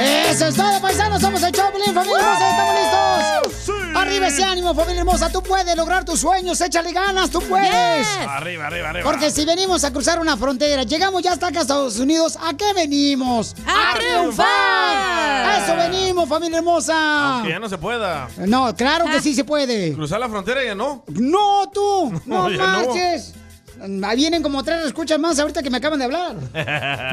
Eso es todo, paisanos. Somos el Choplin, familia hermosa. Estamos listos. Arriba ese ánimo, familia hermosa. Tú puedes lograr tus sueños. Échale ganas, tú puedes. Arriba, arriba, arriba. Porque si venimos a cruzar una frontera, llegamos ya hasta acá, Estados Unidos, ¿a qué venimos? ¡A A triunfar! eso venimos, familia hermosa. Que ya no se pueda. No, claro Ah. que sí se puede. Cruzar la frontera ya no. No, tú. No, No, ya no. marches. Ahí vienen como tres escuchas más ahorita que me acaban de hablar.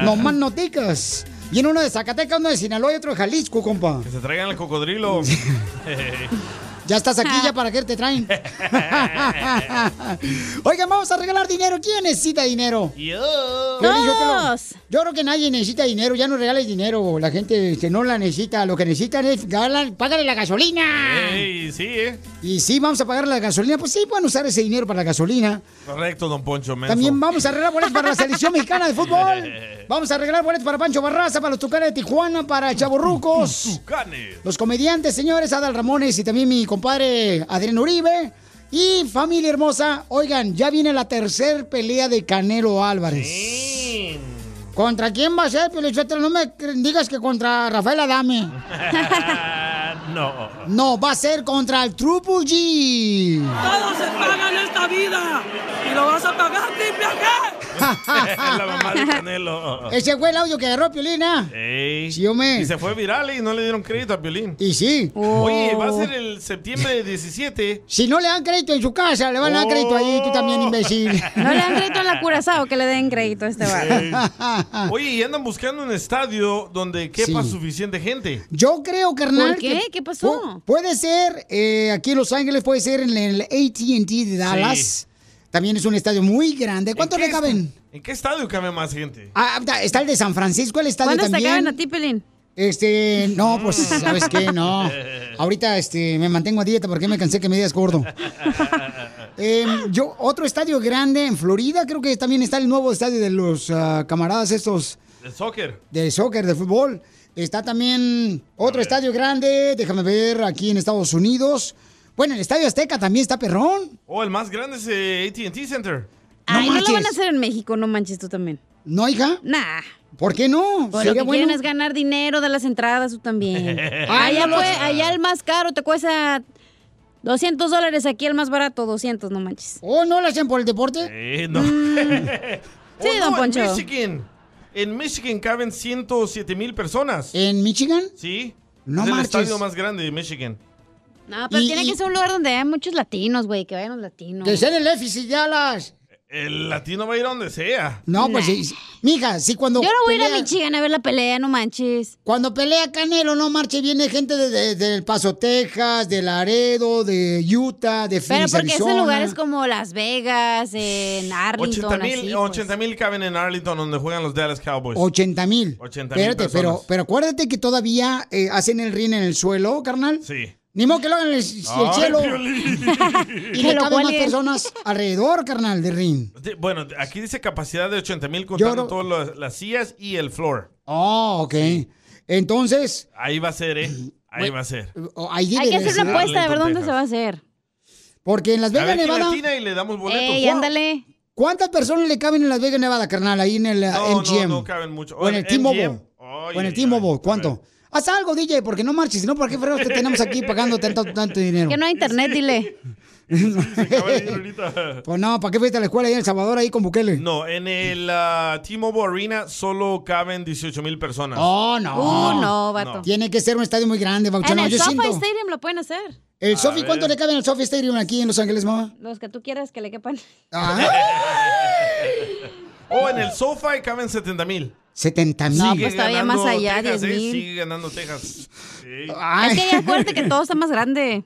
Ah. No más noticas. Viene uno de Zacatecas, uno de Sinaloa y otro de Jalisco, compa. Que se traigan el cocodrilo. Ya estás aquí, ya para qué te traen. Oigan, vamos a regalar dinero. ¿Quién necesita dinero? Yo. Piolín, yo te lo- Todos. Yo creo que nadie necesita dinero, ya no regales dinero. La gente que no la necesita, lo que necesitan es galar- págale la gasolina. Ey, sí, eh. Y sí, vamos a pagar la gasolina. Pues sí, pueden usar ese dinero para la gasolina. Correcto, don Poncho. menso. También vamos a arreglar boletos para la selección mexicana de fútbol. Vamos a arreglar boletos para Pancho Barraza, para los Tucanes de Tijuana, para Chavorrucos. Tucanes. Los comediantes, señores, Adal Ramones y también mi compadre Adrián Uribe. Y familia hermosa, oigan, ya viene la tercer pelea de Canelo Álvarez. ¿Contra quién va a ser, Pio Lichotelo? No me cre- digas que contra Rafael Adame. no. No, va a ser contra el Triple G. Todo se paga en esta vida. Y lo vas a pagar, triple la Ah, mamá de Canelo. Ese fue el audio que agarró Piolín, ¿ah? Ey. Sí, hombre. Y se fue viral y no le dieron crédito a Piolín. Y sí. Oh. Oye, va a ser el septiembre de 17. Si no le dan crédito en su casa, le van a dar crédito ahí, tú también, imbécil. No le dan crédito a la curazao, que le den crédito a este bar. Oye, y andan buscando un estadio donde quepa Sí. suficiente gente. Yo creo, carnal. ¿Por qué? que ¿Qué pasó? pu- Puede ser eh, aquí en Los Ángeles, puede ser en el ATT de Dallas. Sí. También es un estadio muy grande. ¿Cuánto ¿En qué le caben? est- ¿En qué estadio cabe más gente? Ah, ah, está el de San Francisco, el estadio ¿Cuándo se también. acaban a ti, Pelín? Mm. Este, no, pues, ¿sabes qué? No. Ahorita, este, me mantengo a dieta porque me cansé que me digas gordo. Eh, yo, otro estadio grande en Florida, creo que también está el nuevo estadio de los ah, camaradas estos El soccer. de soccer, de fútbol. Está también otro estadio grande, déjame ver, aquí en Estados Unidos. Bueno, el Estadio Azteca también está perrón. O el más grande es eh, ATT Center. Ay, no lo van a manches. hacer en México, no manches tú también. ¿No, hija? Nah. ¿Por qué no? Pues lo Sería que bueno. quieren es ganar dinero de las entradas tú también. Ay, allá, no lo- fue- allá el más caro te cuesta 200 dólares, aquí el más barato 200, no manches. ¿O Oh, no lo hacen por el deporte? Eh, no. Mm. Sí, Oh, don no, Poncho. En Michigan. En Michigan caben 107 mil personas. ¿En Michigan? ¿Sí? No es el marches. estadio más grande de Michigan. No, pero Y- tiene y- que ser un lugar donde hay muchos latinos, güey, que vayan los latinos. Que sea en el déficit ya las... El latino va a ir a donde sea. No, pues sí. Mija, sí, cuando. Yo no voy a ir a pelea- Michigan a ver la pelea, no manches. Cuando pelea Canelo, no marche, viene gente de, de- del Paso, Texas, de Laredo, de Utah, de Pero Phoenix, porque esos Arizona. lugares como Las Vegas, en Arlington, 80 así, mil pues. 80 mil caben en Arlington donde juegan los Dallas Cowboys. 80 mil. 80,000 Espérate, pero, personas. pero acuérdate que todavía eh, hacen el ring en el suelo, carnal. sí. Ni modo que lo hagan en el, el Ay, cielo Piolín. y Que le lo caben más cuelguen. personas alrededor, carnal, de ring. De- bueno, aquí dice capacidad de 80 mil contando no- todas las, las sillas y el floor. Oh, ok. Entonces, Ahí va a ser, ¿eh? Ahí va a ser. o- ahí Hay que debe de hacer una ser. apuesta de Arlington, ver dónde Texas. se va a hacer. Porque en Las A Vegas, ver, ¿quién Nevada, latina y le damos boletos. Ey, ¡Wow! ándale. ¿cuántas personas le caben en Las Vegas, Nevada, carnal? Ahí en el eh, No, MGM. no, no caben mucho. O en el T-Mobile. MGM. O Oye, en el T-Mobile. ay, ¿Cuánto? Haz algo, DJ, porque no marches. Si no, ¿para qué fregados te tenemos aquí pagando tanto, tanto dinero? Que no hay internet, dile. Se acaba de ir ahorita. Pues no, ¿para qué fuiste a la escuela ahí en El Salvador ahí con Bukele? No, en el ah, T-Mobile Arena solo caben 18 mil personas. Oh, no. Uh, no, vato. Tiene que ser un estadio muy grande, En Bauchano. el Yo SoFi siento. Stadium lo pueden hacer. ¿El Sofi ver. cuánto le cabe en el Sofi Stadium aquí en Los Ángeles, mamá? Los que tú quieras que le quepan. Ah, O Oh, en el SoFi caben 70 mil. 70 mil. pues todavía más allá, Texas, 10,000. eh, Sigue ganando Texas. Sí, Ay, Es que ya acuérdate que todo está más grande.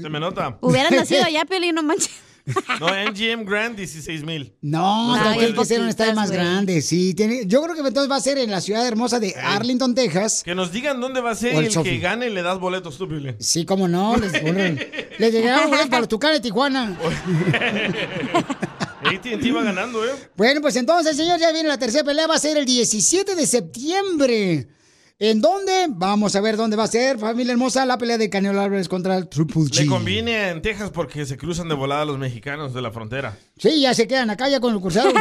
se me nota. Hubieran nacido allá, Piolín, no manches. No, MGM Grand, 16 mil. No, No, pero hay tiene que ser un poquitas, estadio más güey. grande. Sí, tiene, yo creo que entonces va a ser en la ciudad hermosa de Arlington, Texas. Que nos digan dónde va a ser O el y el Sofi. que gane le das boletos tú, Piolín. Sí, cómo no. Les, bueno, les llegaron boletos para tu cara de Tijuana. AT&T va ganando, ¿eh? Bueno, pues entonces, señor, ya viene la tercera pelea. Va a ser el 17 de septiembre. ¿En dónde? Vamos a ver dónde va a ser, familia hermosa, la pelea de Canelo Álvarez contra el Triple Le G. conviene en Texas porque se cruzan de volada los mexicanos de la frontera. Sí, ya se quedan acá ya con el cursado.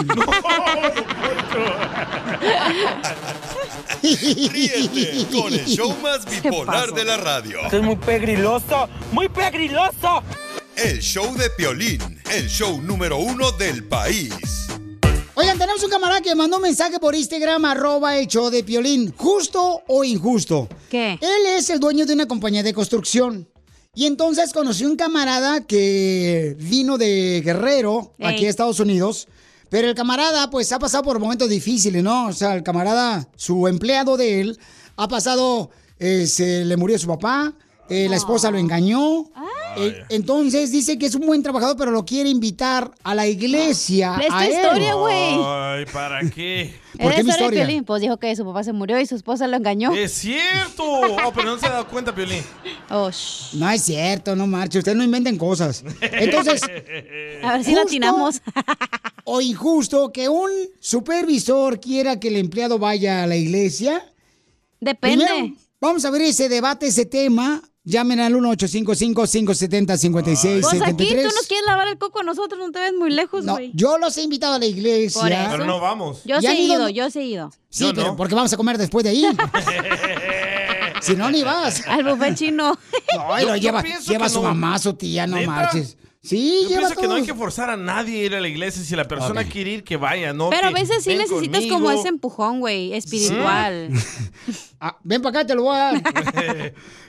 Ríete con el show más bipolar de la radio. Esto es muy pegriloso, muy pegriloso. El show de Piolín, el show número uno del país. Oigan, tenemos un camarada que mandó un mensaje por Instagram, arroba el show de Piolín. ¿Justo o injusto? ¿Qué? Él es el dueño de una compañía de construcción. Y entonces conoció un camarada que vino de Guerrero, Ey. aquí a Estados Unidos. Pero el camarada, pues, ha pasado por momentos difíciles, ¿no? O sea, el camarada, su empleado de él, ha pasado, eh, se le murió su papá, eh, la esposa lo engañó. Eh, entonces dice que es un buen trabajador, pero lo quiere invitar a la iglesia. Es tu a él. historia, güey. Ay, ¿para qué? ¿Por Era qué mi historia de historia? Piolín. Pues dijo que su papá se murió y su esposa lo engañó. ¡Es cierto! Oh, pero no se ha dado cuenta, Piolín. Oh, shh. No es cierto, no marche, ustedes no inventen cosas. Entonces, A ver si Justo. latinamos. o injusto que un supervisor quiera que el empleado vaya a la iglesia. Depende. Primero, vamos a ver ese debate, ese tema. Llamen al 1-855-570-5673. pues aquí tú nos quieres lavar el coco a nosotros, no te ves muy lejos, No, güey. yo los he invitado a la Por iglesia. eso. Pero no vamos. yo ya sí he ni ido, donde- yo sí he ido. Sí, Yo pero no. porque vamos a comer después de ahí. si no, ni vas. Al buffet chino. No, y Yo- lo yo lleva, pienso lleva que su no. mamá, su tía, no ¿Neta? marches. Sí, Yo lleva pienso que no hay que todos. forzar a nadie a ir a la iglesia si la persona Ok. quiere ir, que vaya, ¿no? Pero a que veces sí ven necesitas conmigo. como ese empujón, güey, espiritual. Ah, ven para acá, te lo voy a dar. Su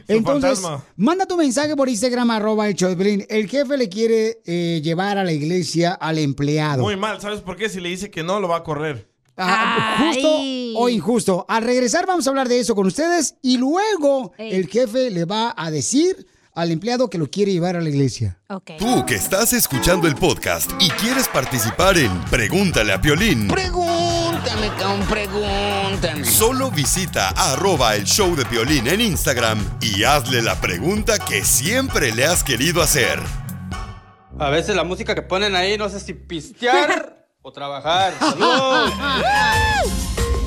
Entonces, fantasma. manda tu mensaje por Instagram, arroba el show de Piolín. El jefe le quiere eh, llevar a la iglesia al empleado. Muy mal, ¿sabes por qué? Si le dice que no, lo va a correr. Ah, justo Ay. o injusto. Al regresar vamos a hablar de eso con ustedes y luego Ey. el jefe le va a decir al empleado que lo quiere llevar a la iglesia. Ok. Tú que estás escuchando el podcast y quieres participar en Pregúntale a Piolín, Pregúntame, cabrón, pregúntame. solo visita arroba el show de Piolín en Instagram y hazle la pregunta que siempre le has querido hacer. A veces la música que ponen ahí, no sé si pistear o trabajar. Saludos.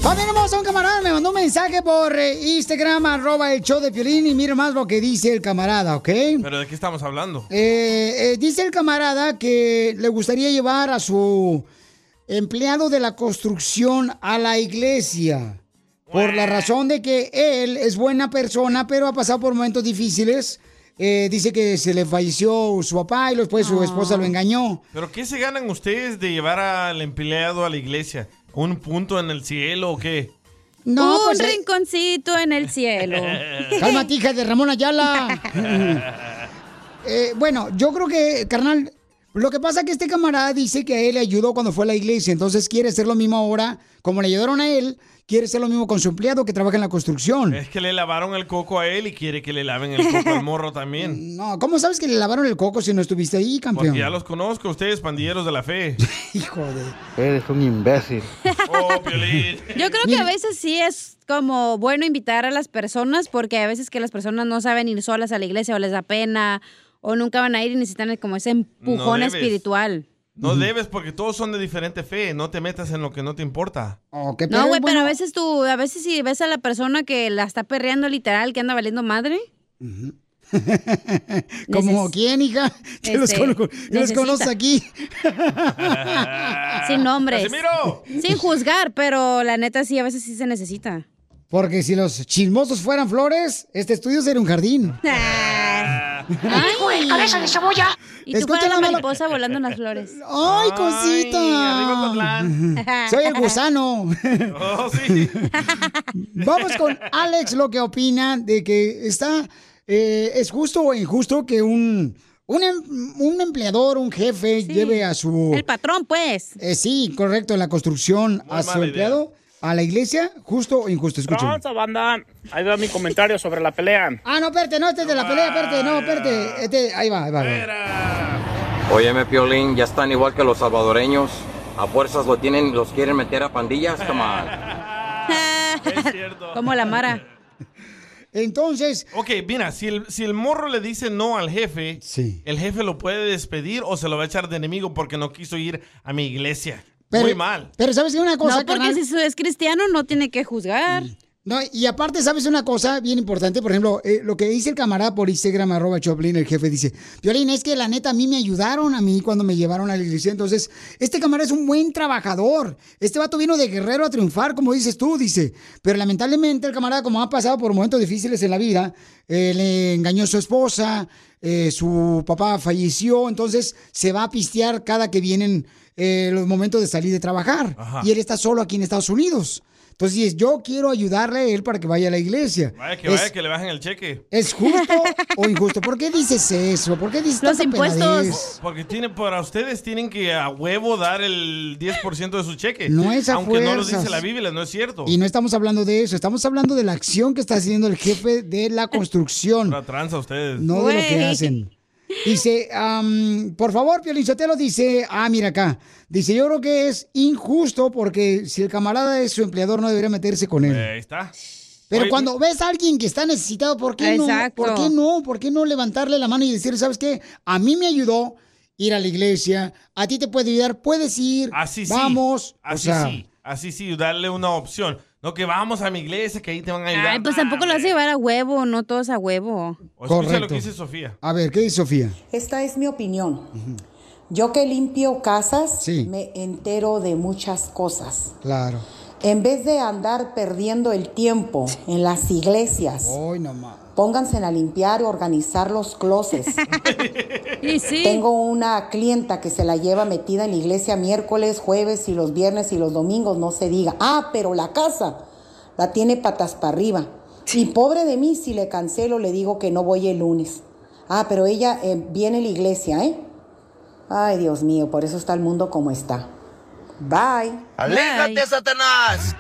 Familia hermosa, un camarada me mandó un mensaje por eh, Instagram, arroba el show de Piolín y mira más lo que dice el camarada, ¿ok? ¿Pero de qué estamos hablando? Eh, eh, dice el camarada que le gustaría llevar a su empleado de la construcción a la iglesia. Por la razón de que él es buena persona, pero ha pasado por momentos difíciles. Eh, dice que se le falleció su papá y después su esposa lo engañó. ¿Pero qué se ganan ustedes de llevar al empleado a la iglesia? ¿Un punto en el cielo o qué? No, Un pues, eh, rinconcito en el cielo. cálmate, hija de Ramón Ah, Ayala. Eh, bueno, yo creo que, carnal, lo que pasa es que este camarada dice que a él le ayudó cuando fue a la iglesia, entonces quiere hacer lo mismo ahora, como le ayudaron a él, quiere hacer lo mismo con su empleado que trabaja en la construcción. Es que le lavaron el coco a él y quiere que le laven el coco al morro también. No, ¿cómo sabes que le lavaron el coco si no estuviste ahí, campeón? Porque ya los conozco, ustedes, pandilleros de la fe. Hijo de... Eres un imbécil. Oh, Piolín. Yo creo que a veces sí es como bueno invitar a las personas porque a veces que las personas no saben ir solas a la iglesia o les da pena o nunca van a ir y necesitan como ese empujón debes. espiritual. No debes porque todos son de diferente fe. No te metas en lo que no te importa. Ok, pero, No, güey, bueno, pero a veces tú, a veces si ves a la persona que la está perreando literal, que anda valiendo madre. ¿Como Neces- quién, hija? Yo los, Este, conozco, yo los necesita. conozco aquí. Sin nombres. ¡Casimiro! Sin juzgar, pero la neta sí, a veces sí se necesita. Porque si los chismosos fueran flores, este estudio sería un jardín. Ah, Ah, ¡Ay, de cabeza de cebolla! Y tú Escucha con la nada más lo- mariposa volando en las flores. ¡Ay, cosita! Soy el gusano. Vamos con Alex, lo que opina de que está. eh, ¿Es justo o injusto que un, un, em- un empleador, un jefe, lleve a su. Eh, El patrón, pues. sí, correcto, en la construcción a su mala empleado, a la iglesia, justo o injusto. Escuchen. Tranza, banda. Ahí va mi comentario sobre la pelea. Ah, no, espérate, no, este es de la pelea, espérate, no, espérate. Este, ahí va, ahí va. ahí va. Óyeme, Piolín, ya están igual que los salvadoreños. A fuerzas lo tienen, los quieren meter a pandillas, come on. Como la Mara. Entonces. Ok, mira, si el, si el morro le dice no al jefe, el jefe lo puede despedir o se lo va a echar de enemigo porque no quiso ir a mi iglesia. Muy mal. Pero ¿sabes qué? Una cosa, No, porque carnal. si su- es cristiano no tiene que juzgar. No, y aparte, ¿sabes una cosa bien importante? Por ejemplo, eh, lo que dice el camarada por Instagram, arroba Choplin, el jefe dice, Violín, es que la neta a mí me ayudaron a mí cuando me llevaron a la iglesia. Entonces, este camarada es un buen trabajador. Este vato vino de guerrero a triunfar, como dices tú, dice. Pero lamentablemente el camarada, como ha pasado por momentos difíciles en la vida, eh, le engañó su esposa, eh, su papá falleció, entonces se va a pistear cada que vienen eh, los momentos de salir de trabajar. Ajá. Y él está solo aquí en Estados Unidos. Entonces dices, yo quiero ayudarle a él para que vaya a la iglesia. Vaya que es, vaya que le bajen el cheque. ¿Es justo o injusto? ¿Por qué dices eso? ¿Por qué dices tanta peladez? Po- Porque tiene, para ustedes tienen que a huevo dar el 10% de su cheque. No es a Aunque no lo fuerzas. dice la Biblia, no es cierto. Y no estamos hablando de eso, estamos hablando de la acción que está haciendo el jefe de la construcción. La tranza ustedes. No de lo que hacen. Dice, am, por favor, Piolín Sotelo dice, ah, mira acá. Dice, yo creo que es injusto porque si el camarada es su empleador no debería meterse con él. Ahí está. Pero Oye, cuando ves a alguien que está necesitado, ¿por qué Exacto. no? ¿Por qué no? ¿Por qué no levantarle la mano y decir, sabes qué? A mí me ayudó ir a la iglesia, a ti te puede ayudar, puedes ir, Así sí. vamos. Así o sea, sí. Así sí, darle una opción. No que vamos a mi iglesia, que ahí te van a ayudar. Ay, pues tampoco lo hace llevar a huevo, no todos a huevo. O escucha lo Correcto. que dice Sofía. A ver, ¿qué dice Sofía? Esta es mi opinión. Yo que limpio casas, Sí. me entero de muchas cosas. Claro. En vez de andar perdiendo el tiempo en las iglesias, Hoy nomás. pónganse a limpiar y organizar los closets. Tengo una clienta que se la lleva metida en la iglesia miércoles, jueves y los viernes y los domingos, no se diga. Ah, pero la casa la tiene patas para arriba. Y pobre de mí, si le cancelo, le digo que no voy el lunes. Ah, pero ella eh, viene a la iglesia, ¿eh? Ay, Dios mío, por eso está el mundo como está. Bye. ¡Aléjate, Satanás!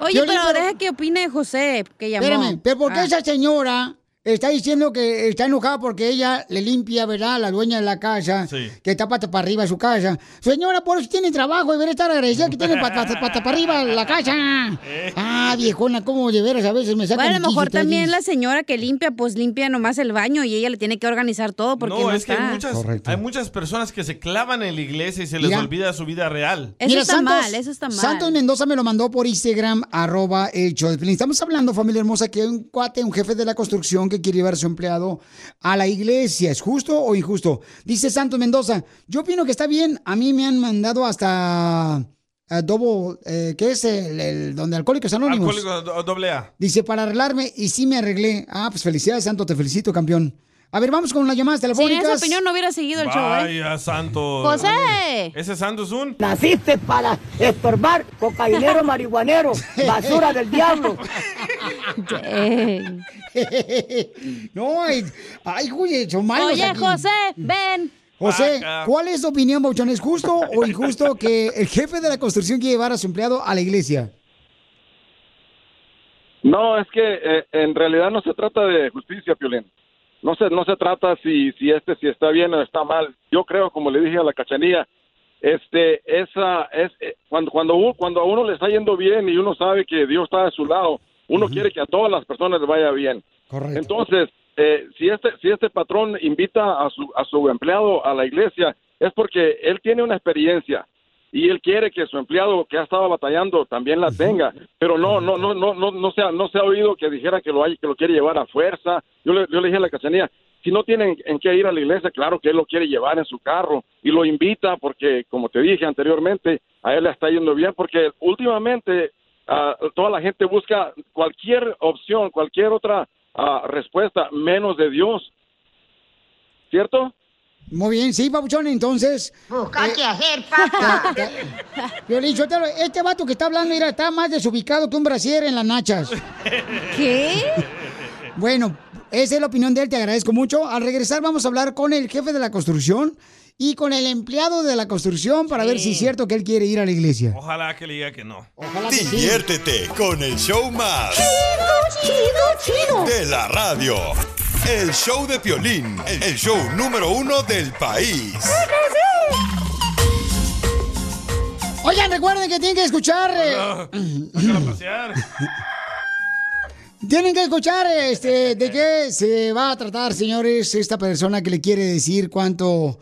Oye, Piolín, pero, pero- deja que opine José, que llamó. Espérame, pero ¿por qué Ah. esa señora está diciendo que está enojada porque ella le limpia, ¿verdad? La dueña de la casa, que está pata para arriba su casa. Señora, por eso tiene trabajo y debería estar agradecida que tiene pata, pata- pata para arriba la casa. Ah, viejona, ¿cómo de veras a veces me sacan Bueno, a lo un mejor quillito ahí? también la señora que limpia, pues limpia nomás el baño y ella le tiene que organizar todo porque no, No, es que está. hay muchas, hay muchas personas que se clavan en la iglesia y se les Mira. olvida su vida real. Mira, Santos- Santos Mendoza me lo mandó por Instagram, arroba el show de Piolín. Estamos hablando, familia hermosa, que hay un cuate, un jefe de la construcción que quiere llevar a su empleado a la iglesia. ¿Es justo o injusto? Dice Santos Mendoza, yo opino que está bien. A mí me han mandado hasta adobo, eh, ¿qué es? El, el- donde Alcohólicos Anónimos. Alcohólicos do- doble A. Dice, para arreglarme, y sí me arreglé. Ah, pues felicidades, Santo, te felicito, campeón. A ver, vamos con las llamadas Sin esa telefónicas. opinión no hubiera seguido el show, ¿eh? Vaya, santo. José. Ese santo es un... Naciste para estorbar, cocainero, marihuanero, basura del diablo. no, ay, ay, güey, son malos Oye, aquí. José, ven. José, ¿cuál es tu opinión, Bauchón? ¿Es justo o injusto que el jefe de la construcción quiera llevar a su empleado a la iglesia? No, es que eh, en realidad no se trata de justicia, Piolín. No se, no se trata si, si este si está bien o está mal. Yo creo, como le dije a la cachanilla, este, esa, es, eh, cuando, cuando, u- cuando a uno le está yendo bien y uno sabe que Dios está de su lado, uno quiere que a todas las personas les vaya bien. Correcto. Entonces, eh, si, este, si este patrón invita a su, a su empleado a la iglesia, es porque él tiene una experiencia y él quiere que su empleado que ha estado batallando también la tenga, pero no no no no no no se ha, no se ha oído que dijera que lo hay, que lo quiere llevar a fuerza. Yo le, yo le dije a la cachanilla, si no tienen en qué ir a la iglesia, claro que él lo quiere llevar en su carro y lo invita porque como te dije anteriormente, a él le está yendo bien porque últimamente ah, toda la gente busca cualquier opción, cualquier otra ah, respuesta menos de Dios. ¿cierto? Muy bien, sí, Papuchón, entonces. Busca eh, qué hacer, papá. Piolín, Sotelo, este vato que está hablando, mira, está más desubicado que un brasier en las nachas. ¿Qué? Bueno, esa es la opinión de él, te agradezco mucho. Al regresar vamos a hablar con el jefe de la construcción y con el empleado de la construcción para ver si es cierto que él quiere ir a la iglesia. Ojalá que le diga que no. Diviértete con el show más. Chido, chido, De la radio. El show de Piolín, el show número uno del país. Oigan, recuerden que tienen que escuchar. eh, Tienen que escuchar este, de qué se va a tratar, señores, esta persona que le quiere decir cuánto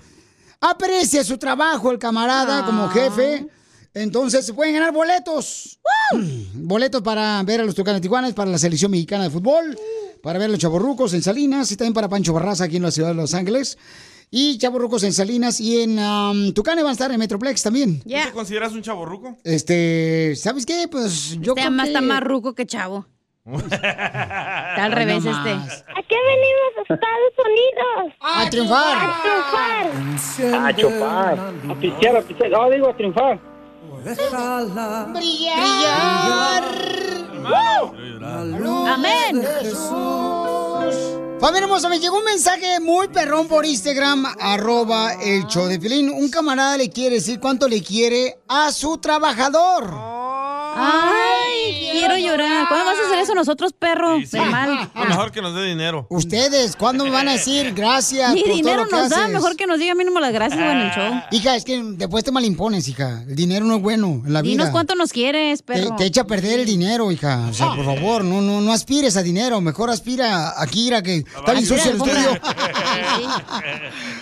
aprecia su trabajo el camarada Ah. como jefe. Entonces se pueden ganar boletos. Boletos para ver a los Tucanes Tijuanas, para la selección mexicana de fútbol, para ver a los Chaborrucos en Salinas y también para Pancho Barraza aquí en la ciudad de Los Ángeles. Y Chaborrucos en Salinas y en um, Tucane van a estar en Metroplex también. ¿Tú te consideras un chaborruco? Este, ¿sabes qué? Pues yo Este creo más está que- más ruco que chavo. Está al Ay, revés no este. más. ¿A qué venimos a Estados Unidos? A triunfar. A triunfar. A chupar. A pichar, a pichar. No, digo a triunfar. Brillar. Brillar. Amén. Familia hermosa, me llegó un mensaje muy perrón por Instagram, arroba el show de Pilín. Un camarada le quiere decir cuánto le quiere a su trabajador. Ay, quiero llorar. ¿Cuándo vas a hacer eso nosotros, perro? Mal. O mejor que nos dé dinero. Ustedes, ¿cuándo me van a decir gracias Ni por dinero todo lo que nos da, haces? mejor que nos diga mínimo las gracias o en el show. Hija, es que después te malimpones, hija. El dinero no es bueno en la Dinos vida. cuánto nos quieres, Te, perro. te echa a perder el dinero, hija. O sea, por favor, no, no, no aspires a dinero. Mejor aspira a Kira, que está bien basura, sucio el compra. estudio.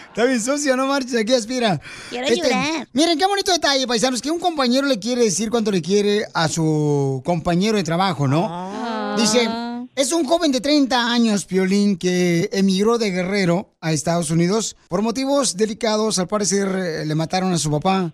Está bien sucio, no marches, aquí aspira. Este, Quiero llorar. Miren, qué bonito detalle, paisanos, que un compañero le quiere decir cuánto le quiere a su compañero de trabajo, ¿no? Ah. Dice, es un joven de 30 años, Piolín, que emigró de Guerrero a Estados Unidos por motivos delicados. Al parecer eh, le mataron a su papá.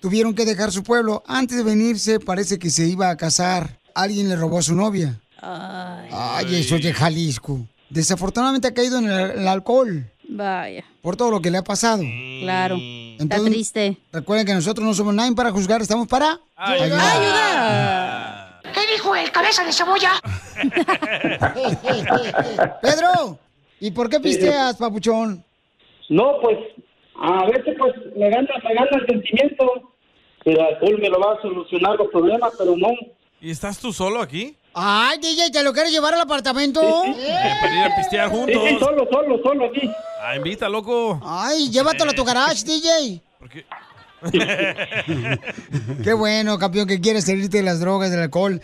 Tuvieron que dejar su pueblo. Antes de venirse, parece que se iba a casar. Alguien le robó a su novia. Ay, eso es de Jalisco. Desafortunadamente ha caído en el, el alcohol Vaya, por todo lo que le ha pasado. claro. Está Entonces, triste. Recuerden que nosotros no somos nadie para juzgar, estamos para ayudar. ¿Qué dijo el cabeza de cebolla? Pedro, ¿y por qué pisteas, papuchón? No, pues a veces pues me gana, me gana el sentimiento. El alcohol me lo va a solucionar los problemas, pero no. ¿Y estás tú solo aquí? Ay, DJ, ¿te lo quieres llevar al apartamento? Para ir a pistear juntos. Sí, sí, solo, solo, solo aquí. Ah, invita, loco. Eh. Ay, llévatelo a tu garage, DJ. Qué bueno, campeón, que quieres salirte de las drogas, del alcohol.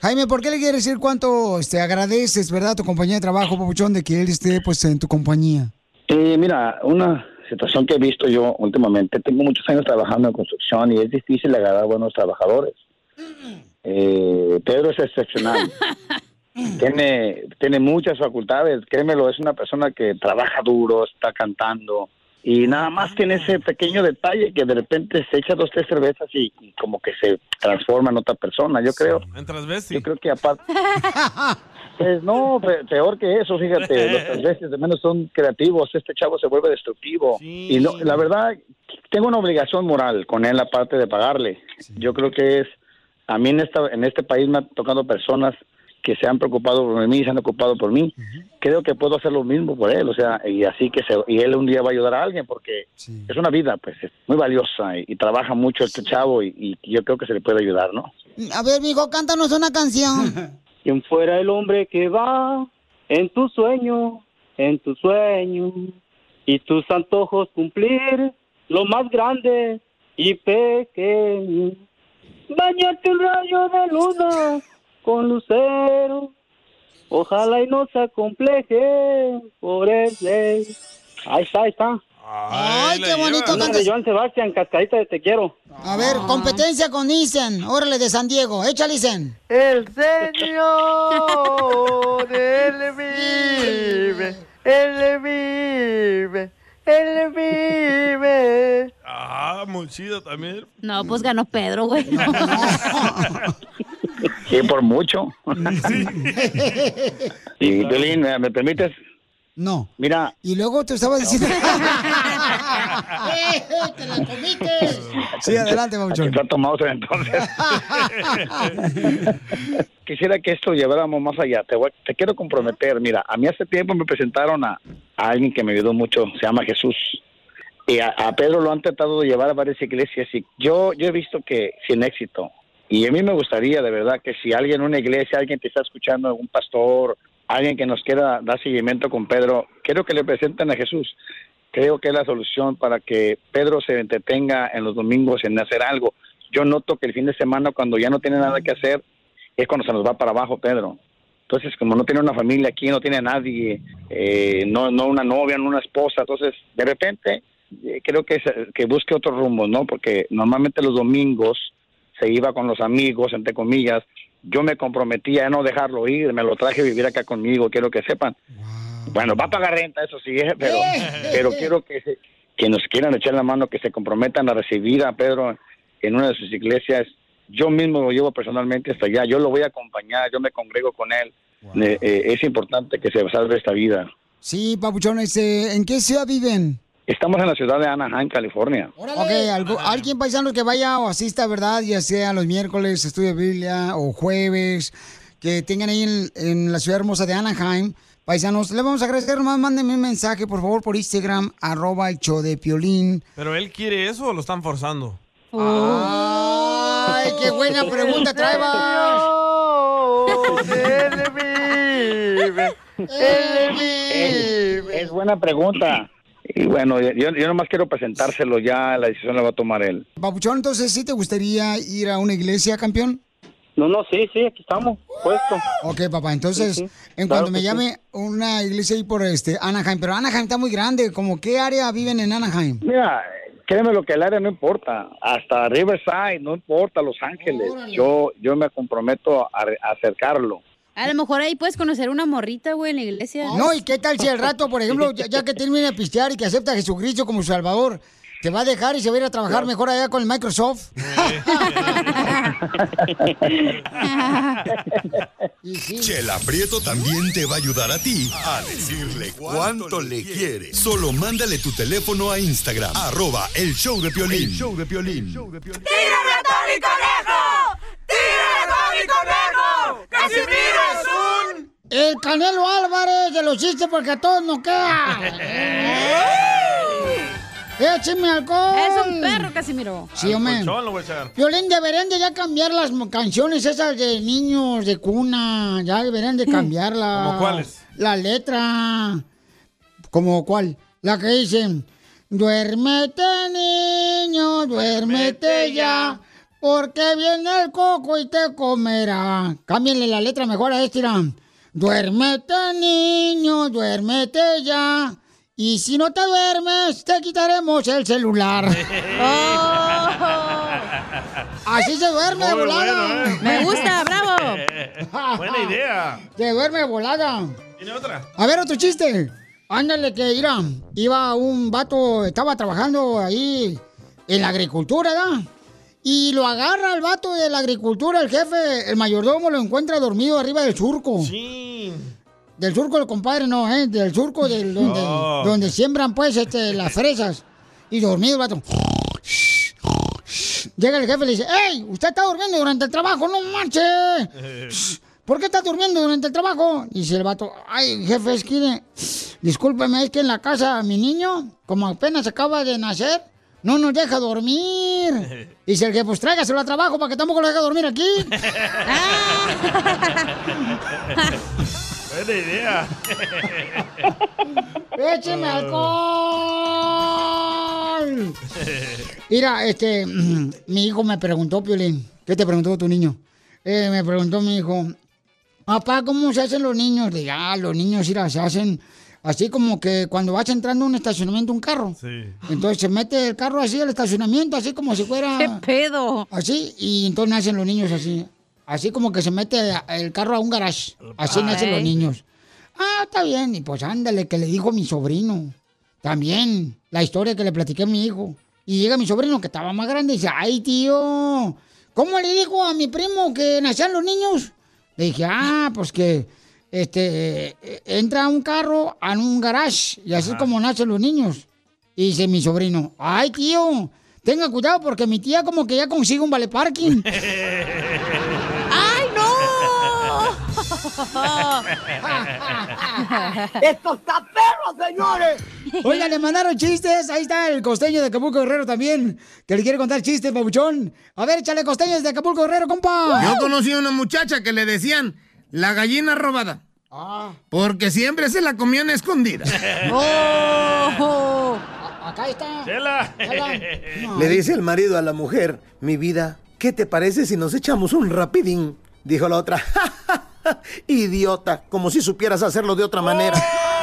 Jaime, ¿por qué le quieres decir cuánto te agradeces, verdad, a tu compañía de trabajo, papuchón, de que él esté pues en tu compañía? Eh, mira, una situación que he visto yo últimamente, tengo muchos años trabajando en construcción y es difícil agarrar buenos trabajadores. Eh, Pedro es excepcional. tiene, tiene muchas facultades, créemelo, es una persona que trabaja duro, está cantando y nada más tiene ese pequeño detalle que de repente se echa dos, tres cervezas y, y como que se transforma en otra persona, yo creo. Mientras ves, Yo creo que aparte... Pues no, pe- peor que eso, fíjate, los transvestis de menos son creativos, este chavo se vuelve destructivo. Y no, la verdad, tengo una obligación moral con él aparte de pagarle. Yo creo que es, a mí en, esta, en este país me han tocado personas que se han preocupado por mí, se han ocupado por mí. Creo que puedo hacer lo mismo por él, o sea, y así que se, y él un día va a ayudar a alguien porque es una vida, pues, es muy valiosa y, y trabaja mucho este chavo y, y yo creo que se le puede ayudar, ¿no? A ver, mijo, cántanos una canción. Quien fuera el hombre que va en tu sueño, en tu sueño, y tus antojos cumplir, lo más grande y pequeño. Bañarte Em, un rayo de luna con lucero, ojalá y no se acompleje por ese. Ahí está, ahí está. Ay, qué bonito Una cantas. de Joan Sebastián, cascadita de Te Quiero. A ver, competencia con Isen. Órale, de San Diego. Échale, Isen. El Señor, Él vive, Él vive, Él vive. Ah, muy chido también. No, Mm. pues ganó Pedro, güey. Sí, por mucho. Y Violín, ¿me me permites? No. Mira, Y luego te estaba diciendo. ¡Eh, te la comiste! Sí, adelante, Aquí Está tomado entonces. Quisiera que esto lleváramos más allá. Te, voy- te quiero comprometer. Mira, a mí hace tiempo me presentaron a, a alguien que me ayudó mucho. Se llama Jesús. Y a, a Pedro lo han tratado de llevar a varias iglesias. Y yo, yo he visto que sin éxito. Y a mí me gustaría, de verdad, que si alguien, una iglesia, alguien te está escuchando, algún pastor, alguien que nos quiera dar seguimiento con Pedro, quiero que le presenten a Jesús. Creo que es la solución para que Pedro se entretenga en los domingos en hacer algo. Yo noto que el fin de semana, cuando ya no tiene nada que hacer, es cuando se nos va para abajo, Pedro. Entonces, como no tiene una familia aquí, no tiene a nadie, eh, no, no una novia, no una esposa, entonces, de repente, eh, creo que, se- que busque otro rumbo, ¿no? Porque normalmente los domingos se iba con los amigos, entre comillas. Yo me comprometía a no dejarlo ir, me lo traje a vivir acá conmigo, quiero que sepan. Bueno, va a pagar renta, eso sí, eh, pero, pero quiero que, se- que nos quieran echar la mano, que se comprometan a recibir a Pedro en una de sus iglesias. Yo mismo lo llevo personalmente hasta allá, yo lo voy a acompañar, yo me congrego con él. Eh, eh, es importante que se salve esta vida. Sí, papuchón, este, ¿en qué ciudad viven? Estamos en la ciudad de Anaheim, California. Ok, algo- alguien paisano que vaya o asista, ¿verdad? Ya sea los miércoles, estudia Biblia o jueves, que tengan ahí en, en la ciudad hermosa de Anaheim. Paisanos, le vamos a agradecer, nomás mándenme un mensaje, por favor, por Instagram, arroba el show de Piolín. ¿Pero él quiere eso o lo están forzando? Ay, qué buena pregunta trae, Es, es buena pregunta. Y bueno, yo, yo nomás quiero presentárselo ya, la decisión la va a tomar él. Papuchón, entonces, ¿sí te gustaría ir a una iglesia, campeón? No, no, sí, sí, aquí estamos, puesto. Ok, papá, entonces, Sí, sí, en cuanto claro que me sí. llame una iglesia ahí por este Anaheim, pero Anaheim está muy grande, como qué área viven en Anaheim? Mira, créeme lo que el área no importa, hasta Riverside, no importa, Los Ángeles. Yo yo me comprometo a, re- a acercarlo. A lo mejor ahí puedes conocer una morrita, güey, en la iglesia. No, ¿y qué tal si al rato, por ejemplo, ya, ya que termine de pistear y que acepta a Jesucristo como su salvador, te va a dejar y se va a ir a trabajar mejor allá con el Microsoft? Chela Prieto también te va a ayudar a ti a decirle cuánto le quiere. Solo mándale tu teléfono a Instagram, arroba el show de Piolín. show de Piolín. ¡Tírame a Tony Conejo! ¡Tírame a Tony Conejo! ¡Casimiro es un... El Canelo Álvarez de los chistes porque a todos nos queda. ¡Écheme alcohol! Es un perro, Casimiro. Sí, hombre. Colchón lo voy a echar. Violín, deberían de ya cambiar las mo- canciones esas de niños de cuna. Ya deberían de cambiarlas. ¿Cómo cuáles? La letra. ¿Como cuál? La que dicen. Duérmete, niño, duérmete ya. Porque viene el coco y te comerá. Cámbienle la letra mejor a este, irán. Duérmete, niño, duérmete ya. Y si no te duermes, te quitaremos el celular. Oh. Así se duerme de Muy volada. bueno, ¿eh? Me gusta, bravo. Buena idea. Se duerme de volada. ¿Tiene otra? A ver, otro chiste. Ándale, que irá. Iba un vato, estaba trabajando ahí en la agricultura, ¿da? Y lo agarra el vato de la agricultura, el jefe, el mayordomo lo encuentra dormido arriba del surco. Sí. Del surco del compadre, no, ¿eh? Del surco del, donde, Oh. donde siembran, pues, este, las fresas. Y dormido el vato. Llega el jefe y le dice, ¡Ey! Usted está durmiendo durante el trabajo, no manche. ¿Por qué está durmiendo durante el trabajo? Y dice el vato, ay, jefe, es que, discúlpeme, es que en la casa mi niño, como apenas acaba de nacer, no nos deja dormir. Y dice el jefe, pues tráigaselo a trabajo para que tampoco lo deje dormir aquí. Buena idea. ¡Écheme alcohol! Mira, este, mi hijo me preguntó, Piolín, ¿qué te preguntó tu niño? Eh, me preguntó mi hijo, papá, ¿cómo se hacen los niños? Le Digo, ah, los niños, mira, se hacen así como que cuando vas entrando a un estacionamiento, un carro. Sí. Entonces se mete el carro así al estacionamiento, así como si fuera... ¿Qué pedo? Así, y entonces nacen los niños así. Así como que se mete a- el carro a un garage. Así Ah. nacen los Ok. niños. Ah, está bien. Y pues ándale, que le dijo mi sobrino. También la historia que le platiqué a mi hijo. Y llega mi sobrino que estaba más grande y dice, ay tío, ¿cómo le dijo a mi primo que nacían los niños? Le dije, ah, pues que este, eh, entra un carro a un garage y así es como nacen los niños. Y dice mi sobrino, ay tío, tenga cuidado porque mi tía como que ya consigue un vale parking. ¡Ay, no! ¡Esto está perro, señores! Oiga, le mandaron chistes. Ahí está el costeño de Acapulco Guerrero también, que le quiere contar chistes, babuchón. A ver, chale, costeños de Acapulco Guerrero, compa. Yo conocí a una muchacha que le decían la gallina robada. Ah. Porque siempre se la comían escondida. ¡Oh! Acá está. Chela. Le dice el marido a la mujer, mi vida, ¿qué te parece si nos echamos un rapidín? Dijo la otra, "Ja, ja, ja, idiota, como si supieras hacerlo de otra manera.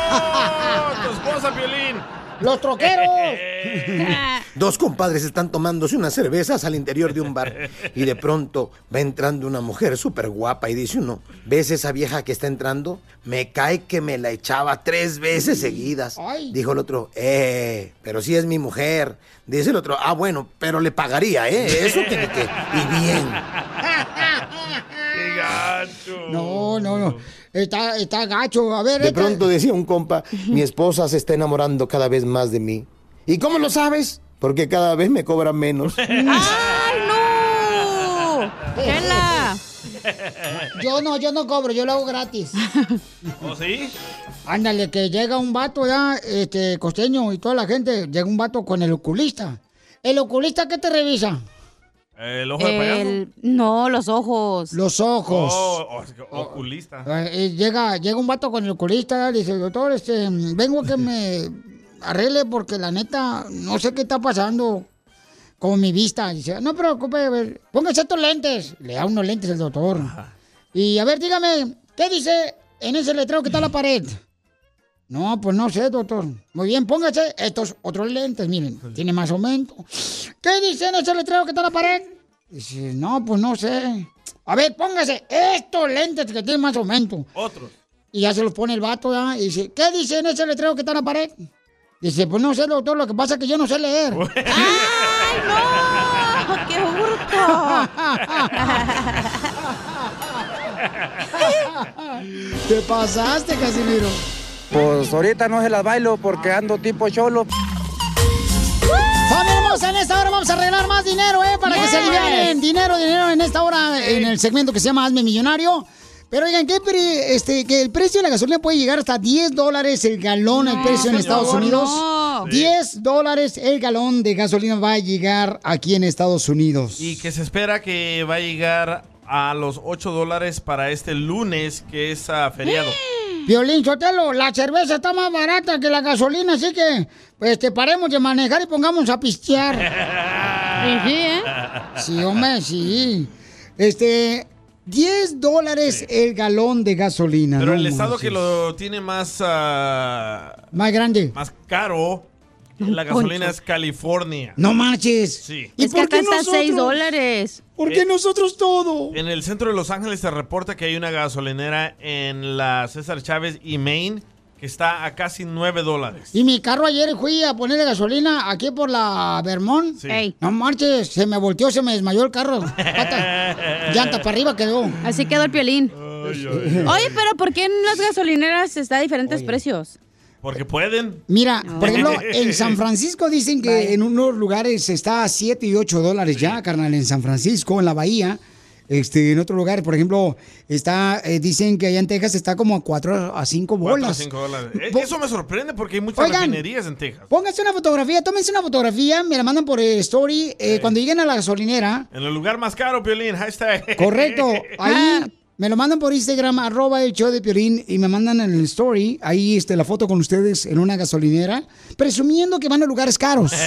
Ah, tu esposa, Piolín! ¡Los troqueros! Dos compadres están tomándose unas cervezas al interior de un bar y de pronto va entrando una mujer súper guapa y dice uno, ¿ves esa vieja que está entrando? Me cae que me la echaba tres veces seguidas. Ay. Dijo el otro, eh, pero si es mi mujer. Dice el otro, ah, bueno, pero le pagaría, ¿eh? Eso que ni qué. Y bien. ¡Qué gacho! No, no, no. Está, está gacho. A ver, De echa- pronto decía un compa, mi esposa se está enamorando cada vez más de mí. ¿Y cómo lo sabes? Porque cada vez me cobra menos. ¡Ay, no! ¡Chela! Yo no, yo no cobro, yo lo hago gratis. ¿O ¿Oh, sí? Ándale, que llega un vato ya, este, costeño y toda la gente, llega un vato con el oculista. ¿El oculista qué te revisa? Eh, El ojo de payaso. no, los ojos. Los ojos. Oh, o- oculista. Eh, eh, llega, llega un vato con el oculista, le dice, doctor, este, vengo a que me arregle porque la neta, no sé qué está pasando con mi vista. Dice, no preocupe, a ver, póngase estos lentes. Le da unos lentes el doctor. Y a ver, dígame, ¿qué dice en ese letrero que está en la pared? No, pues no sé, doctor. Muy bien, póngase estos otros lentes, miren, tiene más aumento. ¿Qué dice en ese letrero que está en la pared? Dice, no, pues no sé. A ver, póngase estos lentes que tienen más aumento. Otro. Y ya se los pone el vato, ¿ya? Y dice, ¿qué dice en ese letrero que está en la pared? Dice, pues no sé, doctor, lo que pasa es que yo no sé leer. ¡Ay, no! ¡Qué hurto! Te pasaste, Casimiro. Pues ahorita no se las bailo porque ando tipo cholo. ¡Familia hermosa! En esta hora vamos a arreglar más dinero, ¿eh? Para que se Yes. liberen. Dinero, dinero en esta hora, en el segmento que se llama Hazme Millonario. Pero oigan, que, pre- este, que el precio de la gasolina puede llegar hasta 10 dólares el galón, el precio en por Estados favor, Unidos. no. Sí. 10 dólares el galón de gasolina va a llegar aquí en Estados Unidos. Y que se espera que va a llegar a los 8 dólares para este lunes, que es ah, feriado. Mm. Violín Sotelo, la cerveza está más barata que la gasolina, así que pues, este, paremos de manejar y pongamos a pistear. sí, ¿eh? Sí, hombre, sí. Este, 10 dólares el galón de gasolina. Pero no el estado manches. que lo tiene más, ah, Más grande. más caro, la gasolina es California. No marches. Sí. ¿Y Es que por qué acá está nosotros? 6 dólares. ¿Por qué nosotros todo? En el centro de Los Ángeles se reporta que hay una gasolinera en la César Chávez y Maine que está a casi 9 dólares. Y mi carro ayer fui a ponerle gasolina aquí por la Vermont. Sí. Ey. No marches, se me volteó, se me desmayó el carro. Llanta para arriba quedó. Así quedó el piolín. Oye, pero ¿por qué en las gasolineras está a diferentes precios? Porque pueden. Mira, por ejemplo, en San Francisco dicen que en unos lugares está a 7 y 8 dólares ya, carnal, en San Francisco, en la bahía. Este, en otro lugar, por ejemplo, está, eh, dicen que allá en Texas está como a 4 a 5 Cuatro o bolas. cinco dólares. Eh, Eso me sorprende porque hay muchas Oigan. refinerías en Texas. Pónganse una fotografía, tómense una fotografía, me la mandan por eh, story. eh, Cuando lleguen a la gasolinera, En el lugar más caro, Piolín, hashtag. correcto, ahí Ah. me lo mandan por Instagram, arroba el show de Piolín, y me mandan en el story, ahí este, la foto con ustedes en una gasolinera, presumiendo que van a lugares caros.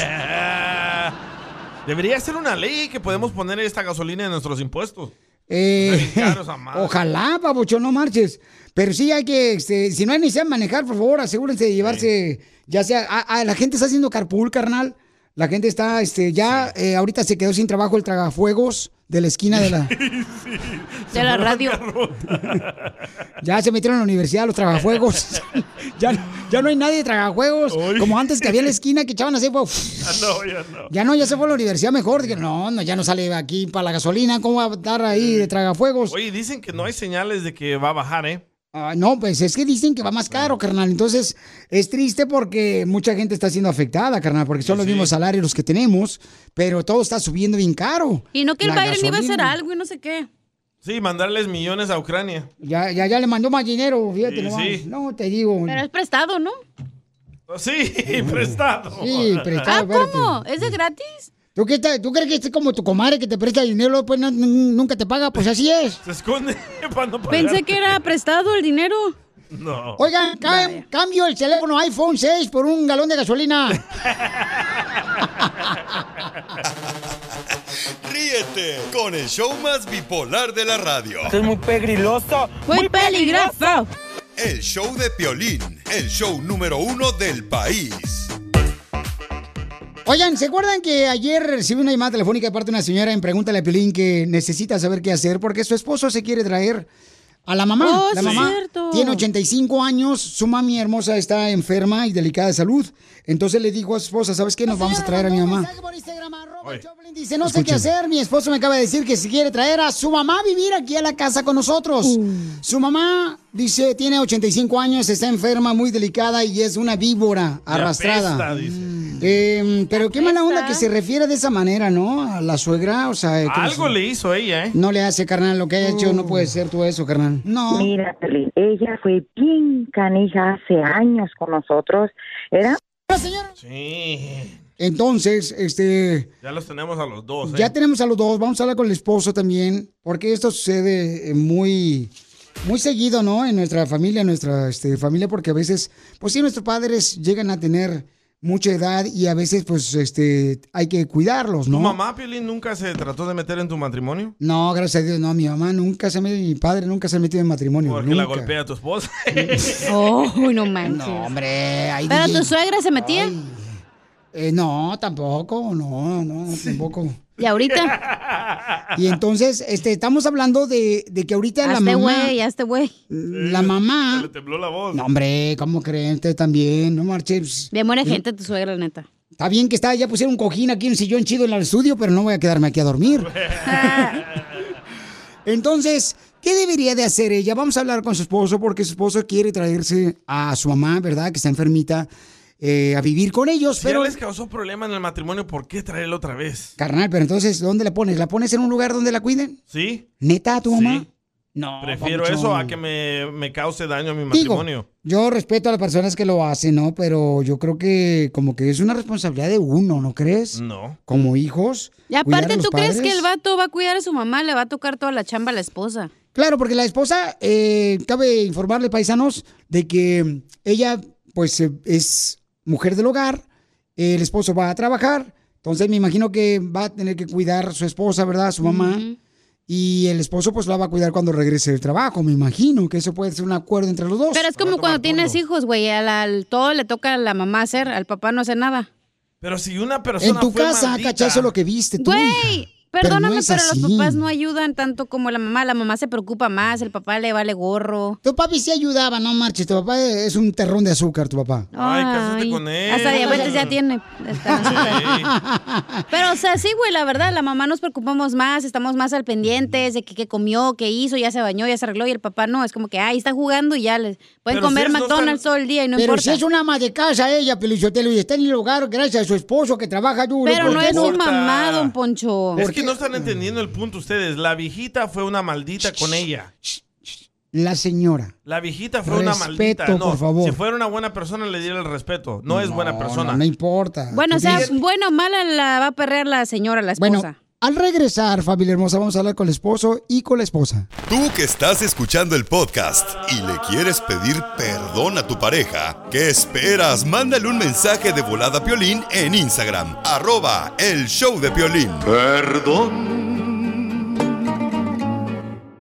Debería ser una ley que podemos poner esta gasolina en nuestros impuestos. Eh, Caros a madre. ojalá, babucho, no marches. Pero sí hay que, este, si no hay necesidad de manejar, por favor, asegúrense de llevarse, ya sea, a, a- la gente está haciendo carpool, carnal. La gente está, este, ya, eh, ahorita se quedó sin trabajo el tragafuegos de la esquina de la... De la radio. ya se metieron a la universidad los tragafuegos. ya, no- ya no hay nadie de tragafuegos. Como antes que había en la esquina que echaban así, pues, Ah, no, ya no. Ya no, ya se fue a la universidad mejor. Dije, no, no, ya no sale aquí para la gasolina. ¿Cómo va a estar ahí de tragafuegos? Oye, dicen que no hay señales de que va a bajar, ¿eh? Ah, no, pues es que dicen que va más caro, carnal. Entonces, es triste porque mucha gente está siendo afectada, carnal, porque son los mismos salarios los que tenemos, pero todo está subiendo bien caro. Y no que el La Biden iba a hacer gasolina. algo y no sé qué. Sí, mandarles millones a Ucrania. Ya, ya, ya le mandó más dinero, fíjate, Sí, nomás. sí. No, te digo. Pero es prestado, ¿no? Sí, prestado. Uh. Sí, Ah, prestado, ¿cómo? espérate. ¿Es de gratis? ¿Tú, qué tal- ¿Tú crees que es como tu comadre que te presta dinero, luego, pues no- nunca te paga? Pues así es. Se esconde para no pagar. Pensé que era prestado el dinero. No. Oigan, ca- cambio el teléfono iPhone 6 por un galón de gasolina. Ríete con el show más bipolar de la radio. es muy pegriloso. Muy peligroso. El show de Piolín, el show número uno del país. Oigan, ¿se acuerdan que ayer recibí una llamada telefónica de parte de una señora en Pregúntale a Piolín que necesita saber qué hacer porque su esposo se quiere traer a la mamá? Oh, la sí. mamá cierto. tiene 85 años, su mami hermosa está enferma y delicada de salud. Entonces le dijo a su esposa, ¿sabes qué? Nos vamos a traer a mi mamá. Dice, no sé qué hacer, mi esposo me acaba de decir que si quiere traer a su mamá a vivir aquí a la casa con nosotros. Uh. Su mamá, dice, tiene 85 años, está enferma, muy delicada y es una víbora Y arrastrada. apesta, dice. Eh, pero qué mala onda que se refiere de esa manera, ¿no? A la suegra, o sea... que Algo no- le hizo ella, ¿eh? No le hace, carnal, lo que haya hecho, no puede ser tú eso, carnal. No. Uh. Mira, Piolín, ella fue bien canija hace años con nosotros. Era Sí. Entonces, este... Ya los tenemos a los dos, ¿eh? Ya tenemos a los dos, vamos a hablar con el esposo también, porque esto sucede eh, muy, muy seguido, ¿no? En nuestra familia, en nuestra este, familia, porque a veces, pues sí, nuestros padres llegan a tener mucha edad y a veces, pues, este, hay que cuidarlos, ¿Tu ¿no? mamá, Piolín, nunca se trató de meter en tu matrimonio? No, gracias a Dios, no, mi mamá nunca se ha metido, mi padre nunca se ha metido en matrimonio. Porque la nunca. golpea a tu esposa. Oh, no manches. No, hombre, ahí ¿Pero DJ. tu suegra se metía? Eh, no, tampoco, no, no, tampoco. ¿Y ahorita? Y entonces, este, estamos hablando de, de que ahorita la Hazte mamá... güey, hazte güey. La mamá. Le tembló la voz. No, hombre, ¿cómo creen ustedes también? No marches. Eh, Bien buena gente tu suegra, la neta. Está bien que está, ya pusieron un cojín aquí, un sillón chido en el estudio, pero no voy a quedarme aquí a dormir. Entonces, ¿qué debería de hacer ella? Vamos a hablar con su esposo porque su esposo quiere traerse a su mamá, ¿verdad? Que está enfermita, eh, a vivir con ellos, Si pero... ya les causó problema en el matrimonio, ¿por qué traerlo otra vez? Carnal, pero entonces, ¿dónde la pones? ¿La pones en un lugar donde la cuiden? ¿Sí? ¿Neta a tu mamá? No. Prefiero papuchón. eso a que me, me cause daño a mi Digo, matrimonio. yo respeto a las personas que lo hacen, ¿no? Pero yo creo que como que es una responsabilidad de uno, ¿no crees? No. Como hijos. Y aparte, ¿tú crees que el va... vato va a cuidar a su mamá? Le va a tocar toda la chamba a la esposa. Claro, porque la esposa, eh, cabe informarle, paisanos, de que ella, pues, eh, es mujer del hogar, eh, el esposo va a trabajar, entonces me imagino que va a tener que cuidar a su esposa, ¿verdad? A su mamá. Y el esposo, pues, la va a cuidar cuando regrese del trabajo, me imagino que eso puede ser un acuerdo entre los dos. Pero es como cuando tienes hijos, güey. Al, al todo le toca a la mamá hacer, al papá no hace nada. Pero si una persona. En tu fue casa, maldita- ¿cachai? Eso es lo que viste tú. Güey, hija. perdóname, no pero, es los así. papás no ayudan tanto como la mamá. La mamá se preocupa más, el papá le vale gorro. Tu papi sí ayudaba, no marches. Tu papá es un terrón de azúcar, tu papá. Ah. Ay, cásate con él. Hasta diabetes ya tiene. Pero, o sea, sí, güey, la verdad, la mamá nos preocupamos más, estamos más al pendiente de que, qué comió, qué hizo, ya se bañó, ya se arregló, y el papá no, es como que, ay, está jugando y ya les pueden Pero comer si es- no McDonald's están- todo el día y no pero importa. si es una ama de casa ella, Pelichotelo, y está en el hogar gracias a su esposo que trabaja duro. Pero ¿por no qué es su mamá, don Poncho. Es que no están entendiendo el punto ustedes. La viejita fue una maldita con ella. La señora. La viejita fue una Respeto, maldita. No, por favor. Si fuera una buena persona, le diera el respeto. No, es buena persona. No, no importa. Bueno, o ¿Qué sea, dices? bueno o mala la va a perrear la señora, la esposa. Bueno, al regresar, familia hermosa, vamos a hablar con el esposo y con la esposa. Tú que estás escuchando el podcast y le quieres pedir perdón a tu pareja, ¿qué esperas? Mándale un mensaje de volada a Piolín en Instagram, arroba el show de Piolín. Perdón.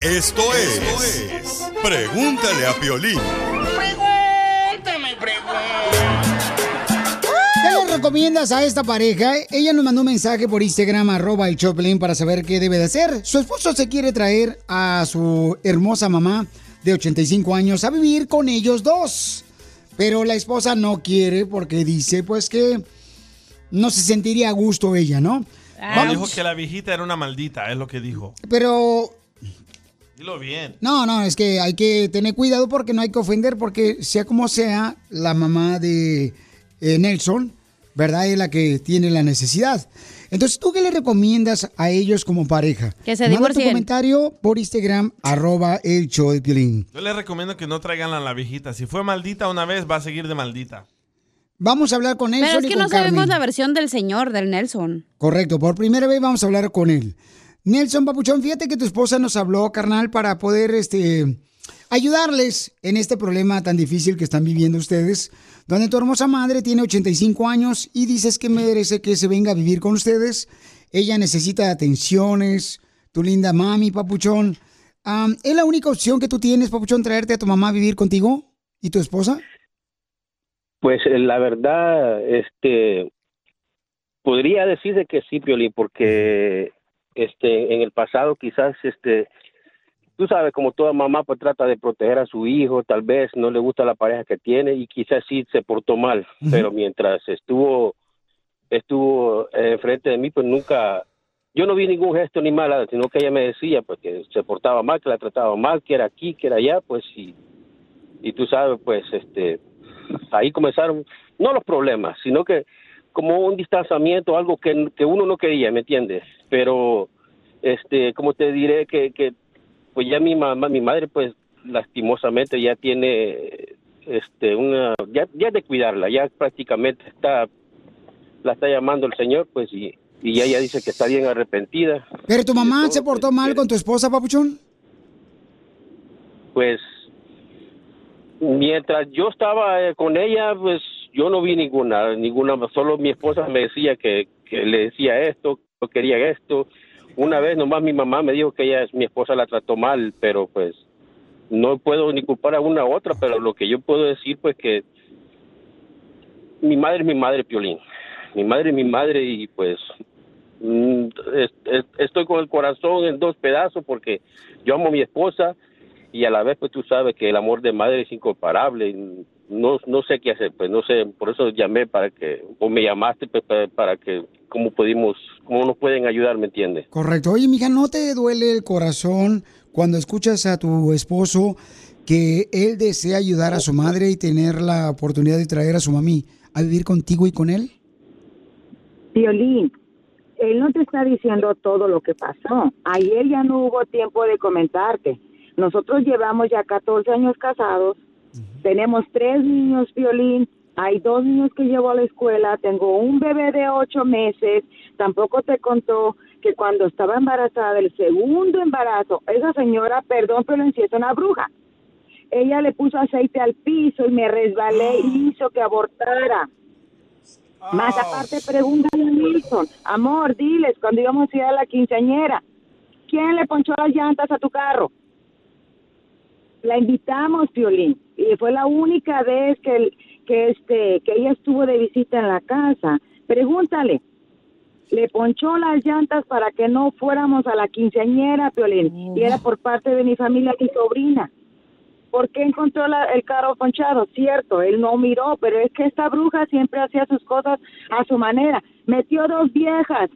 Esto es, Pregúntale a Piolín. Pregúntame, ¿Qué le recomiendas a esta pareja? Ella nos mandó un mensaje por Instagram, arroba el Choplin, para saber qué debe de hacer. Su esposo se quiere traer a su hermosa mamá de 85 años a vivir con ellos dos. Pero la esposa no quiere porque dice, pues que no se sentiría a gusto ella, ¿no? No, Ah, dijo que la viejita era una maldita, es lo que dijo. Pero Dilo bien. No, no, es que hay que tener cuidado porque no hay que ofender, porque sea como sea, la mamá de eh, Nelson, ¿verdad? Es la que tiene la necesidad. Entonces, ¿tú qué le recomiendas a ellos como pareja? Que se Manda tu divorcien. comentario por Instagram, arroba el show de Piolín. Yo les recomiendo que no traigan a la viejita. Si fue maldita una vez, va a seguir de maldita. Vamos a hablar con Nelson Pero es y que con no sabemos Carmen. la versión del señor, del Nelson. Correcto, por primera vez vamos a hablar con él. Nelson Papuchón, fíjate que tu esposa nos habló, carnal, para poder este, ayudarles en este problema tan difícil que están viviendo ustedes, donde tu hermosa madre tiene 85 años y dices que merece que se venga a vivir con ustedes. Ella necesita atenciones, tu linda mami, Papuchón. Am, ¿Es la única opción que tú tienes, Papuchón, traerte a tu mamá a vivir contigo y tu esposa? Pues eh, la verdad, este, podría decir de que sí, Piolín, porque este, en el pasado quizás, este, tú sabes, como toda mamá, pues trata de proteger a su hijo, tal vez no le gusta la pareja que tiene y quizás sí se portó mal, Ujú. pero mientras estuvo, estuvo eh, enfrente de mí, pues nunca, yo no vi ningún gesto ni mala, sino que ella me decía, pues que se portaba mal, que la trataba mal, que era aquí, que era allá, pues sí. Y tú sabes, pues, este, ahí comenzaron, no los problemas, sino que como un distanciamiento, algo que, que uno no quería, ¿me entiendes? Pero, este, como te diré, que, que pues ya mi mamá, mi madre, pues lastimosamente ya tiene, este, una, ya, ya de cuidarla, ya prácticamente está, la está llamando el señor, pues, y, y ya ella dice que está bien arrepentida. ¿Pero tu mamá se portó mal con tu esposa, Papuchón? pues mientras yo estaba eh, con ella, pues yo no vi ninguna, ninguna, solo mi esposa me decía que, que le decía esto, que quería esto. Una vez nomás mi mamá me dijo que ella, mi esposa la trató mal, pero pues no puedo ni culpar a una u otra, pero lo que yo puedo decir pues que mi madre es mi madre, Piolín. Mi madre es mi madre y pues mm, es- es- estoy con el corazón en dos pedazos porque yo amo a mi esposa, y a la vez pues tú sabes que el amor de madre es incomparable y no no sé qué hacer pues no sé por eso llamé para que o me llamaste pues, pa- para que cómo pudimos cómo nos pueden ayudar me entiendes Correcto. Oye, mija, ¿no te duele el corazón cuando escuchas a tu esposo que él desea ayudar a su madre y tener la oportunidad de traer a su mami a vivir contigo y con él? Violín, él no te está diciendo todo lo que pasó. Ayer ya no hubo tiempo de comentarte. Nosotros llevamos ya 14 años casados, tenemos tres niños, Violín, hay dos niños que llevo a la escuela, tengo un bebé de ocho meses, tampoco te contó que cuando estaba embarazada del segundo embarazo, esa señora, perdón, pero en sí es una bruja. Ella le puso aceite al piso y me resbalé y hizo que abortara. Más aparte, pregúntale a Nelson. Amor, diles, cuando íbamos a ir a la quinceañera, ¿quién le ponchó las llantas a tu carro? La invitamos, Piolín. Y fue la única vez que, el- que, este, que ella estuvo de visita en la casa. Pregúntale. Le ponchó las llantas para que no fuéramos a la quinceañera, Piolín. Y era por parte de mi familia, mi sobrina. ¿Por qué encontró la- el carro ponchado? Cierto, él no miró, pero es que esta bruja siempre hacía sus cosas a su manera. Metió dos viejas,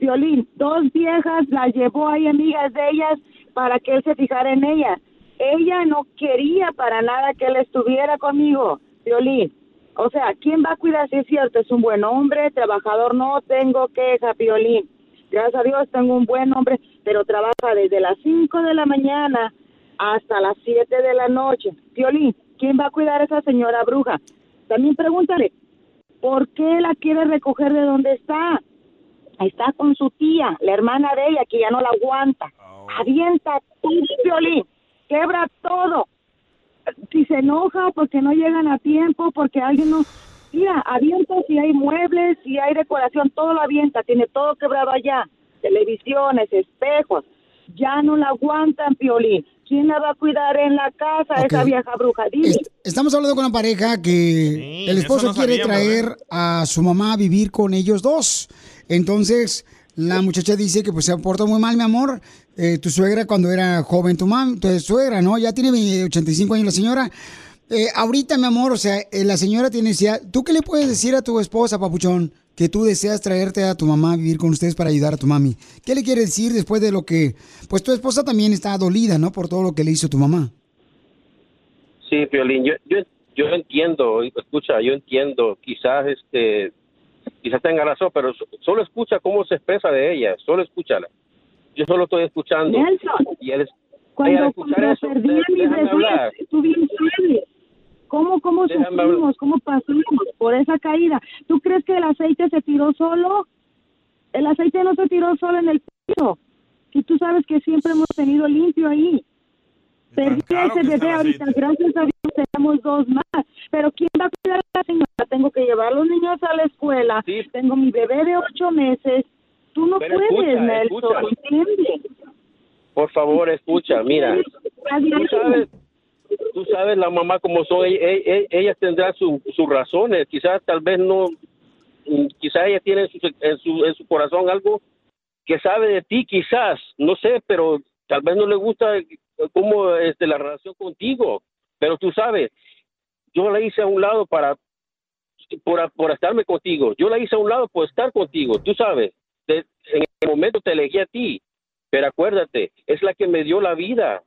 violín, dos viejas las llevó ahí, amigas de ellas, para que él se fijara en ellas. Ella no quería para nada que él estuviera conmigo, violín. O sea, ¿quién va a cuidar? Si es cierto, es un buen hombre, trabajador, no tengo queja, violín. gracias a Dios tengo un buen hombre, pero trabaja desde las 5 de la mañana hasta las 7 de la noche. Piolín, ¿quién va a cuidar a esa señora bruja? También pregúntale, ¿por qué la quiere recoger de donde está? Está con su tía, la hermana de ella, que ya no la aguanta. Avienta todo, Piolín, quebra todo. Si se enoja porque no llegan a tiempo, porque alguien no... Mira, avienta si hay muebles, si hay decoración, todo lo avienta, tiene todo quebrado allá. Televisiones, espejos, ya no la aguantan, Piolín. ¿Quién la va a cuidar en la casa, esa Ok. vieja bruja? Dime. Est- Estamos hablando con una pareja que el esposo eso no quiere sabíamos, traer ¿eh? a su mamá a vivir con ellos dos. Entonces, la muchacha dice que pues se portado muy mal, mi amor. Eh, tu suegra cuando era joven, tu mamá, tu suegra, ¿no? Ya tiene 20, 85 años la señora. Eh, ahorita, mi amor, o sea, eh, la señora tiene necesidad. ¿Tú qué le puedes decir a tu esposa, papuchón, que tú deseas traerte a tu mamá a vivir con ustedes para ayudar a tu mami? ¿Qué le quieres decir después de lo que, pues tu esposa también está dolida, ¿no? Por todo lo que le hizo tu mamá. Sí, Piolín, yo, yo, yo entiendo, escucha, yo entiendo, quizás este, quizás tenga razón, pero so- solo escucha cómo se expresa de ella, solo escúchala. Yo solo estoy escuchando. Nelson. y él, Cuando, ella al escuchar cuando eso, perdí de- a mis déjame hablar. bebés, tú bien sabes cómo, cómo Déjame sufrimos, cómo pasamos por esa caída. ¿Tú crees que el aceite se tiró solo? El aceite no se tiró solo en el piso. Y tú sabes que siempre hemos tenido limpio ahí. Perdí a ese bebé ahorita, gracias a Dios tenemos dos más. Pero ¿quién va a cuidar a la señora? Tengo que llevar a los niños a la escuela. Tengo mi bebé de ocho meses. Tú no Pero puedes, escucha, Nelson, escucha. ¿entiendes? Por favor, escucha, mira. Ah, Tú sabes, tú sabes la mamá como son, e- e- e- ellas tendrán su- sus razones, quizás tal vez no, mm, quizás ellas tienen en su, en, su, en su corazón algo que sabe de ti, quizás, no sé, pero tal vez no le gusta eh, cómo este, la relación contigo, pero tú sabes, yo la hice a un lado para por, por estarme contigo, yo la hice a un lado por estar contigo, tú sabes, de- en el momento te elegí a ti, pero acuérdate, es la que me dio la vida,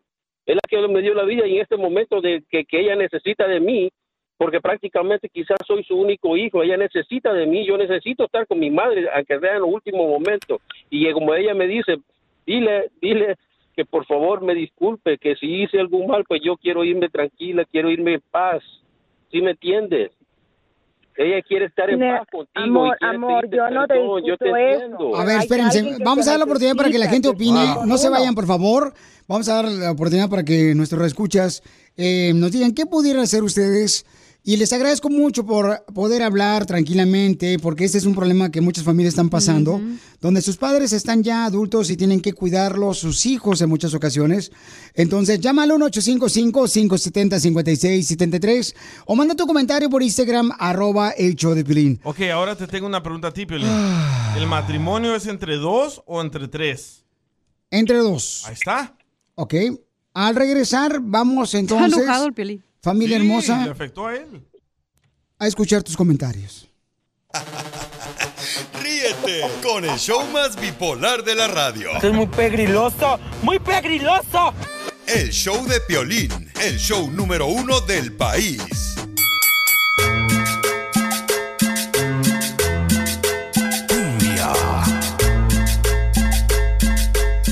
es la que me dio la vida y en este momento de que, que ella necesita de mí, porque prácticamente quizás soy su único hijo, ella necesita de mí, yo necesito estar con mi madre, aunque sea en los últimos momentos. Y como ella me dice, dile, dile que por favor me disculpe, que si hice algún mal, pues yo quiero irme tranquila, quiero irme en paz, ¿sí me entiendes? Ella quiere estar en Ne- paz contigo. y amor, quiere amor, pedirte yo no te perdón, yo te discuto eso. entiendo. A ver, espérense. Vamos a dar la oportunidad para que la gente opine. No se vayan, por favor. Vamos a dar la oportunidad para que nuestros escuchas eh, nos digan qué pudieran hacer ustedes. Y les agradezco mucho por poder hablar tranquilamente, porque este es un problema que muchas familias están pasando, donde sus padres están ya adultos y tienen que cuidarlos, sus hijos en muchas ocasiones. Entonces, llámalo al 1-855-570-5673 o manda tu comentario por Instagram, arroba el show de Piolín. Ok, ahora te tengo una pregunta a ti, Piolín. Ah. ¿El matrimonio es entre dos o entre tres? Entre dos. Ahí está. Ok. Al regresar, vamos entonces. enojado el Familia Sí, Le hermosa, afectó a él. a escuchar tus comentarios. Ríete con el show más bipolar de la radio. Esto es muy pegriloso, muy pegriloso. El show de Piolín, el show número uno del país.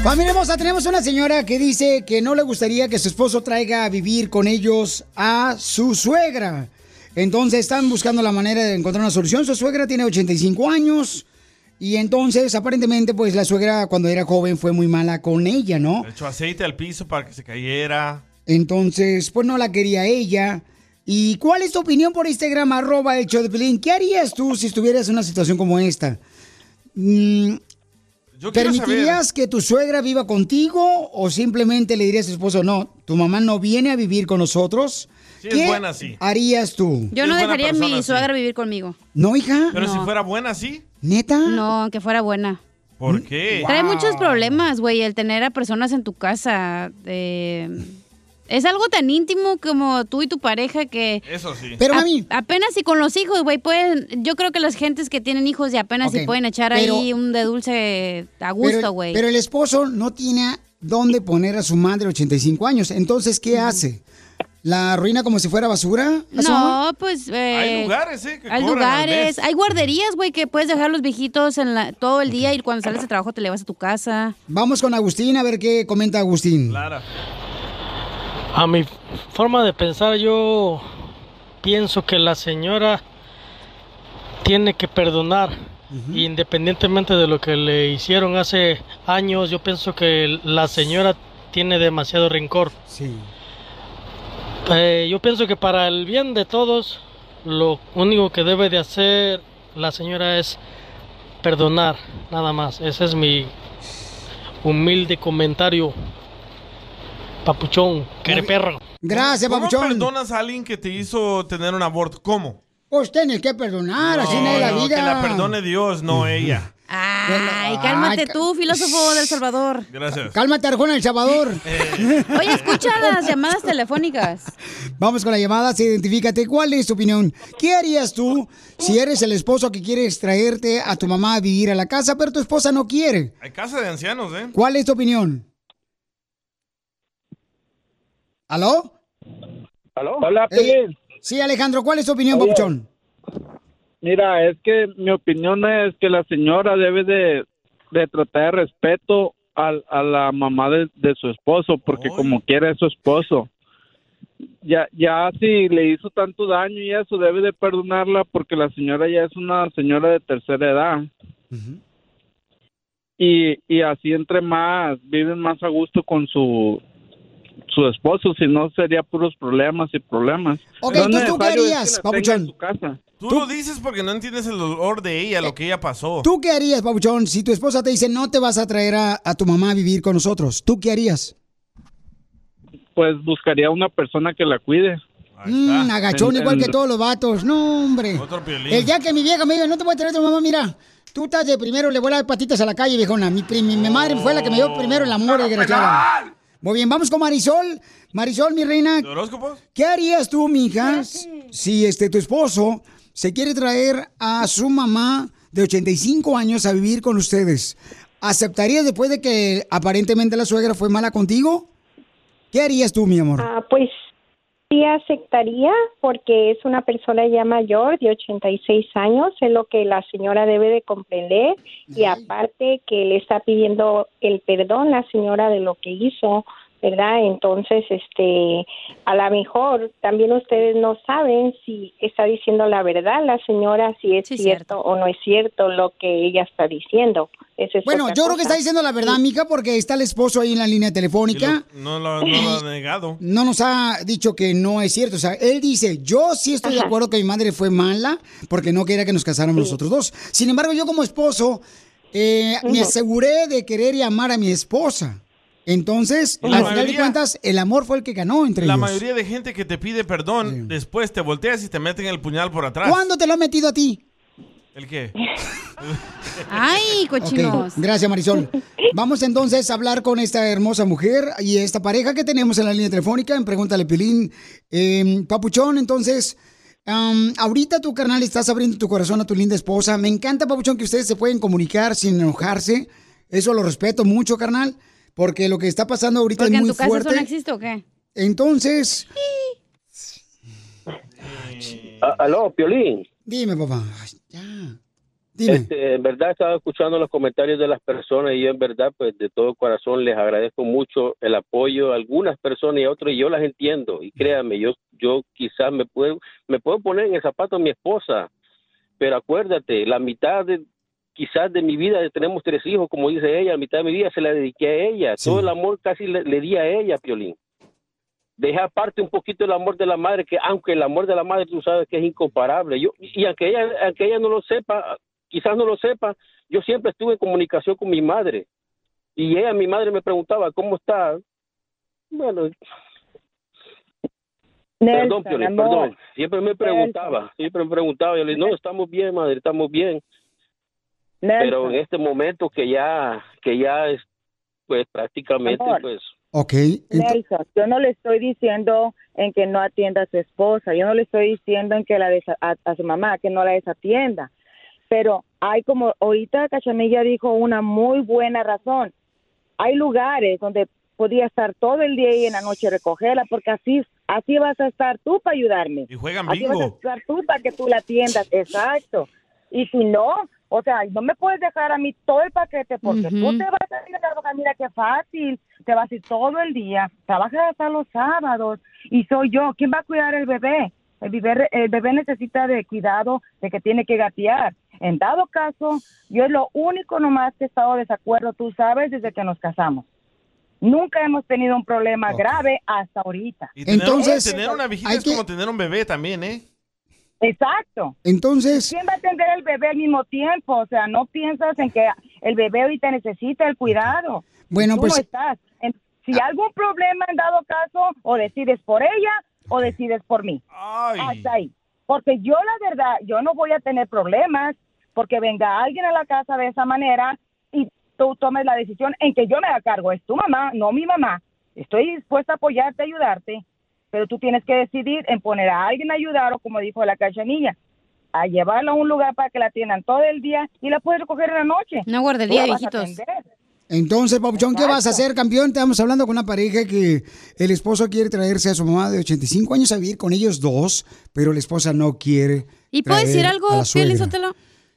Familia hermosa, tenemos una señora que dice que no le gustaría que su esposo traiga a vivir con ellos a su suegra. Entonces están buscando la manera de encontrar una solución. Su suegra tiene 85 años. Y entonces, aparentemente, pues la suegra cuando era joven fue muy mala con ella, ¿no? Le echó aceite al piso para que se cayera. Entonces, pues no la quería ella. ¿Y cuál es tu opinión por Instagram, arroba el show de Piolín? ¿Qué harías tú si estuvieras en una situación como esta? Mm, Yo quiero ¿Permitirías que tu suegra viva contigo o simplemente le dirías a tu esposo, no, tu mamá no viene a vivir con nosotros? Sí, es buena, sí. harías tú? Yo no Es buena dejaría a persona, mi sí. suegra vivir conmigo. ¿No, hija? Pero si fuera buena, sí. ¿Neta? No, que fuera buena. ¿Mm? ¿Por qué? Trae muchos problemas, güey, el tener a personas en tu casa. eh, es algo tan íntimo como tú y tu pareja que... Eso sí. a- Apenas y con los hijos, güey, pueden... Yo creo que las gentes que tienen hijos y apenas Ok, y pueden echar pero- ahí un de dulce a pero, gusto, güey. Pero el esposo no tiene a dónde poner a su madre 85 años. Entonces, ¿qué hace? ¿La ruina como si fuera basura? ¿Eso, No, pues... eh, Hay lugares, eh, que cobran Hay al lugares, mes. hay guarderías, güey, que puedes dejar los viejitos en la, todo el día y cuando sales de trabajo te le vas a tu casa. Vamos con Agustín a ver qué comenta Agustín. A mi forma de pensar, yo pienso que la señora tiene que perdonar, independientemente de lo que le hicieron hace años. Yo pienso que la señora tiene demasiado rencor. Eh, yo pienso que para el bien de todos, lo único que debe de hacer la señora es perdonar, nada más. Ese es mi humilde comentario. Papuchón, que perro. Gracias, ¿Cómo papuchón. perdonas a alguien que te hizo tener un aborto? ¿Cómo? Pues tienes que perdonar, así no es la no, vida. que la perdone Dios, no ella. Ay, cálmate Ay, ca- tú, filósofo del Salvador. Gracias. Cálmate, Arjona, El Salvador. Eh. Oye, escucha las llamadas telefónicas. Vamos con las llamadas, identifícate. ¿Cuál es tu opinión? ¿Qué harías tú si eres el esposo que quiere traerte a tu mamá a vivir a la casa, pero tu esposa no quiere? Hay casa de ancianos, ¿eh? ¿Cuál es tu opinión? ¿Aló? ¿Aló? Hola, Eh, Pelín. sí, Alejandro, ¿cuál es tu opinión, Oye. papuchón? Mira, es que mi opinión es que la señora debe de, de tratar de respeto al- a, la mamá de, de su esposo, porque como quiera es su esposo. Ya, ya si le hizo tanto daño y eso, debe de perdonarla porque la señora ya es una señora de tercera edad. y, y así entre más, viven más a gusto con su su esposo, si no sería puros problemas y problemas. Ok, No es ¿tú, tú qué necesario es que harías, la tenga en papuchón? su casa. Tú, lo dices porque no entiendes el dolor de ella, lo que ella pasó. Eh, ¿Tú qué harías, papuchón, si tu esposa te dice no te vas a traer a, a tu mamá a vivir con nosotros? ¿Tú qué harías? pues buscaría una persona que la cuide. Mm, agachón, igual que todos los vatos. No, hombre. Otro piolín. El día que mi vieja me diga, no te voy a traer a tu mamá, mira. Tú estás de primero, le voy a dar patitas a la calle, viejona. Mi, pri- mi- mi madre fue la que me dio primero el amor, desgraciada. Muy bien, vamos con Marisol. Marisol, mi reina. ¿De horóscopos? ¿Qué harías tú, mija, si este tu esposo se quiere traer a su mamá de 85 años a vivir con ustedes? ¿Aceptarías después de que aparentemente la suegra fue mala contigo? ¿Qué harías tú, mi amor? Ah, pues sí aceptaría porque es una persona ya mayor de 86 años, es lo que la señora debe de comprender y aparte que le está pidiendo el perdón la señora de lo que hizo, ¿verdad? Entonces, este, a lo mejor también ustedes no saben si está diciendo la verdad la señora, si es cierto, o no es cierto lo que ella está diciendo. Esa es Bueno, otra yo creo que cosa. está diciendo la verdad, mija, porque está el esposo ahí en la línea telefónica. No lo, no lo ha negado. No nos ha dicho que no es cierto. O sea, él dice, yo sí estoy de acuerdo que mi madre fue mala porque no quería que nos casáramos nosotros dos. Sin embargo, yo como esposo eh, me Ujú. aseguré de querer y amar a mi esposa. Entonces, La al final de mayoría- cuentas, el amor fue el que ganó entre La ellos. mayoría de gente que te pide perdón, después te volteas y te meten el puñal por atrás. ¿Cuándo te lo ha metido a ti? ¿El qué? Ay, cochinos. Ok, Gracias, Marisol. Vamos entonces a hablar con esta hermosa mujer y esta pareja que tenemos en la línea telefónica en Pregúntale Pilín. Eh, Papuchón, entonces, am, ahorita tu carnal estás abriendo tu corazón a tu linda esposa. Me encanta, Papuchón, que ustedes se pueden comunicar sin enojarse. Eso lo respeto mucho, carnal, porque lo que está pasando ahorita Porque es en muy tu casa fuerte. eso no existe o qué? Entonces, A- Ah, Aló, Piolín. dime, papá. Este, en verdad estaba escuchando los comentarios de las personas y yo en verdad pues de todo corazón les agradezco mucho el apoyo a algunas personas y a otras y yo las entiendo y créanme, yo yo quizás me puedo me puedo poner en el zapato de mi esposa, pero acuérdate, la mitad de quizás de mi vida tenemos tres hijos, como dice ella, la mitad de mi vida se la dediqué a ella, todo el amor casi le, le di a ella, Piolín. Dejé aparte un poquito el amor de la madre, que aunque el amor de la madre tú sabes que es incomparable. Yo, y aunque ella, aunque ella no lo sepa, quizás no lo sepa, yo siempre estuve en comunicación con mi madre. Y ella, mi madre, me preguntaba, ¿cómo está? Bueno, perdón, Nelson, Piolín, amor. perdón. Siempre me preguntaba, siempre me preguntaba. Yo le dije, no, estamos bien, madre, estamos bien. Pero en este momento que ya, que ya es, pues prácticamente, Amor. pues Ok. Nelson, yo no le estoy diciendo en que no atienda a su esposa, yo no le estoy diciendo en que la desa- a, a su mamá que no la desatienda, pero hay como ahorita Cachanilla dijo una muy buena razón, hay lugares donde podía estar todo el día y en la noche recogerla porque así Así vas a estar tú para ayudarme. Y juegan Así vas a bingo. estar tú para que tú la atiendas. Exacto. Y si no, o sea, no me puedes dejar a mí todo el paquete porque tú Ujú. te vas a ir a trabajar. Mira qué fácil. Te vas a ir todo el día. Trabajas hasta los sábados. Y soy yo. ¿Quién va a cuidar el bebé? El bebé, el bebé necesita de cuidado, de que tiene que gatear. En dado caso, yo es lo único nomás que he estado de desacuerdo, tú sabes, desde que nos casamos. Nunca hemos tenido un problema grave hasta ahorita. Y tener- Entonces- tener una viejita hay es que- como tener un bebé también, ¿eh? Exacto. Entonces. ¿Quién va a atender al bebé al mismo tiempo? O sea, no piensas en que el bebé ahorita necesita el cuidado. Bueno, Tú pues- Ah. No estás. En- si algún problema en dado caso, o decides por ella o decides por mí. Hasta ahí. Porque yo, la verdad, yo no voy a tener problemas porque venga alguien a la casa de esa manera y tú tomes la decisión en que yo me la cargo. Es tu mamá, no mi mamá. Estoy dispuesta a apoyarte, a ayudarte, pero tú tienes que decidir en poner a alguien a ayudar o, como dijo la cachanilla, a llevarla a un lugar para que la atiendan todo el día y la puedes recoger en la noche. Una guardería Tú de la vas a viejitos. atender. Entonces, Papuchón, ¿qué vas a Exacto. hacer, campeón? Estamos hablando con una pareja que el esposo quiere traerse a su mamá de 85 años a vivir con ellos dos, pero la esposa no quiere. ¿Y puedo traer decir a algo, la suegra. Piolín Sotelo?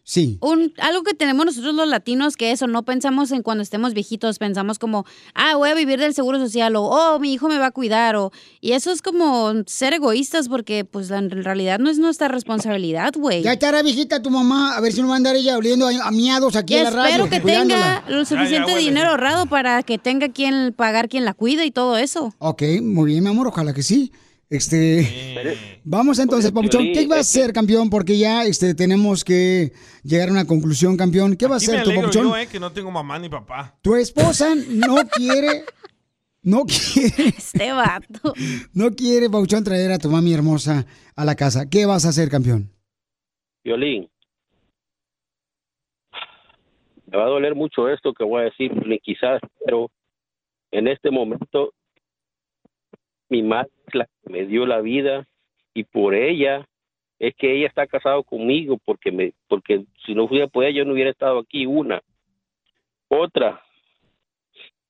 Sí. un, algo que tenemos nosotros los latinos, que eso, no pensamos en cuando estemos viejitos, pensamos como, ah, voy a vivir del seguro social, o, oh, mi hijo me va a cuidar, o, y eso es como ser egoístas, porque, pues, la- en realidad no es nuestra responsabilidad, güey. Ya estará viejita tu mamá, a ver si no va a andar ella oliendo a, a miados aquí Y en la radio. espero que tenga cuidándola. lo suficiente dinero ahorrado para que tenga quien pagar quien la cuida y todo eso. Ok, muy bien, mi amor, ojalá que sí. Este, vamos entonces, Pues, Papuchón, ¿qué Piolín, va a es hacer, campeón? Porque ya este, tenemos que llegar a una conclusión, campeón. ¿Qué va a Aquí me hacer tu alegro Papuchón? yo, ¿eh? Que no tengo mamá ni papá. Tu esposa no quiere, no quiere. Este vato. No quiere, Pauchón, traer a tu mami hermosa a la casa. ¿Qué vas a hacer, campeón? Violín. Me va a doler mucho esto que voy a decir, Piolín, quizás, pero en este momento mi madre es la que me dio la vida y por ella es que ella está casada conmigo porque me porque si no hubiera por ella yo no hubiera estado aquí una. Otra.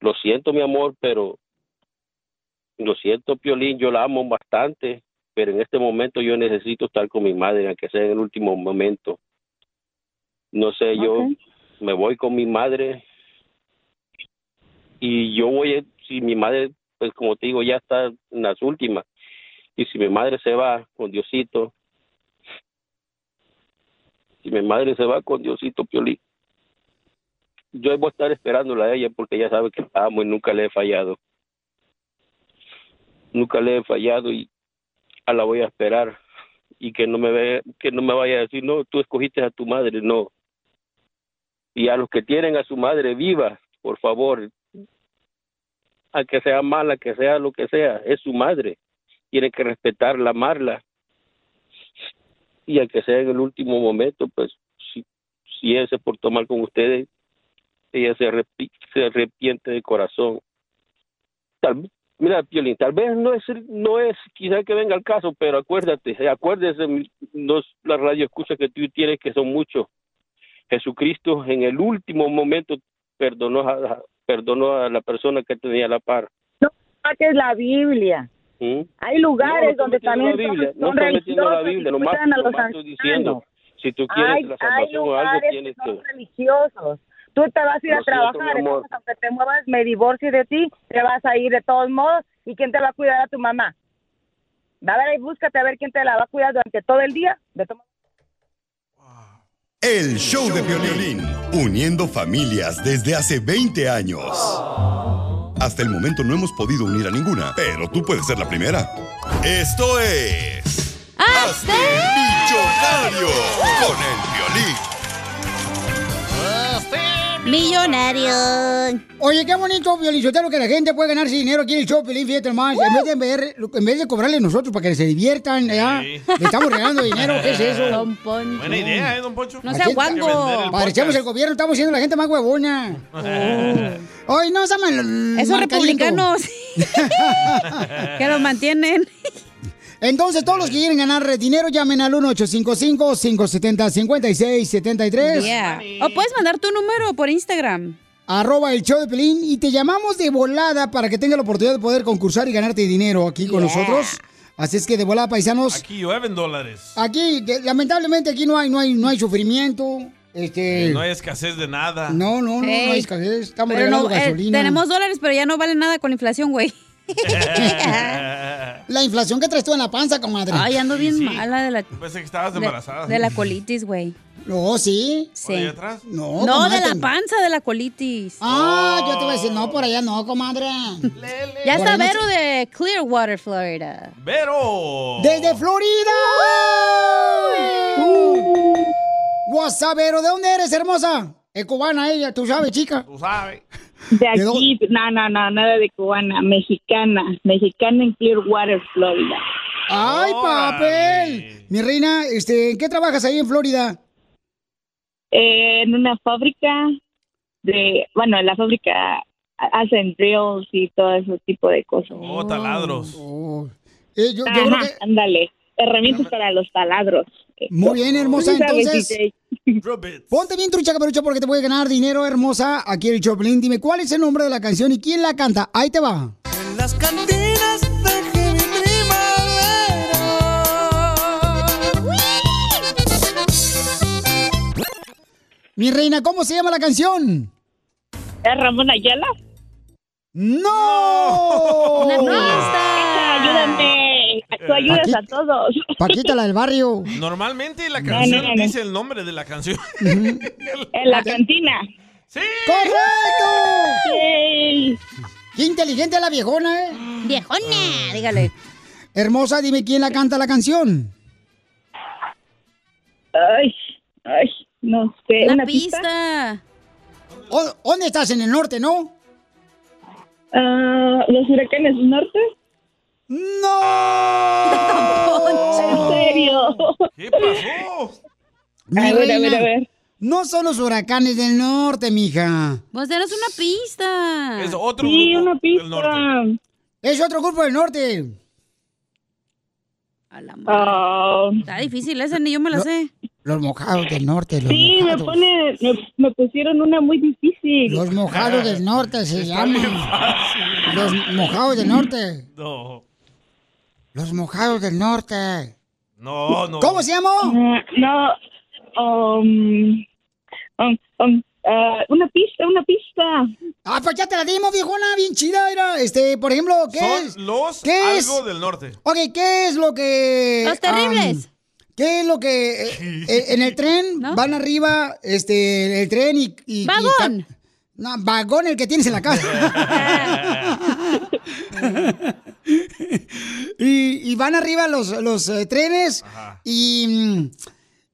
Lo siento, mi amor, pero lo siento, Piolín, yo la amo bastante, pero en este momento yo necesito estar con mi madre, aunque sea en el último momento. No sé, yo me voy con mi madre y yo voy, a- si mi madre, pues como te digo, ya está en las últimas, y si mi madre se va con Diosito, si mi madre se va con Diosito, Piolín, yo voy a estar esperándola a ella porque ella sabe que la amo y nunca le he fallado nunca le he fallado y a la voy a esperar y que no me ve, que no me vaya a decir no tú escogiste a tu madre no y a los que tienen a su madre viva por favor a que sea mala que sea lo que sea es su madre tiene que respetarla amarla y a que sea en el último momento pues si si ese por tomar con ustedes ella se arrepi- se arrepiente de corazón tal, mira, Piolín, tal vez no es, no es quizá que venga el caso, pero acuérdate, eh, acuérdese, mi- los, la radio escucha que tú tienes, que son muchos. Jesucristo en el último momento perdonó a, a- perdonó a la persona que tenía la par. Saques Ah, la Biblia. ¿Mm? Hay lugares No, no donde estoy también metiendo la Biblia, son, no son estoy metiendo la religiosos Biblia, y nomás, cuidan a los nomás estoy diciendo, ancianos. si tú quieres Hay, la hay salvación o algo lugares que tienes son que... religiosos. Tú te vas a ir Lo a siento, trabajar, mi amor. entonces, aunque te muevas, me divorcie de ti, te vas a ir de todos modos. ¿Y quién te va a cuidar a tu mamá? Va a ver ahí, búscate a ver quién te la va a cuidar durante todo el día. De to- El show de violín, uniendo familias desde hace 20 años. Hasta el momento no hemos podido unir a ninguna, pero tú puedes ser la primera. Esto es ¡Hazte millonario! Mario con el violín. Millonario. Oye, qué bonito, violinciotero, que la gente puede ganarse dinero aquí en el show, Piolín, fíjate más. En vez, de ver- en vez de cobrarle nosotros para que se diviertan, ¿ya? le estamos regalando dinero, ¿qué es eso? Don Poncho. Buena idea, ¿eh, don Poncho? Aquí está- Parecemos el gobierno, estamos siendo la gente más huevona. Hoy no se mal. Esos republicanos. que los mantienen. Entonces, todos los que quieren ganar dinero, llamen al 1-855-570-5673. Yeah. O puedes mandar tu número por Instagram. arroba el show de Pelín y te llamamos de volada para que tenga la oportunidad de poder concursar y ganarte dinero aquí con Yeah. nosotros. Así es que de volada, paisanos. Aquí llueven ¿eh? dólares. Aquí, de- lamentablemente, aquí no hay, no hay, no hay sufrimiento. Este, No hay escasez de nada. no, no, no, no hay Ey, escasez. Estamos pero regalando no, eh, gasolina. tenemos dólares, pero ya no valen nada con la inflación, güey. La inflación que traes tú en la panza, comadre. Ay, ando bien mala de la, Pensé Pues, que estabas de- embarazada. de la colitis, güey. No, sí. Sí. ¿Ahí atrás? No, No, comadre, de la te- panza de la colitis. Ah, yo te voy a decir, no, por allá no, comadre. Ya Por está ahí no Vero de Clearwater, Florida. Vero. ¡Desde Florida! Guasavero, ¿de dónde eres, hermosa? Es cubana ella, tú sabes, chica. Tú sabes. De aquí, no, no, no, nada de cubana, mexicana, mexicana en Clearwater, Florida. ¡Ay, papel! Mi reina, este, ¿en qué trabajas ahí en Florida? Eh, En una fábrica de, bueno, en la fábrica hacen drills y todo ese tipo de cosas. Oh, taladros. Eh, yo, Ajá, ándale, herramientas para los taladros. Muy bien, hermosa, Tú sabes, entonces. DJ. Ponte bien trucha, caperucha, porque te voy a ganar dinero, hermosa. Aquí el Choplin, dime cuál es el nombre de la canción y quién la canta. Ahí te va. En las cantinas dejé mi primavera. Mi reina, ¿cómo se llama la canción? ¿Es Ramón Ayala? ¡No! ¡Una pista! Ayúdame, tú ayudas a todos. Paquita, la del barrio. Normalmente la No, canción no, no, no. dice el nombre de la canción. En la cantina. ¡Sí! ¡Correcto! ¡Qué inteligente la viejona, eh! Ah. ¡Viejona! Dígale. Hermosa, dime quién la canta la canción. Ay, ay, no sé. La ¿Una ¿O- pista. Oh, ¿Dónde estás? En el norte, ¿no? Ah, ¿Los huracanes del norte? ¡No! ¿En serio? ¿Qué pasó? Mi A ver, a reina, ver, a ver. No son los huracanes del norte, mija. Vos danos una pista. Es otro Ah. Sí, grupo una pista. del norte. Es otro grupo del norte. A la madre. Ah, Está difícil esa, ni yo me la sé. Los mojados del norte, los sí, me, mojados. pone, me, me pusieron una muy difícil. Los mojados del norte se llaman. Los mojados del norte. No. Los mojados del norte. No, no. ¿Cómo se llamó? Ah, no. um, um, um, ah, una pista, una pista. Ah, pues ya te la dimos, viejona, bien chida. Era, este, por ejemplo, ¿qué Son es? los ¿Qué algo es? del norte. Ok, ¿qué es lo que. Los terribles. am, ¿Qué es lo que. eh, eh, en el tren van arriba, este, el tren y. y- y Vagón. ca- no, vagón el que tienes en la casa. y, y van arriba los, los eh, trenes. Y. mm,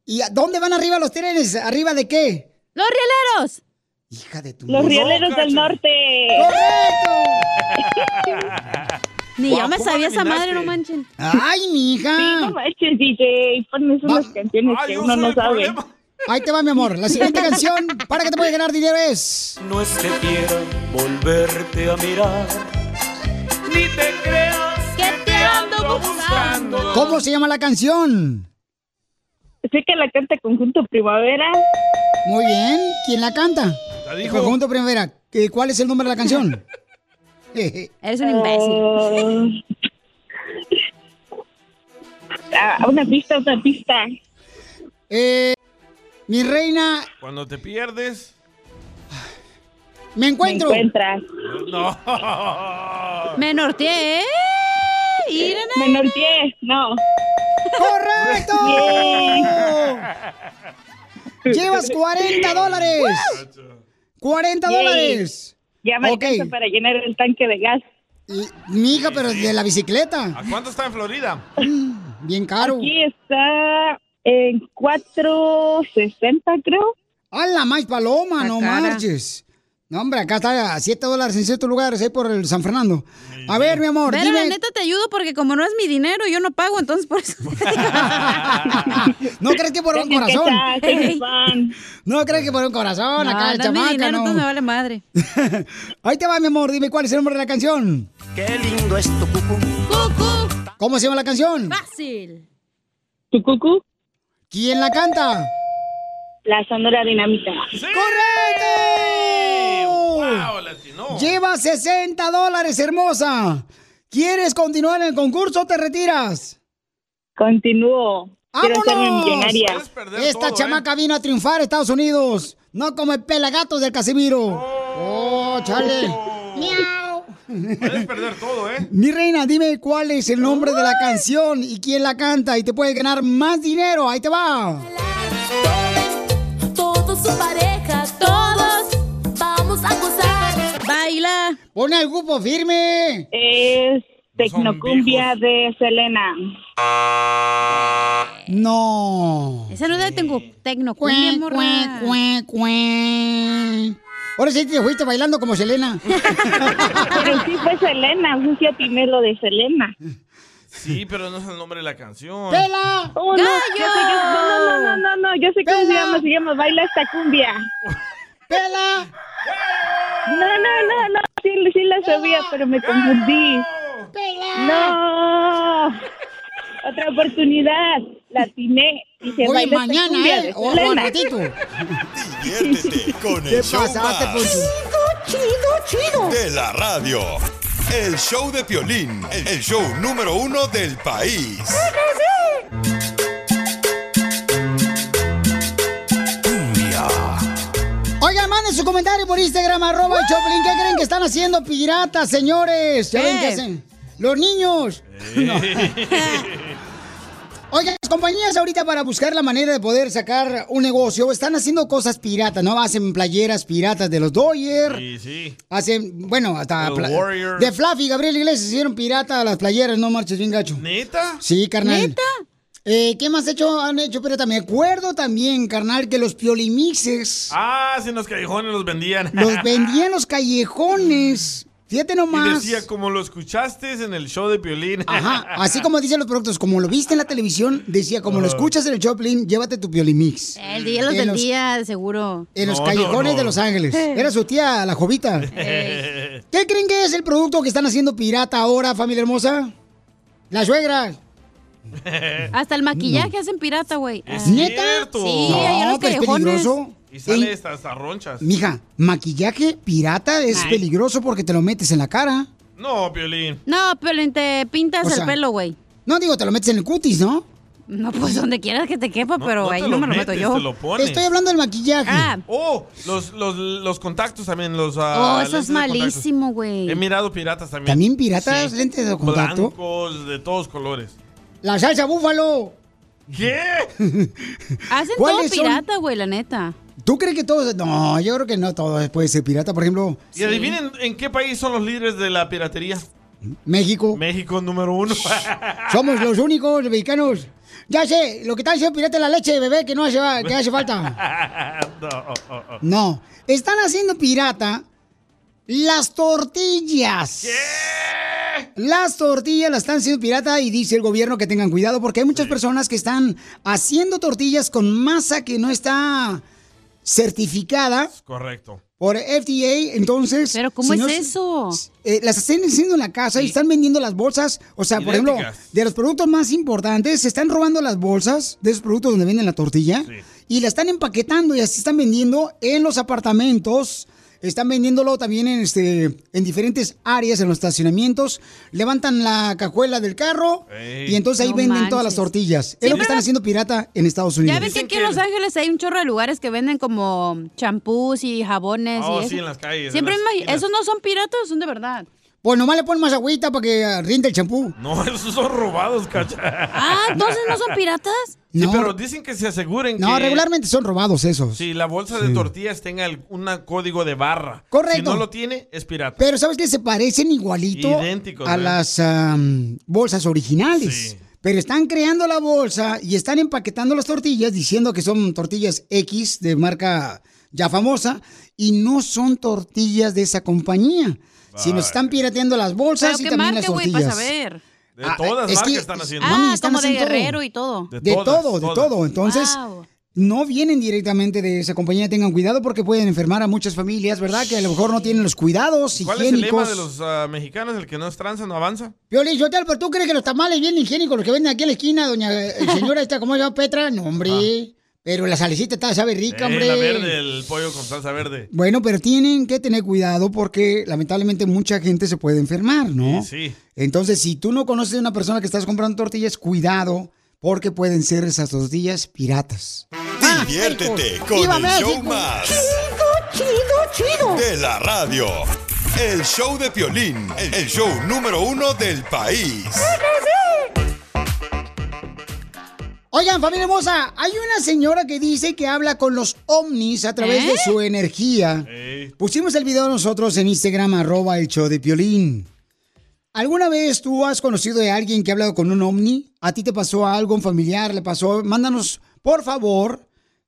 ¿Y a dónde van arriba los trenes? ¿Arriba de qué? ¡Los rieleros! Hija de tu Los madre. rieleros del norte. Ni yo me sabía esa madre, no manchen. ¡Ay, mi hija! Sí, no manches, DJ. Pones unas canciones que uno no sabe. Ahí te va, mi amor. La siguiente canción para que te puedas ganar dinero es. No es que quiera volverte a mirar. Ni te creas que te ando buscando. ¿Cómo se llama la canción? Sé que la canta Conjunto Primavera. Muy bien. ¿Quién la canta? La El dijo. Conjunto Primavera. Eh, ¿Cuál es el nombre de la canción? Eres un imbécil. Ah, una pista, una pista. Eh, mi reina, Cuando te pierdes. me encuentro. Me encuentras. No. Me norteé, ¿eh? Me norteé, no. ¡Correcto! Llevas 40 dólares. 40 Yay. dólares. Ya me Ok. alcanza para llenar el tanque de gas. Mi hija, pero de la bicicleta. ¿A cuánto está en Florida? Bien caro. Aquí está en 460, creo. ¡A la más paloma! ¡No cara. marches! No, hombre, acá está a 7 dólares en ciertos lugares, ahí por el San Fernando. A ver, mi amor, Pero la dime. neta te ayudo porque como no es mi dinero, yo no pago, entonces por eso. ¿No crees que por un Tengo que corazón? estar, soy fan. ¿No crees que por un corazón acá el no es mi chamaca, dinero, no? entonces me vale madre. Ahí te va, mi amor, dime cuál es el nombre de la canción. Qué lindo es tu cucú. ¿Cómo se llama la canción? Fácil. ¿Tu cucú? ¿Quién la canta? La Sonora Dinamita. ¡Correcto! Lleva 60 dólares, hermosa. ¿Quieres continuar en el concurso o te retiras? Continúo. Quiero hacerme millonaria. Esta chamaca vino a triunfar a Estados Unidos. No como el pelagatos del Casimiro. Oh, chale. Puedes perder todo, ¿eh? Mi reina, dime cuál es el nombre de la canción y quién la canta y te puede ganar más dinero. Ahí te va. Todos su pareja, todos vamos a gozar. Baila. Pone el grupo firme. Es Tecnocumbia de Selena. No. Esa no es de tengo tecnocumbia, morra. Ahora sí te fuiste bailando como Selena. Pero sí fue Selena, no sé si atiné lo de Selena. Sí, pero no es el nombre de la canción. ¡Pela! Oh, no, yo sé que- no, no, no, no, no, yo sé cómo se llama, se llama Baila esta cumbia. ¡Pela! No, no, no, no, sí, sí la sabía, pero me confundí. ¡No! Otra oportunidad, la atiné. Dije, Oye, Baila esta mañana, cumbia de ¿eh? O, o al Selena. ratito. Diviértete con ¿Qué el show pasaste, más Poncho? Chido, chido. de la radio. El show de Piolín, el show número uno del país. Oigan, manden su comentario por Instagram, arroba el Choplin. ¿Qué creen que están haciendo piratas, señores? ¿Ya ven ¿Qué? qué hacen? Los niños. Oigan, las compañías ahorita para buscar la manera de poder sacar un negocio están haciendo cosas piratas, ¿no? Hacen playeras piratas de los Doyer. Sí, sí. Hacen, bueno, hasta... Los pla- Warriors. De Fluffy, Gabriel Iglesias hicieron pirata las playeras, no marches bien gacho. ¿Neta? Sí, carnal. Eh, ¿Qué más hecho, han hecho pirata? Me acuerdo también, carnal, que los piolimixes Ah, sí, en los callejones los vendían. los vendían en los callejones. Fíjate Y nomás. decía, como lo escuchaste en el show de Piolín. Ajá, así como dicen los productos, como lo viste en la televisión, decía, como lo Ajá. escuchas en el Choplin, llévate tu Piolimix. El día los En los- vendía, de seguro. En los callejones de Los Ángeles. Era su tía, la jovita. ¿Qué creen que es el producto que están haciendo pirata ahora, familia hermosa? La suegra. Hasta el maquillaje hacen pirata, güey. Ah. Cierto. Sí, ahí en los pero es callejones. peligroso. Y sale Ey, estas ronchas. Mija, maquillaje pirata es Ay. peligroso porque te lo metes en la cara. No, Piolín. No, pero te pintas O sea, el pelo, güey. No digo, te lo metes en el cutis, ¿no? No, pues donde quieras que te quepa, pero no te ahí lo no me lo metes, meto yo. Ah. te lo pones. Estoy hablando del maquillaje. Oh, los, los, los contactos también, los... ah, Oh, eso lentes es de contacto. malísimo, güey. He mirado piratas también. ¿También piratas? ¿Lentes de contacto? Blancos, de todos colores. La salsa búfalo. ¿Qué? Hacen todo ¿Cuáles son? pirata, güey, la neta. ¿Tú crees que todos.? No, yo creo que no todos puede ser pirata. Por ejemplo, ¿Y adivinen en qué país son los líderes de la piratería? México. México número uno. Somos los únicos mexicanos. Ya sé, lo que están haciendo pirata es la leche de bebé que no hace, que hace falta. no. oh, oh. No, están haciendo pirata las tortillas. Las tortillas las están haciendo pirata y dice el gobierno que tengan cuidado porque hay muchas personas que están haciendo tortillas con masa que no está certificada. Correcto. por FDA, entonces... ¿Pero ¿Cómo es eso? Eh, las están haciendo en la casa y están vendiendo las bolsas. O sea, por ejemplo, Idénticas. de los productos más importantes, se están robando las bolsas de esos productos donde venden la tortilla y la están empaquetando y así están vendiendo en los apartamentos. Están vendiéndolo también en, este, en diferentes áreas, en los estacionamientos. Levantan la cajuela del carro Ey. y entonces ahí No venden todas las manches. tortillas. Sí, Es lo que pero- están haciendo pirata en Estados Unidos. Ya ven que aquí en Los Ángeles hay un chorro de lugares que venden como champús y jabones. Oh, y eso. sí, en las calles, en Siempre las me imag- esquinas. esos no son piratas, son de verdad. Pues nomás le ponen más agüita para que rinde el champú. No, esos son robados, cacha. Ah, entonces no son piratas. Sí, No. pero dicen que se aseguren No, que... regularmente son robados esos. Si la bolsa de tortillas tenga el- un código de barra. Correcto. Si no lo tiene, es pirata. Pero ¿sabes qué? Se parecen igualito Idénticos, a ¿eh? las am, bolsas originales. Pero están creando la bolsa y están empaquetando las tortillas diciendo que son tortillas X de marca ya famosa y no son tortillas de esa compañía. Sino están pirateando las bolsas Pero y qué también las marca, güey, para tortillas. saber. De Ah, todas es marcas que- están haciendo. Mami, Ah, están como de haciendo todo. guerrero y todo. De De todas, todo, de todas. todo. Entonces, no vienen directamente de esa compañía. Tengan cuidado porque pueden enfermar a muchas familias, ¿verdad? Que a lo mejor no tienen los cuidados ¿Cuál es el lema Ah, higiénicos. de los ah, mexicanos? El que no es tranza no avanza. Piolín, yo pero tú crees que los tamales vienen higiénicos, los que venden aquí en la esquina, doña eh, señora esta, ¿cómo se llama Petra? No, hombre. Pero la salecita está, sabe rica, hombre. Ah. Eh, la verde, el pollo con salsa verde. Bueno, pero tienen que tener cuidado porque lamentablemente mucha gente se puede enfermar, ¿no? Sí, sí. Entonces, si tú no conoces a una persona que estás comprando tortillas, cuidado porque pueden ser esas tortillas piratas. Diviértete con ¡Viva el México! show más. Chido, chido, chido. De la radio. El show de Piolín, el show número uno del país. Oigan, familia hermosa, hay una señora que dice que habla con los ovnis a través de ¿Eh? su energía. Pusimos el video nosotros en Instagram, arroba el show de Piolín. ¿Alguna vez tú has conocido de alguien que ha hablado con un ovni? ¿A ti te pasó algo, un familiar le pasó? Mándanos, por favor,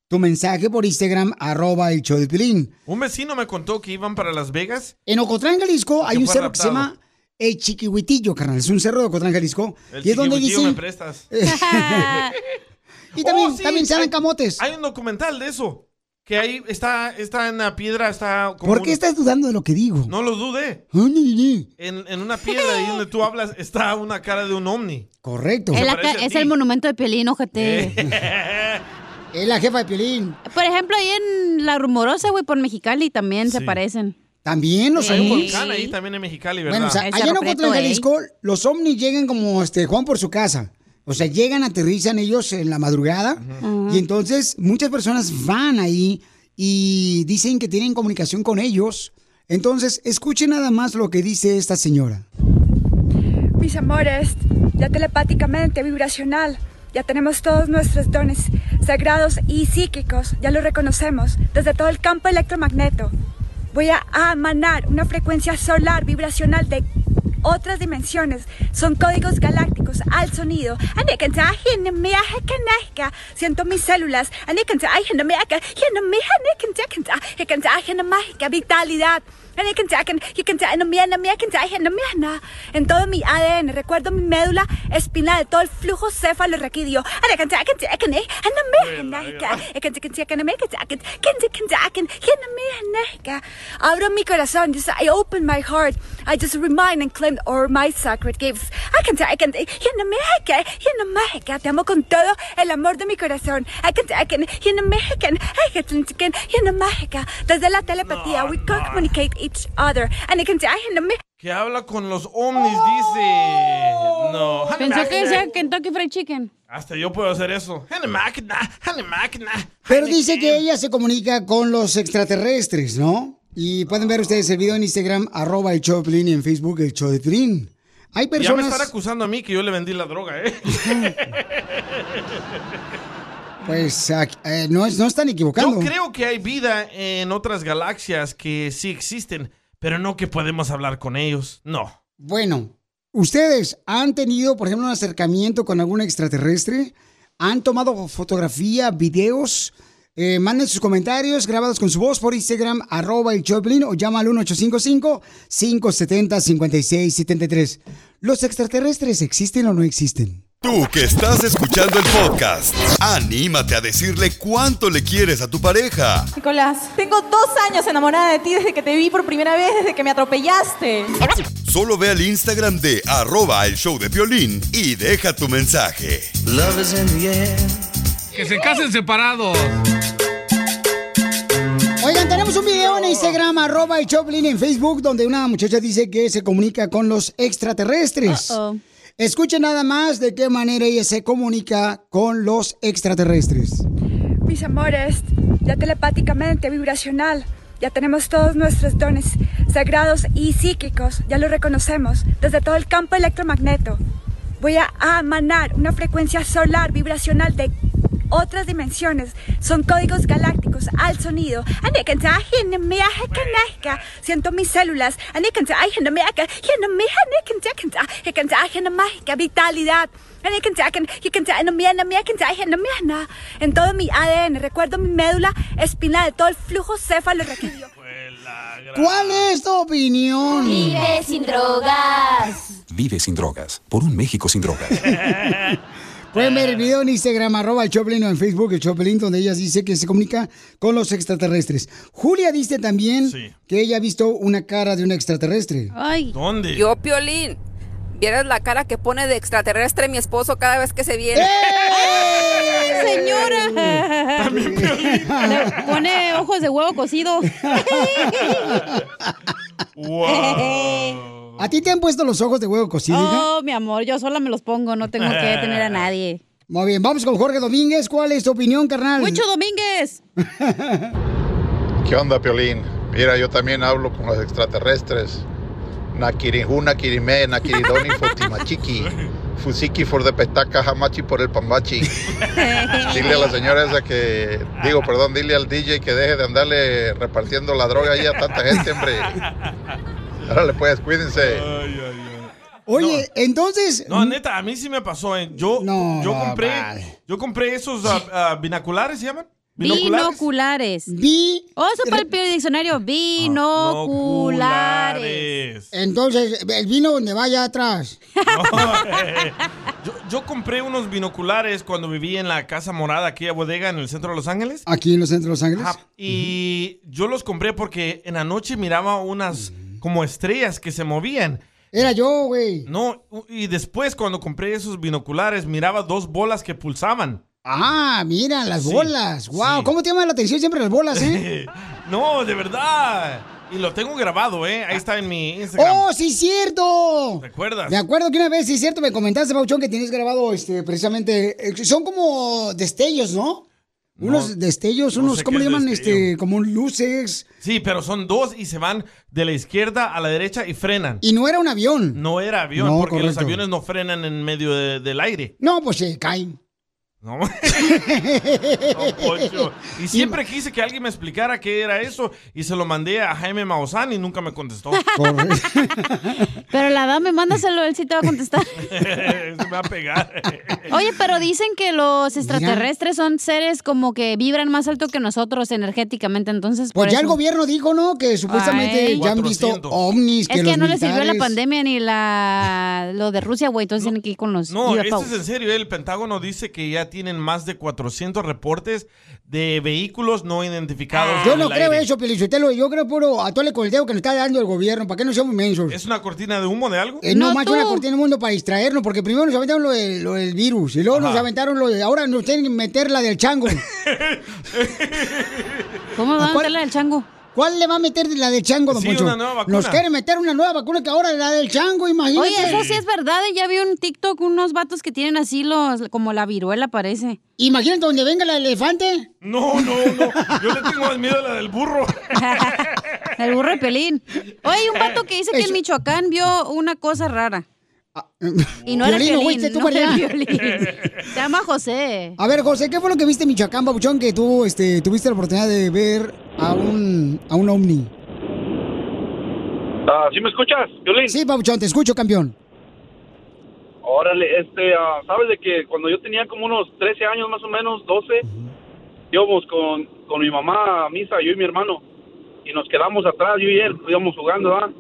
tu mensaje por Instagram, arroba el show de Piolín. Un vecino me contó que iban para Las Vegas. En Ocotlán, Jalisco, hay Que un fue cerro que se raptado. llama El Chiquihuitillo, carnal. Es un cerro de Ocotlán, Jalisco. El y es donde chiquihuitillo dicen... me prestas. y también, Oh, sí, también salen hay- camotes. Hay un documental de eso. Que ahí está, está en la piedra, está como ¿Por qué un- estás dudando de lo que digo? No lo dudé. Ay, ni, ni. En, en una piedra ahí donde tú hablas está una cara de un ovni. Correcto. Es, la ca- parece a es ti. el monumento de Piolín, ojete. Eh. Es la jefa de Piolín. Por ejemplo, ahí en La Rumorosa, güey, por Mexicali también se Sí. parecen. También los Pues Hay un ovnis. volcán ahí también en Mexicali, ¿verdad? Bueno, o sea, allá en Ocotlán, Jalisco, los ovnis llegan como este Juan por su casa. O sea, llegan, aterrizan ellos en la madrugada. Ujú. Y entonces muchas personas van ahí y dicen que tienen comunicación con ellos. Entonces, escuchen nada más lo que dice esta señora. Mis amores, ya telepáticamente, vibracional, ya tenemos todos nuestros dones sagrados y psíquicos, ya lo reconocemos desde todo el campo electromagneto. Voy a emanar una frecuencia solar vibracional de otras dimensiones. Son códigos galácticos al sonido. Siento mis células. Vitalidad. En todo mi ADN, recuerdo mi médula espinal, de todo el flujo cefalorraquídeo. Abro mi corazón. Just, I open my heart. I just remind and claim all my sacred gifts. I can I can Te amo con todo el amor de mi corazón. I can I can Desde la telepatía, we can communicate each other. And I can I Que habla con los ovnis, dice. No. Pensó que decía Kentucky Fried Chicken. Hasta yo puedo hacer eso. Pero dice que ella se comunica con los extraterrestres, ¿no? Y pueden ver ustedes el video en Instagram, arroba el show de Piolín, y en Facebook el show de Piolín. Hay Ya me personas... están acusando a mí que yo le vendí la droga, ¿eh? Pues aquí- eh, no, es- no están equivocando. Yo creo que hay vida en otras galaxias que sí existen, pero no que podemos hablar con ellos. No. Bueno, ¿ustedes han tenido, por ejemplo, un acercamiento con algún extraterrestre? ¿Han tomado fotografía, videos? Eh, manden sus comentarios grabados con su voz por Instagram, arroba el Choplin o llama al 1855-570-5673. ¿Los extraterrestres existen o no existen? Tú que estás escuchando el podcast, anímate a decirle cuánto le quieres a tu pareja. Nicolás, tengo dos años enamorada de ti desde que te vi por primera vez, desde que me atropellaste. Solo ve al Instagram de arroba el show de Piolín y deja tu mensaje. Que se casen separados. Oigan, tenemos un video en Instagram, arroba el Choplin en Facebook, donde una muchacha dice que se comunica con los extraterrestres. Uh-oh. Escuchen nada más de qué manera ella se comunica con los extraterrestres. Mis amores, ya telepáticamente, vibracional, ya tenemos todos nuestros dones sagrados y psíquicos, ya lo reconocemos desde todo el campo electromagneto. Voy a emanar una frecuencia solar vibracional de otras dimensiones. Son códigos galácticos al sonido. Siento mis células. Vitalidad. En todo mi ADN, recuerdo mi médula espinal, de todo el flujo cefalorraquídeo. ¿Cuál es tu opinión? Vive sin drogas. Vive sin drogas, por un México sin drogas. Pueden ver el video en Instagram, arroba el Choplin o en Facebook el Choplin, donde ella dice que se comunica con los extraterrestres. Julia dice también que ella ha visto una cara de un extraterrestre. Ay. ¿Dónde? Yo, Piolín, ¡Eh! vieras la cara que pone de extraterrestre mi esposo cada vez que se viene. señora. Le pone ojos de huevo cocido. ¿A ti te han puesto los ojos de huevo cocido? hija? oh, mi amor, yo sola me los pongo, no tengo que tener a nadie. Muy bien, vamos con Jorge Domínguez. ¿Cuál es tu opinión, carnal? Mucho Domínguez. ¿Qué onda, Piolín? Mira, yo también hablo con los extraterrestres. Nakirinju, Nakirime, Nakiridoni, Fotimachiqui. Fusiki for the petaca, Hamachi por el pambachi. Dile a la señora esa que. Digo, perdón, dile al DJ que deje de andarle repartiendo la droga ahí a tanta gente, hombre. Árale, pues, cuídense. Oye, entonces. No, neta, a mí sí me pasó. ¿eh? Yo, yo no, compré, vale. yo compré esos ah, ah, binoculares, ¿se llaman? Binoculares. Bi. Ah, Oh, super el diccionario. Binoculares. Entonces, el vino donde vaya atrás. Yo, yo compré unos binoculares cuando viví en la Casa Morada, aquella bodega en el centro de Los Ángeles. Aquí en los centros de Los Ángeles. Ajá, y yo los compré porque en la noche miraba unas como estrellas que se movían. Era yo, güey. No, u- y después cuando compré esos binoculares miraba dos bolas que pulsaban. Ah, mira, las Sí, bolas. Wow, ¿cómo te llama la atención siempre las bolas, eh? no, de verdad. Y lo tengo grabado, ¿eh? Ahí está en mi Instagram. ¡Oh, sí, cierto! ¿Te acuerdas? Me acuerdo que una vez, sí, cierto, me comentaste, Pauchón, que tienes grabado este, precisamente. eh, Son como destellos, ¿no? unos destellos, unos, sé ¿cómo qué es le llaman? destello. Este, como un luces. Sí, pero son dos y se van de la izquierda a la derecha y frenan. Y no era un avión. No era avión, No, porque los correcto. aviones no frenan en medio de- del aire. No, pues se caen. Pues No. Poncho. Y siempre quise que alguien me explicara qué era eso y se lo mandé a Jaime Maussan y nunca me contestó. Pero la dame, mándaselo, él sí te va a contestar. se me va a pegar. Oye, pero dicen que los extraterrestres son seres como que vibran más alto que nosotros energéticamente, entonces por Pues ya el eso- gobierno dijo, ¿no? Que supuestamente Ay. ya han visto 400. ovnis. Es que, los no les sirvió la militares- pandemia ni la lo de Rusia, güey, entonces tienen que ir con los No, esto UFOs. es en serio. El Pentágono dice que ya tienen más de 400 reportes de vehículos no identificados. Yo Ah, en no el creo aire. eso, Pelichotelo. Yo creo puro atole con el dedo que nos está dando el gobierno. ¿Para qué no somos mensos? ¿Es una cortina de humo de algo? Eh, no, macho, una cortina del mundo para distraernos, porque primero nos aventaron lo, de- lo del virus, y luego nos Ajá. aventaron lo de. Ahora nos tienen que meter la del chango. ¿Cómo van a meter la del chango? ¿Cuál le va a meter la del chango, don Sí, Poncho? una nueva vacuna. Nos quieren meter una nueva vacuna que ahora es la del chango, imagínate. Oye, eso sí es verdad, eh, ya vi un TikTok unos vatos que tienen así los como la viruela parece. Imagínate donde venga la elefante. No, no, no. Yo le tengo miedo a la del burro. El burro de pelín. Oye, hay un vato que dice que en Michoacán vio una cosa rara. Y no era Piolín, ¿no Piolín, fuiste tú no para era allá? Piolín. Se llama José. A ver, José, ¿qué fue lo que viste en Michoacán, Babuchón, que tú este, tuviste la oportunidad de ver a un, a un ovni? Ah, ¿Sí me escuchas, Violín? Sí, Babuchón, te escucho, campeón. Órale, este, ah, sabes de que cuando yo tenía como unos 13 años más o menos, 12, íbamos con, con mi mamá a misa, yo y mi hermano, y nos quedamos atrás, yo y él, pues, íbamos jugando, ¿verdad?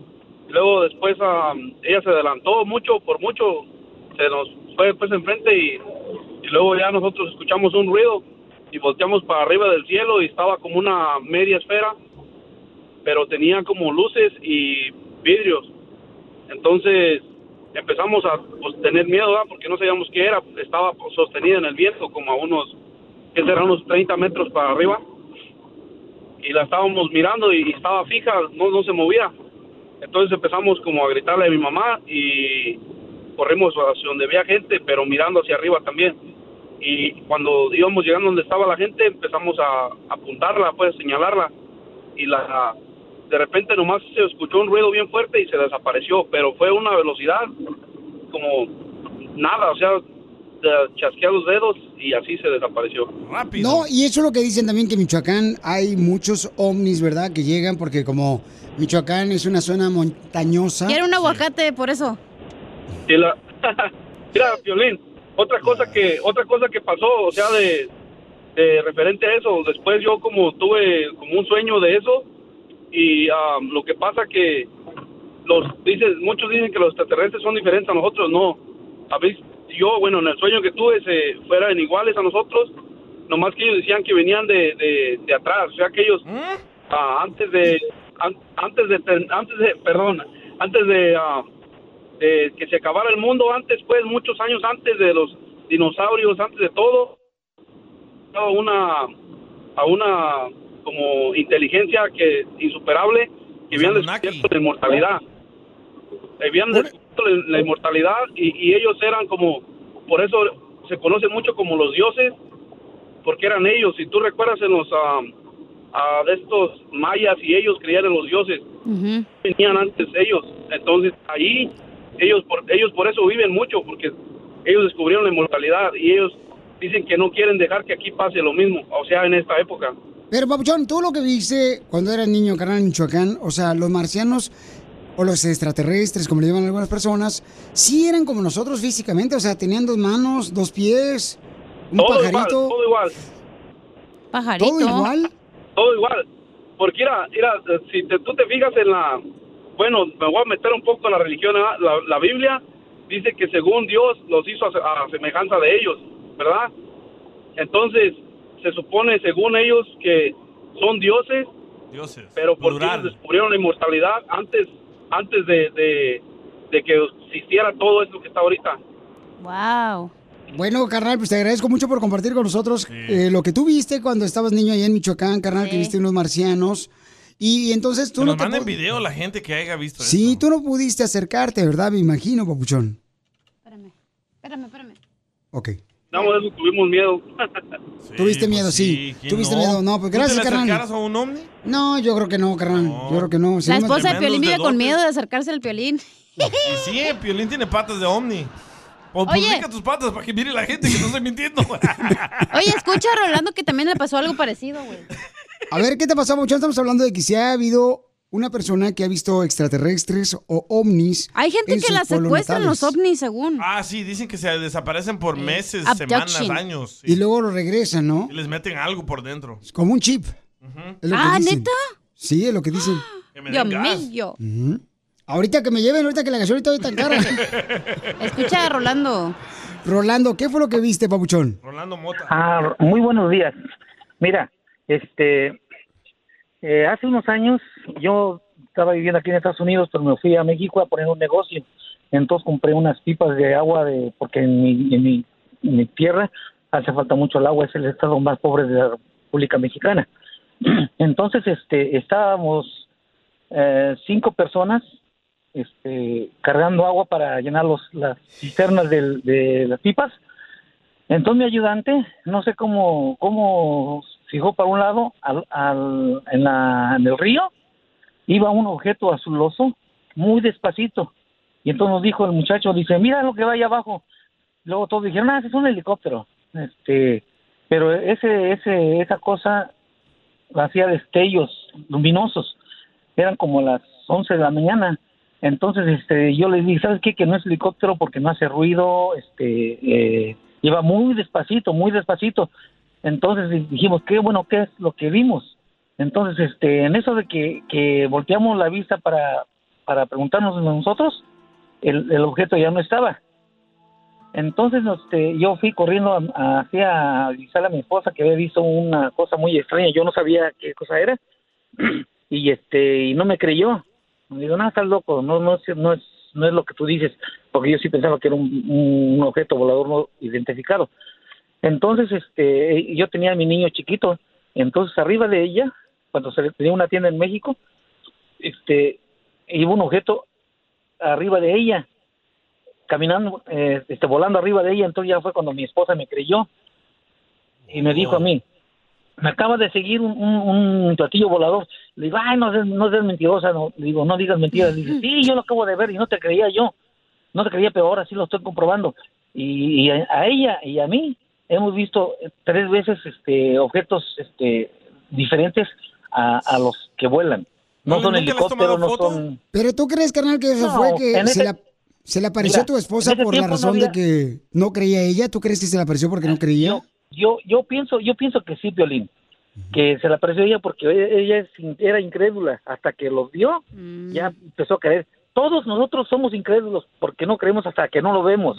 Y Luego después ah, ella se adelantó mucho, por mucho, se nos fue pues enfrente y, y luego ya nosotros escuchamos un ruido y volteamos para arriba del cielo y estaba como una media esfera, pero tenía como luces y vidrios. Entonces empezamos a pues, tener miedo, ¿verdad? porque no sabíamos qué era. Estaba pues, sostenida en el viento, como a unos, que serán unos 30 metros para arriba. Y la estábamos mirando y estaba fija, no, no se movía. Entonces empezamos como a gritarle a mi mamá y corrimos hacia donde había gente, pero mirando hacia arriba también. Y cuando íbamos llegando donde estaba la gente, empezamos a apuntarla, pues a señalarla. Y la, de repente nomás se escuchó un ruido bien fuerte y se desapareció, pero fue a una velocidad como nada, o sea, de- chasquea los dedos y así se desapareció. No, y eso es lo que dicen también que en Michoacán hay muchos ovnis, ¿verdad? Que llegan porque como Michoacán es una zona montañosa. Quiero un aguacate, por eso. Y la- Mira, Violín, otra cosa que otra cosa que pasó, o sea, de, de referente a eso, después yo como tuve como un sueño de eso y ah, lo que pasa que los dices, muchos dicen que los extraterrestres son diferentes a nosotros, no. A veces yo, bueno, en el sueño que tuve se fueran iguales a nosotros, nomás que ellos decían que venían de, de, de atrás, o sea, que ellos ah, antes de an- antes de ter- antes de perdón, antes de ah, de que se acabara el mundo antes, pues muchos años antes de los dinosaurios, antes de todo, a una, a una como inteligencia que insuperable que habían descubierto la inmortalidad. Habían descubierto la, la inmortalidad y, y ellos eran como, por eso se conocen mucho como los dioses, porque eran ellos. Si tú recuerdas en los ah, ah, de estos mayas y ellos creían en los dioses, venían antes ellos. Entonces ahí ellos por, ellos por eso viven mucho, porque ellos descubrieron la inmortalidad y ellos dicen que no quieren dejar que aquí pase lo mismo, o sea, en esta época. Pero, Papuchón, tú lo que viste cuando eras niño, carnal, en Michoacán, o sea, los marcianos o los extraterrestres, como le llaman algunas personas, sí eran como nosotros físicamente, o sea, tenían dos manos, dos pies, un todo igual, pajarito. todo igual. Pajarito. ¿Todo igual? Todo igual. Porque mira, mira, si te- tú te fijas en la... Bueno, me voy a meter un poco en la religión. ¿verdad? La, la Biblia dice que según Dios los hizo a, se- a semejanza de ellos, ¿verdad? Entonces, se supone según ellos que son dioses, Dioses. pero porque ellos descubrieron la inmortalidad antes antes de, de, de que existiera todo esto que está ahorita. Wow. Bueno, carnal, pues te agradezco mucho por compartir con nosotros eh, lo que tú viste cuando estabas niño allá en Michoacán, carnal, que viste unos marcianos. Y, entonces tú Que no nos te manden pu- video la gente que haya pues, visto eso. Sí, tú no pudiste acercarte, ¿verdad? Me imagino, Papuchón. Espérame, espérame. Ok. No, de eso tuvimos miedo. Tuviste miedo, sí. pues ¿quién Tuviste no? miedo. No, pues ¿Tú te gracias, le carnal. acercaras a un ovni? No, yo creo que no, carnal. Yo creo que no. Pues Sí, La me- esposa de Piolín vive con dedotes. miedo de acercarse al Piolín. Y sí, eh, Piolín tiene patas de ovni. O Oye. publica tus patas para que mire la gente que no estoy mintiendo. Oye, escucha a Rolando que también le pasó algo parecido, güey. A ver, ¿qué te pasó, Papuchón? Estamos hablando de que si ha habido una persona que ha visto extraterrestres o ovnis. Hay gente en que sus la pueblos secuestran natales. los ovnis, según. Ah, sí, dicen que se desaparecen por meses, semanas, Abduction. años. Y luego lo regresan, ¿no? Y les meten algo por dentro. Como un chip. Es lo que Ah, dicen. ¿neta? Sí, es lo que dicen. Que me Dios den gas. mío. Ujú. Ahorita que me lleven, ahorita que la gasolina está tan cara. Escucha a Rolando. Rolando, ¿qué fue lo que viste, Papuchón? Rolando Mota. Ah, muy buenos días. Mira, este, eh, hace unos años yo estaba viviendo aquí en Estados Unidos, pero me fui a México a poner un negocio. Entonces compré unas pipas de agua de, porque en mi, en mi, en mi tierra hace falta mucho el agua, es el estado más pobre de la República Mexicana. Entonces, este, estábamos eh, cinco personas este, cargando agua para llenar los, las cisternas del- de las pipas. Entonces mi ayudante, no sé cómo, cómo fijó para un lado al, al- en, la, en el río, iba un objeto azuloso muy despacito. Y entonces nos dijo el muchacho, dice, mira lo que va allá abajo. Luego todos dijeron, ah, ese es un helicóptero. Este, pero ese, ese, esa cosa hacía destellos luminosos. Eran como las 11 de la mañana. Entonces este, yo les dije, ¿sabes qué? Que no es helicóptero porque no hace ruido, este, eh, iba muy despacito, muy despacito. Entonces dijimos, qué bueno, ¿qué es lo que vimos? Entonces, este, en eso de que, que volteamos la vista para, para preguntarnos nosotros, el, el objeto ya no estaba. Entonces este, yo fui corriendo a- hacia avisarle a mi esposa que había visto una cosa muy extraña, yo no sabía qué cosa era, y este, y no me creyó. Me dijo, no, estás loco, no, no, es- no, es, no es lo que tú dices, porque yo sí pensaba que era un, un objeto volador no identificado. Entonces, este, yo tenía a mi niño chiquito, entonces arriba de ella, cuando se tenía una tienda en México, este, iba un objeto arriba de ella, caminando, eh, este, volando arriba de ella, entonces ya fue cuando mi esposa me creyó y me dijo a mí, me acaba de seguir un, un- un platillo volador. Le digo, ay, no seas, no seas mentirosa, no, Le digo, no digas mentiras. Dice, sí, yo lo acabo de ver y no te creía yo, no te creía, pero ahora sí lo estoy comprobando. Y, y a, a ella y a mí hemos visto eh, tres veces este, objetos este, diferentes a, a los que vuelan. No, son helicópteros, no son... Pero tú crees, carnal, que eso No, fue que en se, ese- la- se le apareció Mira, a tu esposa en ese por la tiempo no razón de había- que no creía ella. ¿Tú crees que se le apareció porque no creía? yo yo pienso yo pienso que sí violín que se le apareció ella porque e- ella es in- era incrédula hasta que los vio ya empezó a creer todos nosotros somos incrédulos porque no creemos hasta que no lo vemos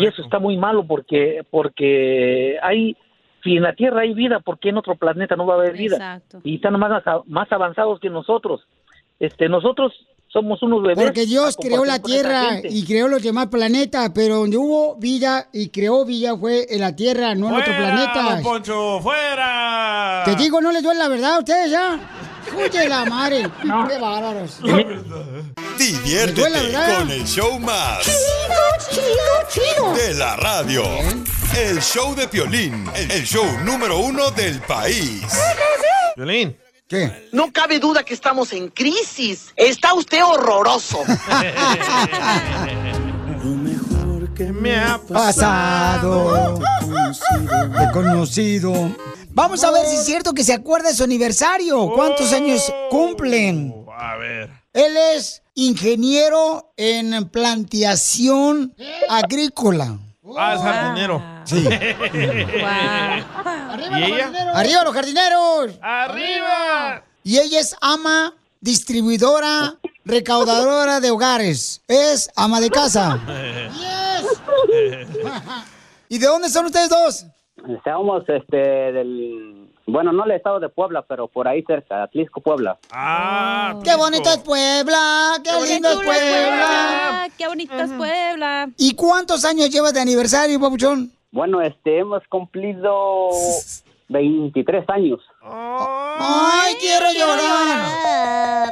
y eso está muy malo porque porque hay si en la tierra hay vida por qué en otro planeta no va a haber vida Exacto. y están más más avanzados que nosotros este nosotros Somos unos bebés. Porque Dios a creó la comparación con esta tierra gente. y creó los demás planetas, pero donde hubo vida y creó vida fue en la tierra, no en otro ¡Fuera, planeta. don Poncho! ¡Fuera! Te digo, no les duele la verdad a ustedes ya. Escuchen la madre. Qué bárbaros. Diviértete ¿verdad? con el show más. Chido, chido, chido. De la radio. El show de Piolín. El show número uno del país. Piolín. ¿Qué? No cabe duda que estamos en crisis. Está usted horroroso. Ah. ¿Qué me ha pasado. He conocido. Vamos a ver si es cierto que se acuerda de su aniversario. ¿Cuántos años cumplen? A ver. Él es ingeniero en plantación agrícola. Ah, es jardinero. Sí. ¿Y ella? ¡Arriba los jardineros! ¡Arriba! Y ella es ama, distribuidora, recaudadora de hogares. Es ama de casa. ¿Y de dónde son ustedes dos? Somos este del bueno, no el estado de Puebla, pero por ahí cerca, Atlisco, Puebla. Ah, ¡Qué bonito es Puebla! Ah, ¡Qué, lindo es Qué chula es Puebla! Puebla, ¡Qué bonito es Puebla! ¿Y cuántos años llevas de aniversario, papuchón? Bueno, este hemos cumplido 23 años. ¡Ay, quiero llorar!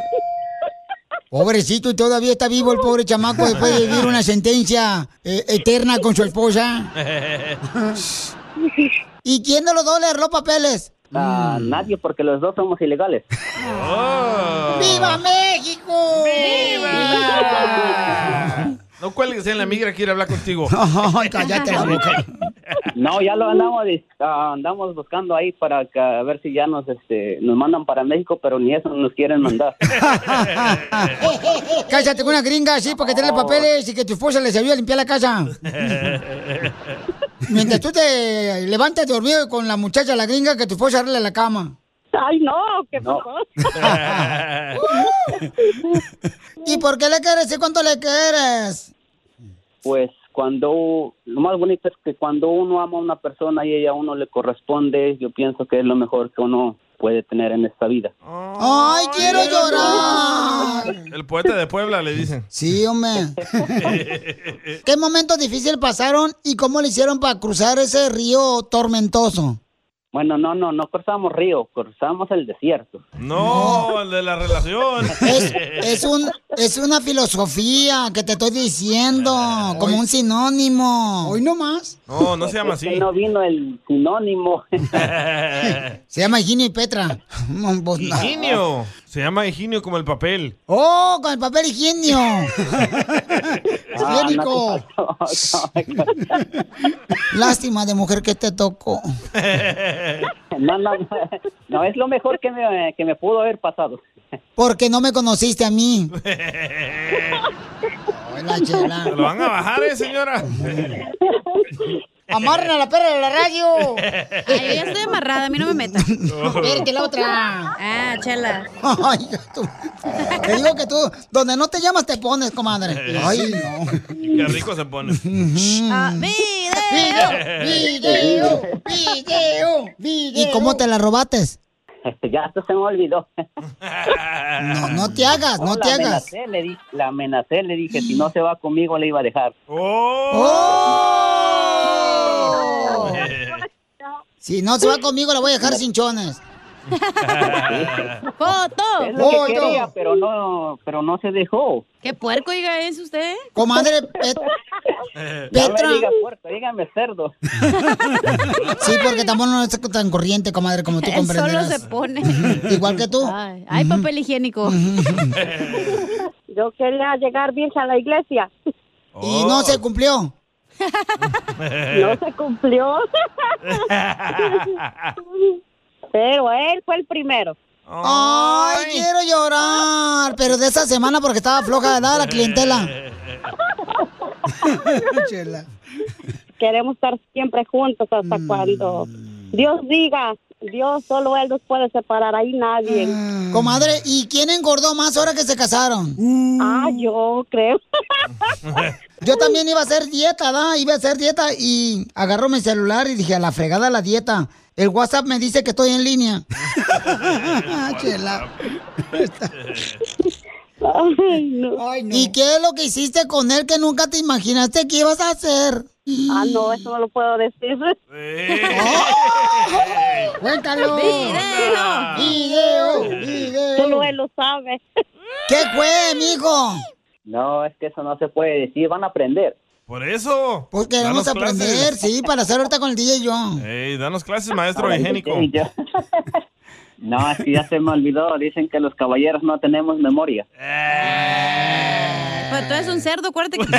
Pobrecito, y todavía está vivo el pobre chamaco después de vivir una sentencia eh, eterna con su esposa. ¿Y quién de los dos le arregló papeles? A Mm. nadie porque los dos somos ilegales. Oh. ¡Viva México! No cuelgues en la migra, quiere hablar contigo. cállate la boca. No, ya lo andamos dis- ah, andamos buscando ahí para que- a ver si ya nos este nos mandan para México, pero ni eso nos quieren mandar. Cállate con una gringa así para que tenga papeles y que tu esposa les ayude a limpiar la casa. Mientras tú te levantas dormido con la muchacha, la gringa, que tu esposa arregle la cama. Ay, no, qué No. ¿Y por qué le quieres y cuánto le quieres? pues cuando lo más bonito es que cuando uno ama a una persona y ella a uno le corresponde, yo pienso que es lo mejor que uno puede tener en esta vida. Oh, ¡Ay, quiero llorar! El poeta de Puebla le dicen. Sí, hombre. ¿Qué momento difícil pasaron y cómo le hicieron para cruzar ese río tormentoso? Bueno, no, no, no cruzamos río, cruzamos el desierto. No, el de la relación. Es, un, es una filosofía que te estoy diciendo, como un sinónimo. Hoy no más. Oh, No, no se llama Es que así. No vino el sinónimo. Se llama Higinio y Petra. No, pues, no. Higinio. Se llama Higinio como el papel. ¡Oh, con el papel higienio! Ah, Higiénico. Lástima de mujer que te tocó. No, no, no, es lo mejor que me, que me pudo haber pasado. Porque no me conociste a mí. ¿Se lo van a bajar, eh, señora? Amarren a la perra de la radio. Ahí estoy amarrada, a mí no me metan. Verte la otra. Ah, chela. Ay, tú. Te digo que tú, donde no te llamas, te pones, comadre. Ay, Eh, Qué rico se pone. Ah, video, video, video. ¿Y cómo te la robates? Este, Ya hasta se me olvidó. Oh, No, no te hagas, no la te hagas. Amenacé, le di- la amenacé, le dije, si no se va conmigo, le iba a dejar. Oh. Oh. Si no se va conmigo, la voy a dejar sin chones. ¡Foto! Es lo que quería, pero no, pero no se dejó. ¡Qué puerco, oiga, es usted! Comadre, No Petra. me diga puerco, dígame cerdo. Sí, porque tampoco no es tan corriente, comadre, como tú Él solo comprenderás. se pone. Igual que tú. Ay, ay, papel higiénico. Yo quería llegar bien a la iglesia. Y Oh. no se cumplió. No se cumplió. Pero él fue el primero. Ay, quiero llorar. Pero de esa semana porque estaba floja de dar la clientela. Queremos estar siempre juntos hasta cuando Dios diga. Dios solo él nos puede separar, ahí nadie. Comadre, ¿y quién engordó más ahora que se casaron? Ah, yo creo. Yo también iba a hacer dieta, ¿da? Iba a hacer dieta y agarro mi celular y dije, a la fregada la dieta. El WhatsApp me dice Ah, que estoy en línea. Chela. Ay, no. ¿Y qué es lo que hiciste con él que nunca te imaginaste que ibas a hacer? Ah, no, eso no lo puedo decir. Cuéntalo. Video. Video, video. Solo él lo sabe. ¿Qué fue, amigo? No, es que eso no se puede decir, van a aprender. Por eso. Porque Pues vamos a Danos clases. aprender, sí, para hacer ahorita con el DJ John. Ey, danos clases, maestro Ahora, higiénico. sí, ya. No, es que ya se me olvidó. Dicen que los caballeros no tenemos memoria. Pues tú eres un cerdo, acuérdate que tú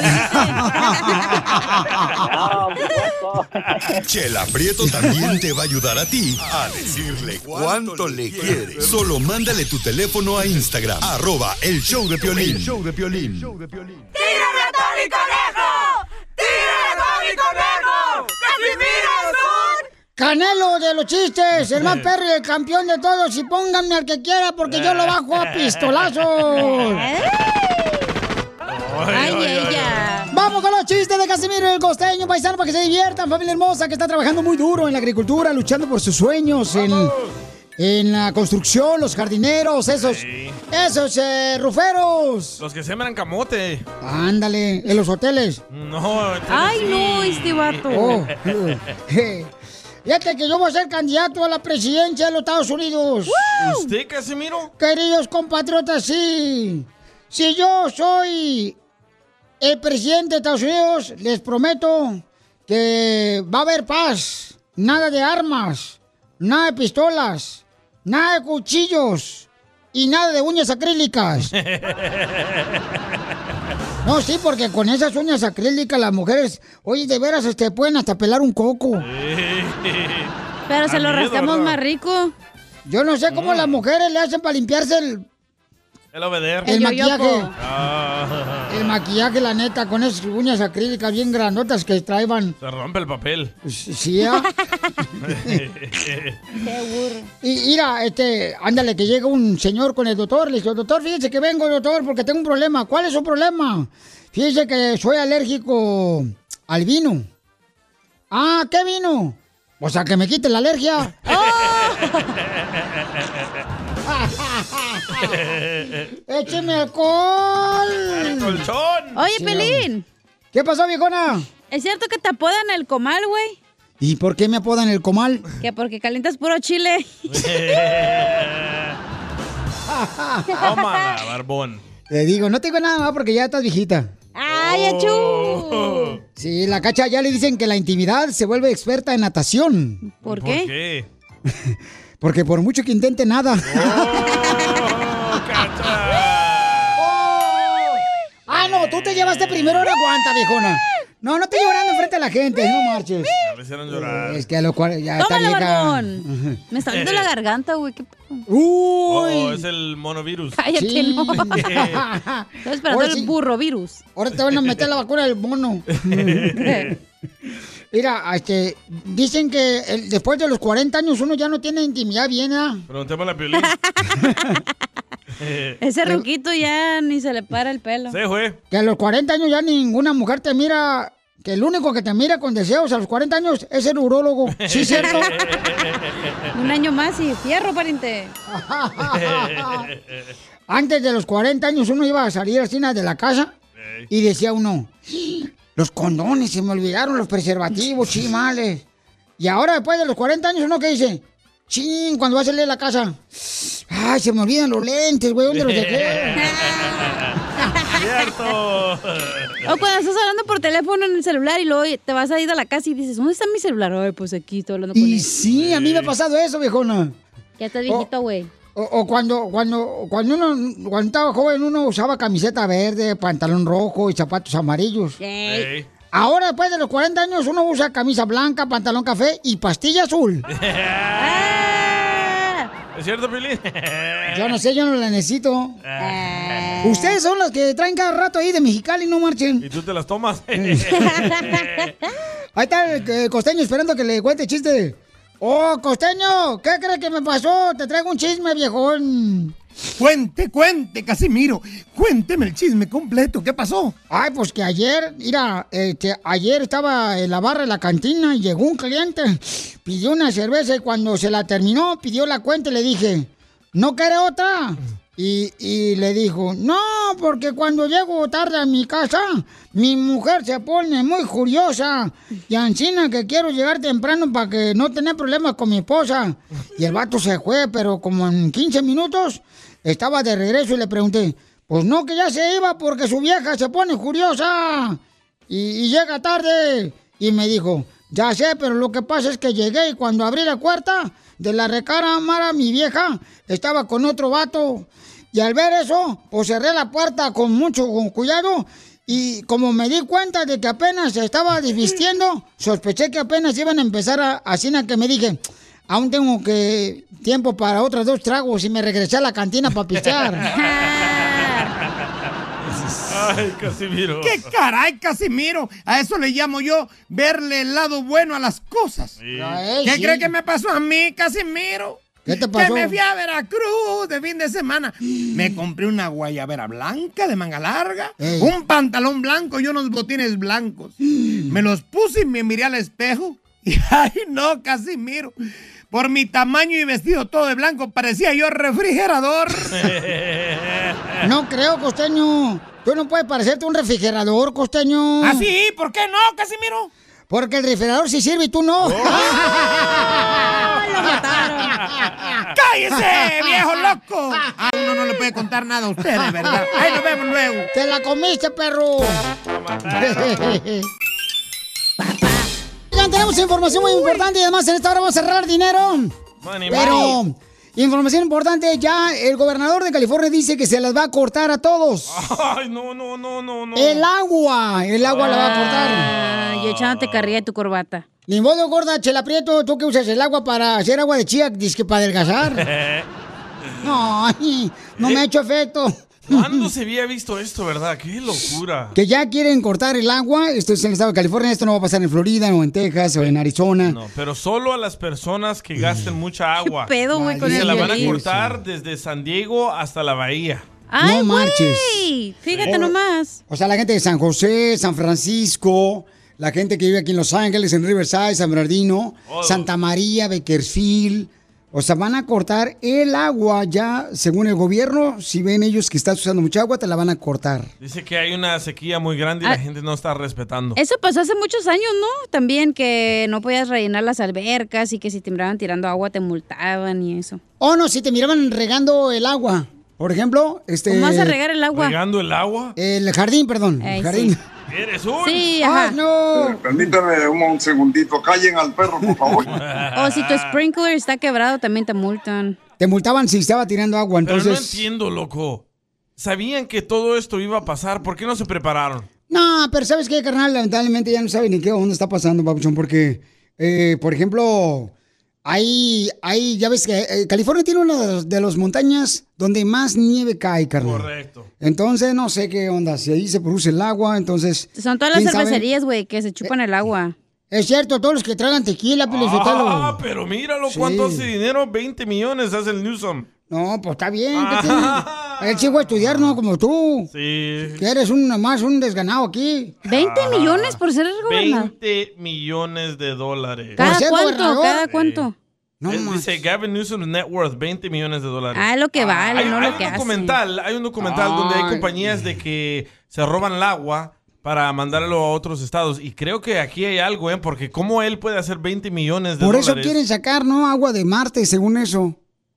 dijiste. Chela Prieto también te va a ayudar a ti a decirle cuánto le quieres. Solo mándale tu teléfono a Instagram, arroba el show de Piolín. El show de Piolín. ¡Tírame a Tony Conejo! ¡Tírame a Tony Conejo! Canelo de los chistes, el más perro y el campeón de todos. Y pónganme al que quiera porque yo lo bajo a pistolazos. ¡Ay, Vamos con los chistes de Casimiro el costeño, paisano, para que se diviertan, familia hermosa que está trabajando muy duro en la agricultura, luchando por sus sueños, en, en la construcción, los jardineros, esos, esos eh, ruferos. Los que sembran camote. Ándale, en los hoteles. No. entonces Ay, sí. no, este vato. Oh, Fíjate que yo voy a ser candidato a la presidencia de los Estados Unidos. Este, ¿Usted, Casimiro? Queridos compatriotas, sí. Si yo soy el presidente de Estados Unidos, les prometo que va a haber paz. Nada de armas, nada de pistolas, nada de cuchillos y nada de uñas acrílicas. No, sí, porque con esas uñas acrílicas las mujeres, oye, de veras, este, pueden hasta pelar un coco. Pero se lo rascamos más rico. Yo no sé cómo las mujeres le hacen para limpiarse el, El obeder. El El yoyopo. maquillaje. Ah. el maquillaje, la neta, con esas uñas acrílicas bien grandotas que traían. Se rompe el papel. Sí, ¿ah? Y mira, este, ándale, que llega un señor con el doctor, le dice, doctor, fíjese que vengo, doctor, porque tengo un problema. ¿Cuál es su problema? Fíjese que soy alérgico al vino. Ah, ¿qué vino? O sea, que me quite la alergia. Ah. ¡Écheme alcohol! colchón! Oye, Sí, Pelín. ¿Qué pasó, viejona? ¿Es cierto que te apodan el comal, güey? ¿Y por qué me apodan el comal? Que porque calientas puro chile. Tómala, barbón. Te digo, no te digo nada más porque ya estás viejita. ¡Ay, Oh. achú! Sí, la cacha ya le dicen que la intimidad se vuelve experta en natación. ¿Por qué? Porque por mucho que intente nada. Oh. Ah, no, tú te llevaste primero, ahora aguanta, viejona. No, no estoy llorando enfrente a la gente, no marches. Ya lo hicieron llorar. Es que a lo cual ya está Tómala, vieja. barbón. Me está doliendo la garganta, güey. qué pedo. Oh, Uy. es el monovirus. Cállate, no. Estoy Estoy esperando el burro virus. Ahora te van a meter la vacuna del mono. Mira, este, dicen que el- después de los 40 años uno ya no tiene intimidad bien, ¿ah? Preguntémosle a Piolín. Eh, Ese ruquito ya ni se le para el pelo. Se fue. Que a los 40 años ya ninguna mujer te mira, que el único que te mira con deseos a los 40 años es el urólogo. ¿Sí es cierto? Un año más y fierro, pariente. Antes de los 40 años uno iba a salir así na, de la casa y decía uno, los condones, se me olvidaron los preservativos, chimales. Y ahora después de los 40 años uno que dice, chin, cuando va a salir de la casa, ay, se me olvidan los lentes, güey, ¿dónde los dejé? Cierto. O cuando estás hablando por teléfono en el celular y luego te vas a ir a la casa y dices, ¿dónde está mi celular? Ay, pues aquí estoy hablando con Y él. sí, a mí me ha pasado eso, viejona. Oh. Ya estás viejito, güey. O, o cuando, cuando, cuando uno, cuando estaba joven, uno usaba camiseta verde, pantalón rojo y zapatos amarillos. Ahora, después de los 40 años, uno usa camisa blanca, pantalón café y pastilla azul. Ah. ¿Es cierto, Piolín? Yo no sé, yo no la necesito. Ah. Ustedes son los que traen cada rato ahí de Mexicali, no marchen. ¿Y tú te las tomas? Ahí está el eh, costeño esperando que le cuente chiste. Oh, costeño, ¿qué crees que me pasó? Te traigo un chisme, viejón. Cuente, cuente, Casimiro. Cuénteme el chisme completo. ¿Qué pasó? Ay, pues que ayer, mira, este, ayer estaba en la barra de la cantina y llegó un cliente, pidió una cerveza y cuando se la terminó, pidió la cuenta y le dije, ¿no quiere otra? Y, y le dijo, no, porque cuando llego tarde a mi casa, mi mujer se pone muy curiosa. Y ansina que quiero llegar temprano para que no tener problemas con mi esposa. Y el vato se fue, pero como en 15 minutos estaba de regreso y le pregunté, pues no que ya se iba porque su vieja se pone curiosa. Y, y llega tarde. Y me dijo, ya sé, pero lo que pasa es que llegué y cuando abrí la puerta de la recámara, mi vieja estaba con otro vato. Y al ver eso, pues cerré la puerta con mucho cu- cuidado. Y como me di cuenta de que apenas se estaba desvistiendo, sospeché que apenas iban a empezar a, así na que me dije, aún tengo que tiempo para otros dos tragos y me regresé a la cantina para pistear. Ay, Casimiro. ¡Qué caray, Casimiro! A eso le llamo yo verle el lado bueno a las cosas. Ay, ¿Qué sí. cree que me pasó a mí, Casimiro? ¿Qué te pasó? Que me fui a Veracruz de fin de semana. Me compré una guayabera blanca de manga larga, Ey. un pantalón blanco y unos botines blancos. Me los puse y me miré al espejo. Y ay, no, Casimiro. Por mi tamaño y vestido todo de blanco, parecía yo refrigerador. No creo, costeño. Tú no puedes parecerte un refrigerador, costeño. ¿Ah, sí? ¿Por qué no, Casimiro? Porque el refrigerador sí sirve y tú no. Oh. ¡Cállese, viejo loco! Ah, uno no le puede contar nada a ustedes, ¿verdad? Ahí nos vemos luego. ¡Te la comiste, perro! Oigan, tenemos información muy importante y además en esta hora vamos a cerrar dinero. Money, Pero, money. información importante, ya el gobernador de California dice que se las va a cortar a todos. Ay, no, no, no, no, no. El agua, el agua la va a cortar. Ah, yo echándote carrilla de tu corbata. Ni modo, gorda, chela prieto, tú que usas el agua para hacer agua de chía, dice que para adelgazar. No, ay, no me ha hecho efecto. ¿Cuándo se había visto esto, verdad? ¡Qué locura! Que ya quieren cortar el agua, esto es en el estado de California, esto no va a pasar en Florida, o en Texas, o en Arizona. No, pero solo a las personas que gasten mucha agua. Mm. pedo, güey, con Y Se el la van a violín? cortar desde San Diego hasta la bahía. ¡Ay, No güey! marches. Fíjate O- nomás. O sea, la gente de San José, San Francisco, la gente que vive aquí en Los Ángeles, en Riverside, San Bernardino, Santa María, Bakersfield. O sea, van a cortar el agua ya, según el gobierno. Si ven ellos que estás usando mucha agua, te la van a cortar. Dice que hay una sequía muy grande y Ah. la gente no está respetando. Eso pasó hace muchos años, ¿no? También que no podías rellenar las albercas y que si te miraban tirando agua te multaban y eso. O Oh, no, si te miraban regando el agua. Por ejemplo, este. ¿Cómo vas a regar el agua? ¿Regando el agua? El jardín, perdón. el jardín. Ah. ¿Eres un? Sí, ajá. no! Eh, Permítame un, un segundito. Callen al perro, por favor. O si Ah. tu sprinkler está quebrado también te multan. Te multaban si estaba tirando agua, Pero no entonces. entiendo, loco. Sabían que todo esto iba a pasar, ¿por qué no se prepararon? No, pero ¿sabes qué, carnal? Lamentablemente ya no saben ni qué onda está pasando, papuchón, porque, eh, por ejemplo, hay, hay, ya ves que eh, California tiene una de las- de las montañas donde más nieve cae, carnal. Correcto. Entonces, no sé qué onda, si ahí se produce el agua, entonces... Son todas las ¿quién sabe? Eh, cervecerías, güey, que se chupan el agua. Es cierto, todos los que tragan tequila, pues, Pelizotelo. Ah, pero míralo, Sí. ¿cuánto hace dinero? 20 millones hace el Newsom. No, pues está bien, ¿qué tiene? Él sí va a estudiar, ¿no? Como tú. Ah. Sí. Que eres un, más un desganado aquí. ¿20 Ah. millones por ser 20 millones de dólares. ¿Cada cuánto? gobernador? ¿Cada cuánto? Él dice Gavin Newsom's net worth 20 millones de dólares. Ah, lo que vale, hay, no hay lo un que hace. documental, hay un documental donde hay Ay. compañías de que se roban el agua para mandarlo a otros estados y creo que aquí hay algo, ¿eh? Porque cómo él puede hacer 20 millones de Por dólares. eso quieren sacar, ¿no? Agua de Marte, según eso.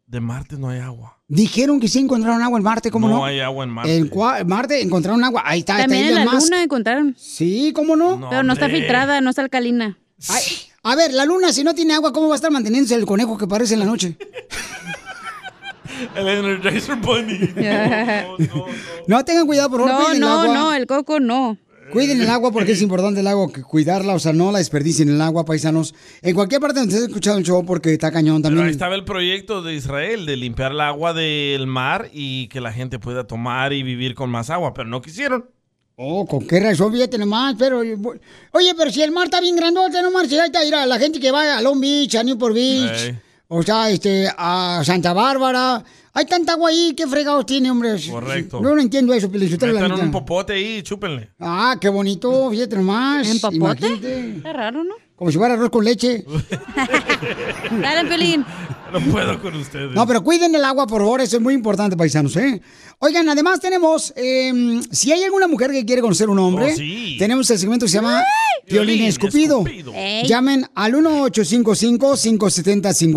De Marte no hay agua. Dijeron que sí encontraron agua en Marte, ¿cómo no? No hay agua en Marte. En cua- Marte encontraron agua. Ahí está. También en la luna encontraron. Sí, ¿cómo no? Pero no está filtrada, no está alcalina. Ay, a ver, la luna, si no tiene agua, ¿cómo va a estar manteniéndose el conejo que parece en la noche? El Energizer Bunny. No, no. No, tengan cuidado, por favor. No, cuiden no, el agua. no, el coco no. Cuiden el agua porque es importante el agua, que cuidarla, o sea, no la desperdicien el agua, paisanos. En cualquier parte donde estés escuchando el show, porque está cañón Pero ahí también. estaba el proyecto de Israel de limpiar el agua del mar y que la gente pueda tomar y vivir con más agua, pero no quisieron. Oh, con qué razón, fíjate nomás, pero... Oye, pero si el mar está bien grandote, no marches, ahí está, mira, la gente que va a Long Beach, a Newport Beach, Ey. o sea, este, a Santa Bárbara, hay tanta agua ahí, qué fregados tiene, hombre. Correcto. No, no entiendo eso, Pelichotero, la Metan un neta. popote ahí y chúpenle. Ah, qué bonito, fíjate nomás. ¿En imagínate, papote? Está raro, ¿no? Como si fuera arroz con leche. Dale, Pelín. No puedo con ustedes. No, pero cuiden el agua, por favor, eso es muy importante, paisanos, ¿eh? Oigan, además tenemos, eh, si hay alguna mujer que quiere conocer un hombre, Oh, sí. tenemos el segmento que se llama Piolín Violín Escupido. Escupido. Ey. Llamen al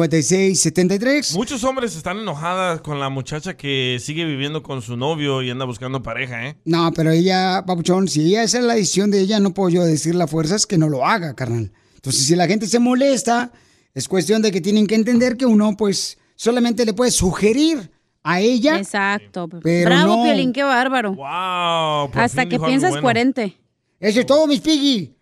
1855-570-5673. Muchos hombres están enojadas con la muchacha que sigue viviendo con su novio y anda buscando pareja, ¿eh? No, pero ella, Papuchón, si ella esa es la decisión de ella, no puedo yo decirle a fuerzas que no lo haga, carnal. Entonces, si la gente se molesta, es cuestión de que tienen que entender que uno, pues, solamente le puede sugerir a ella. Exacto. Pero Bravo, no. Piolín, qué bárbaro. Wow. por Hasta fin que dijo algo piensas bueno. coherente. Eso es todo, mis piggy.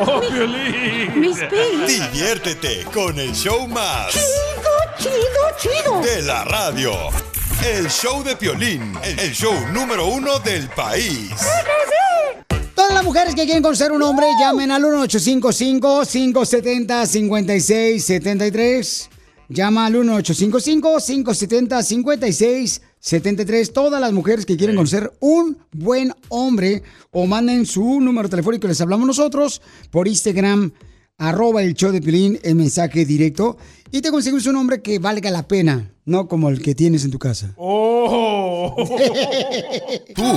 ¡Oh, Piolín! Diviértete con el show más. Chido, chido, chido. De la radio. El show de Piolín, el show número uno del país. Todas las mujeres que quieren conocer un hombre, llamen al 1855-570-5673. Llama al 1855-570-5673. Todas las mujeres que quieren conocer un buen hombre o manden su número telefónico, les hablamos nosotros por Instagram, arroba el show de Pilín, el mensaje directo. Y te conseguimos un hombre que valga la pena, no como el que tienes en tu casa. Tú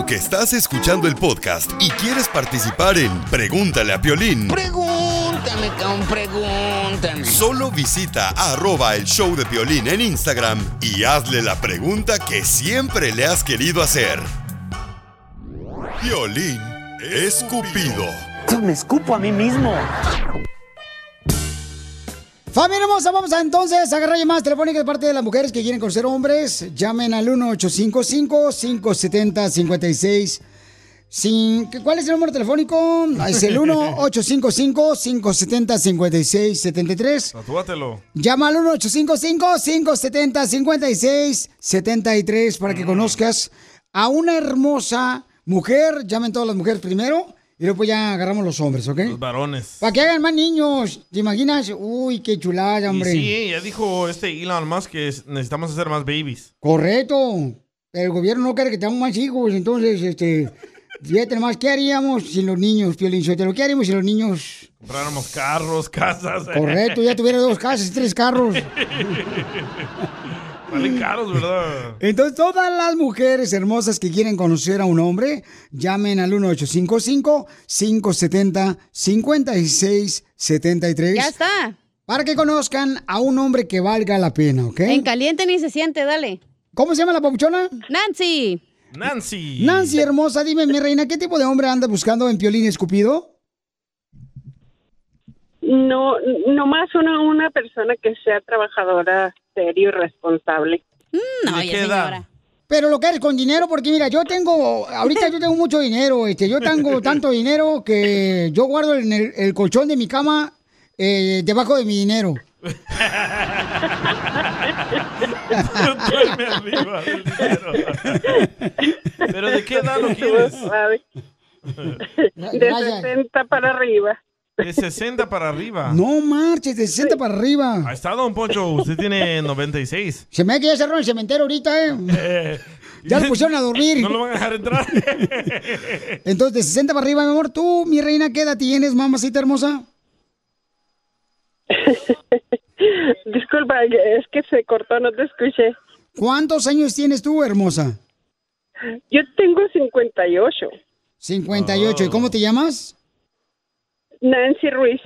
que estás escuchando el podcast y quieres participar en Pregúntale a Piolín, Pregúntame, cabrón, pregúntame. solo visita arroba el show de Piolín en Instagram y hazle la pregunta que siempre le has querido hacer. Piolín Escupido. Yo me escupo a mí mismo. Familia hermosa, vamos a entonces agarrar llamadas telefónicas de parte de las mujeres que quieren conocer hombres. Llamen al 1-855-570-56. Sin... ¿Cuál es el número telefónico? Ah, Es el 1-855-570-5673. Tatúatelo. Llama al 1-855-570-5673 para Mm. que conozcas a una hermosa mujer. Llamen todas las mujeres primero y luego ya agarramos los hombres, ¿ok? Los varones. Para que hagan más niños, ¿te imaginas? Uy, qué chulada, Y hombre. sí, eh, ya dijo este Elon Musk que es- necesitamos hacer más babies. Correcto. El gobierno no quiere que tengamos más hijos, entonces, este, fíjate nomás, ¿qué haríamos sin los niños, Piolín Sotelo? ¿Qué haríamos sin pues, los niños? Compráramos carros, casas. ¿eh? Correcto, ya tuviera dos casas y tres carros. Valen caros, ¿verdad? Entonces, todas las mujeres hermosas que quieren conocer a un hombre, llamen al 1855-570-5673. Ya está. Para que conozcan a un hombre que valga la pena, ¿ok? En caliente ni se siente, dale. ¿Eh? ¿Cómo se llama la papuchona? Nancy. Nancy. Nancy, hermosa, dime, mi reina, ¿qué tipo de hombre anda buscando en Piolín Escupido? No, nomás una, una persona que sea trabajadora, serio y responsable. No, ¿De ya, qué edad? señora. Pero lo que eres con dinero, porque mira, yo tengo, ahorita yo tengo mucho dinero, este, yo tengo tanto dinero que yo guardo en el, el colchón de mi cama eh, debajo de mi dinero. Duerme arriba del dinero. Pero ¿de qué edad lo quieres? ¿Sabe? Pues, De 60 para arriba. De 60 para arriba. No marches, de 60 para arriba. Ahí está, don Poncho. Usted tiene 96. Se me ha quedado cerrado el cementerio ahorita, eh. Ya lo pusieron a dormir. No lo van a dejar entrar. Entonces, de 60 para arriba, mi amor, tú, mi reina, ¿qué edad tienes, mamacita hermosa? Disculpa, es que se cortó, no te escuché. ¿Cuántos años tienes tú, hermosa? Yo tengo 58. 58. ¿Y cómo Ah. te llamas? Nancy Ruiz.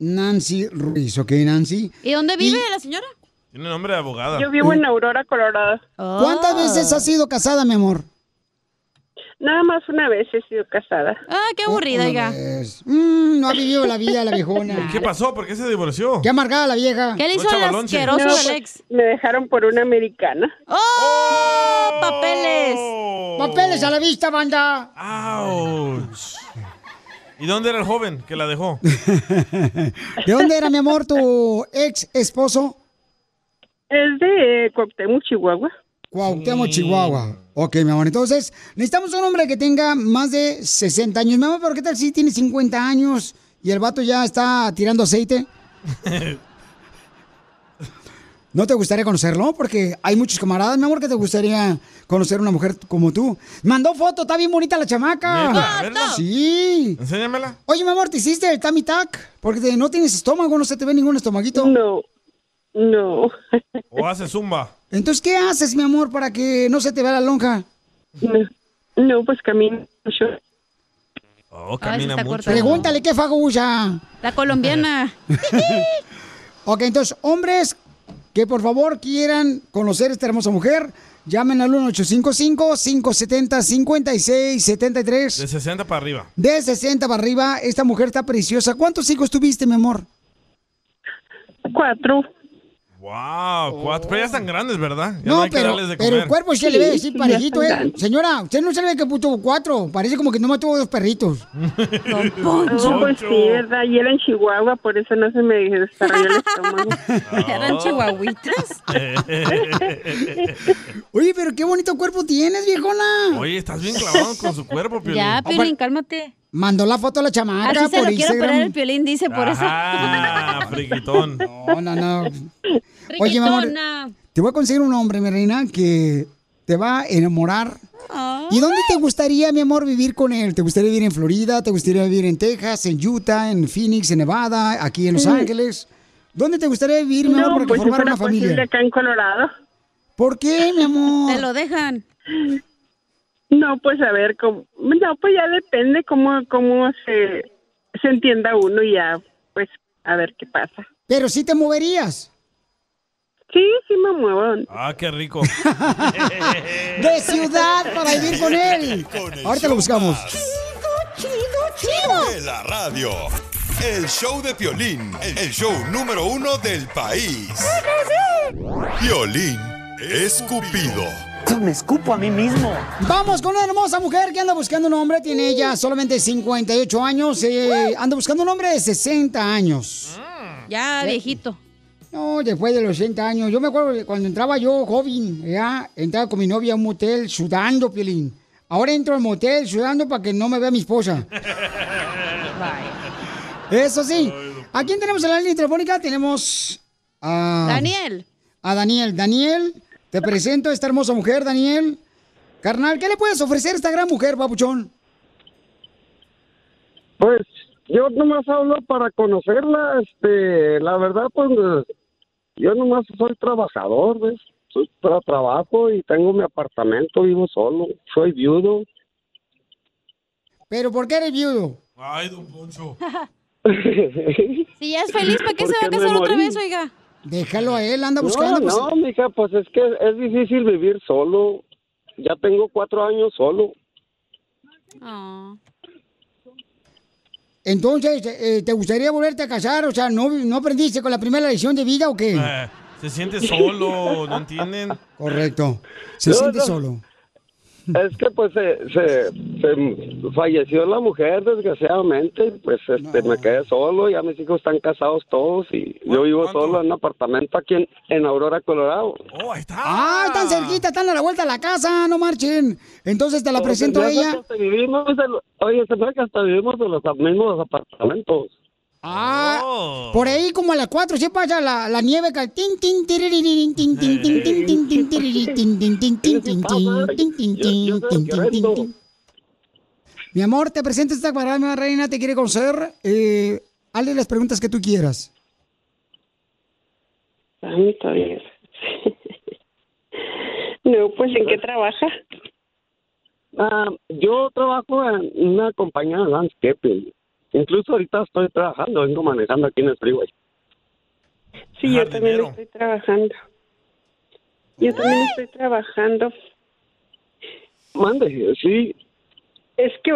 Nancy Ruiz, ¿ok, Nancy? ¿Y dónde vive la señora? Tiene nombre de abogada. Aurora, Colorado. Ah. Oh. ¿Cuántas Ah. veces has sido casada, mi amor? Nada más una vez he sido casada. Ah, qué aburrida, ya. Mm, no ha vivido la vida la viejona. ¿Qué pasó? ¿Por qué se divorció? Qué amargada la vieja. ¿Qué le hizo al asqueroso del No, pues, ex? Me dejaron por una americana. ¡Oh! ¡Papeles! Oh. ¡Papeles a la vista, banda! Ouch. ¿Y dónde era el joven que la dejó? ¿De dónde era, mi amor, tu ex esposo? Es de Cuauhtémoc, Chihuahua. Cuauhtémoc, Chihuahua. Ok, mi amor. Entonces, necesitamos un hombre que tenga más de 60 años. Mi amor, ¿pero qué tal si tiene 50 años y el vato ya está tirando aceite? ¿No te gustaría conocerlo? Porque hay muchos camaradas, mi amor, que te gustaría conocer una mujer como tú. Mandó foto, está bien bonita la chamaca. ¿Neta? A verla. Sí. Enséñamela. Oye, mi amor, ¿te hiciste el tummy tuck? Porque te- no tienes estómago, no se te ve ningún estomaguito. No. No. ¿O hace zumba? Entonces, ¿qué haces, mi amor, para que no se te vea la lonja? No, no pues camino mucho. Ah, Oh, camina está mucho. corta. Pregúntale qué fagulla. La colombiana. ok, entonces, hombres que por favor quieran conocer a esta hermosa mujer, llamen al 1-855-570-5673. De 60 para arriba. De 60 para arriba, esta mujer está preciosa. ¿Cuántos hijos tuviste, mi amor? Cuatro. Wow, cuatro. Pero ya están grandes, ¿verdad? Ya Oh. no, hay que pero, darles de pero el comer. cuerpo se le ve así parejito, ¿eh? Señora, usted no se le ve que tuvo cuatro. Parece como que nomás tuvo dos perritos. Poncho. No, pues sí, ¿verdad? Y era en Chihuahua, por eso no se me desarrolló el estómago. Ah. Eran chihuahuitas. Oye, pero qué bonito cuerpo tienes, viejona. Oye, estás bien clavado con su cuerpo, Piolín. ya, Piolín, cálmate. Mandó la foto a la chamaca Así se Ah, por lo quiero operar el Instagram. Piolín, dice, por eso. Ah, friquitón. No, no, no. Oye, mi amor, Riquitona. Ah. te voy a conseguir un hombre, mi reina, que te va a enamorar. ¿Y dónde te gustaría, mi amor, vivir con él? ¿Te gustaría vivir en Florida? ¿Te gustaría vivir en Texas, en Utah, en Phoenix, en Nevada, aquí en Los Mm. Ángeles? ¿Dónde te gustaría vivir, mi amor, No, para que pues si formar fuera una posible familia? acá en Colorado. ¿Por qué, mi amor? Te lo dejan. No, pues a ver, cómo, no, pues ya depende cómo, cómo se, se entienda uno y ya, pues a ver qué pasa. Pero sí te moverías. Sí, sí me muevo. Ah, qué rico. De ciudad para vivir con él. Ahorita lo buscamos. Chido, De la radio. El show de Piolín, el show número uno del país. Piolín Escupido. Yo me escupo a mí mismo. Vamos con una hermosa mujer que anda buscando un hombre. Tiene ella solamente 58 años. eh, anda buscando un hombre de 60 años. Mm. Ya, Sí. viejito. No, después de los 60 años. Yo me acuerdo que cuando entraba yo joven, ya, entraba con mi novia a un motel sudando, Piolín. Ahora entro al motel sudando para que no me vea mi esposa. Eso sí. ¿A quién tenemos en la línea telefónica? Tenemos a... Daniel. A Daniel. Daniel, te presento a esta hermosa mujer, Daniel. Carnal, ¿qué le puedes ofrecer a esta gran mujer, papuchón? Pues yo nomás hablo para conocerla, este, la verdad, pues yo nomás soy trabajador, ¿ves? Soy tra- trabajo y tengo mi apartamento, vivo solo, soy viudo. ¿Pero por qué eres viudo? Ay, don Poncho. Si ya es feliz, ¿para qué se va a Porque me casar otra morí. vez, oiga? Déjalo a él, anda No, buscando. pues- no, mija, pues es que es difícil vivir solo. Ya tengo cuatro años solo. Entonces, eh, ¿te gustaría volverte a casar? O sea, ¿no, ¿no aprendiste con la primera lección de vida o qué? Eh, se siente solo, ¿no entienden? Correcto. Se No, siente no. solo. Es que pues se, se, se falleció la mujer desgraciadamente, pues este me quedé solo, ya mis hijos están casados todos y yo vivo solo en un apartamento aquí en, en Aurora, Colorado. Ah, están cerquita, están a la vuelta de la casa, no marchen. Entonces te la presento a Ya ves que ella. hasta vivimos de lo- oye, se me hace que hasta vivimos de los mismos apartamentos. Ah, por ahí como a las 4 se pasa la, la nieve cae. Tin, tin, tiriririn, tin, tin, tin, tin, tin, tin, tiriririn, tin, tin, tin, tin, tin, tin, tin, tin, tin, tin, tin, tin, tin. Mi amor, te presento esta cuadrada, reina, te quiere conocer. Eh, hazle las preguntas que tú quieras. Santo Dios. No, pues ¿en qué trabaja? Ah, yo trabajo en una compañía de landscaping. Incluso ahorita estoy trabajando, vengo manejando aquí en el freeway. Sí, yo también estoy trabajando. Yo también estoy trabajando. Mande, sí, Es que,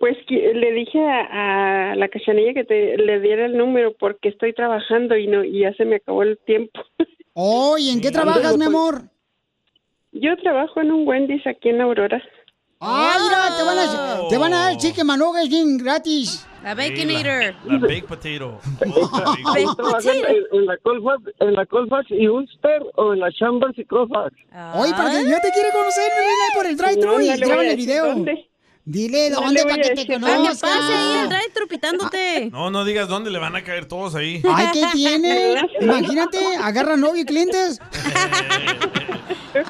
pues, que le dije a, a la cachanilla que te, le diera el número porque estoy trabajando y no y ya se me acabó el tiempo. Pues, Oh, ¿y en qué trabajas, mi amor? Yo trabajo en un Wendy's aquí en Aurora. ¡Ay, mira! Te van a, Ah, te van a dar el chicken manoga, es bien gratis. La Baconator. La, la baked potato. ¿Usted trabaja en, en la Colfax, en la Colfax y Ulster o en la Chambers y Colfax? Oye, para que ya te quiere conocer, mi reina, por el No, drive-thru no le y voy a graban el decir video. dónde. Dile No le dónde voy para a que te decir dónde. Para que conozca. pase ahí el drive-thru pitándote. No, no digas dónde le van a caer todos ahí. Ay, ¿qué tiene? Imagínate, agarra novio y clientes.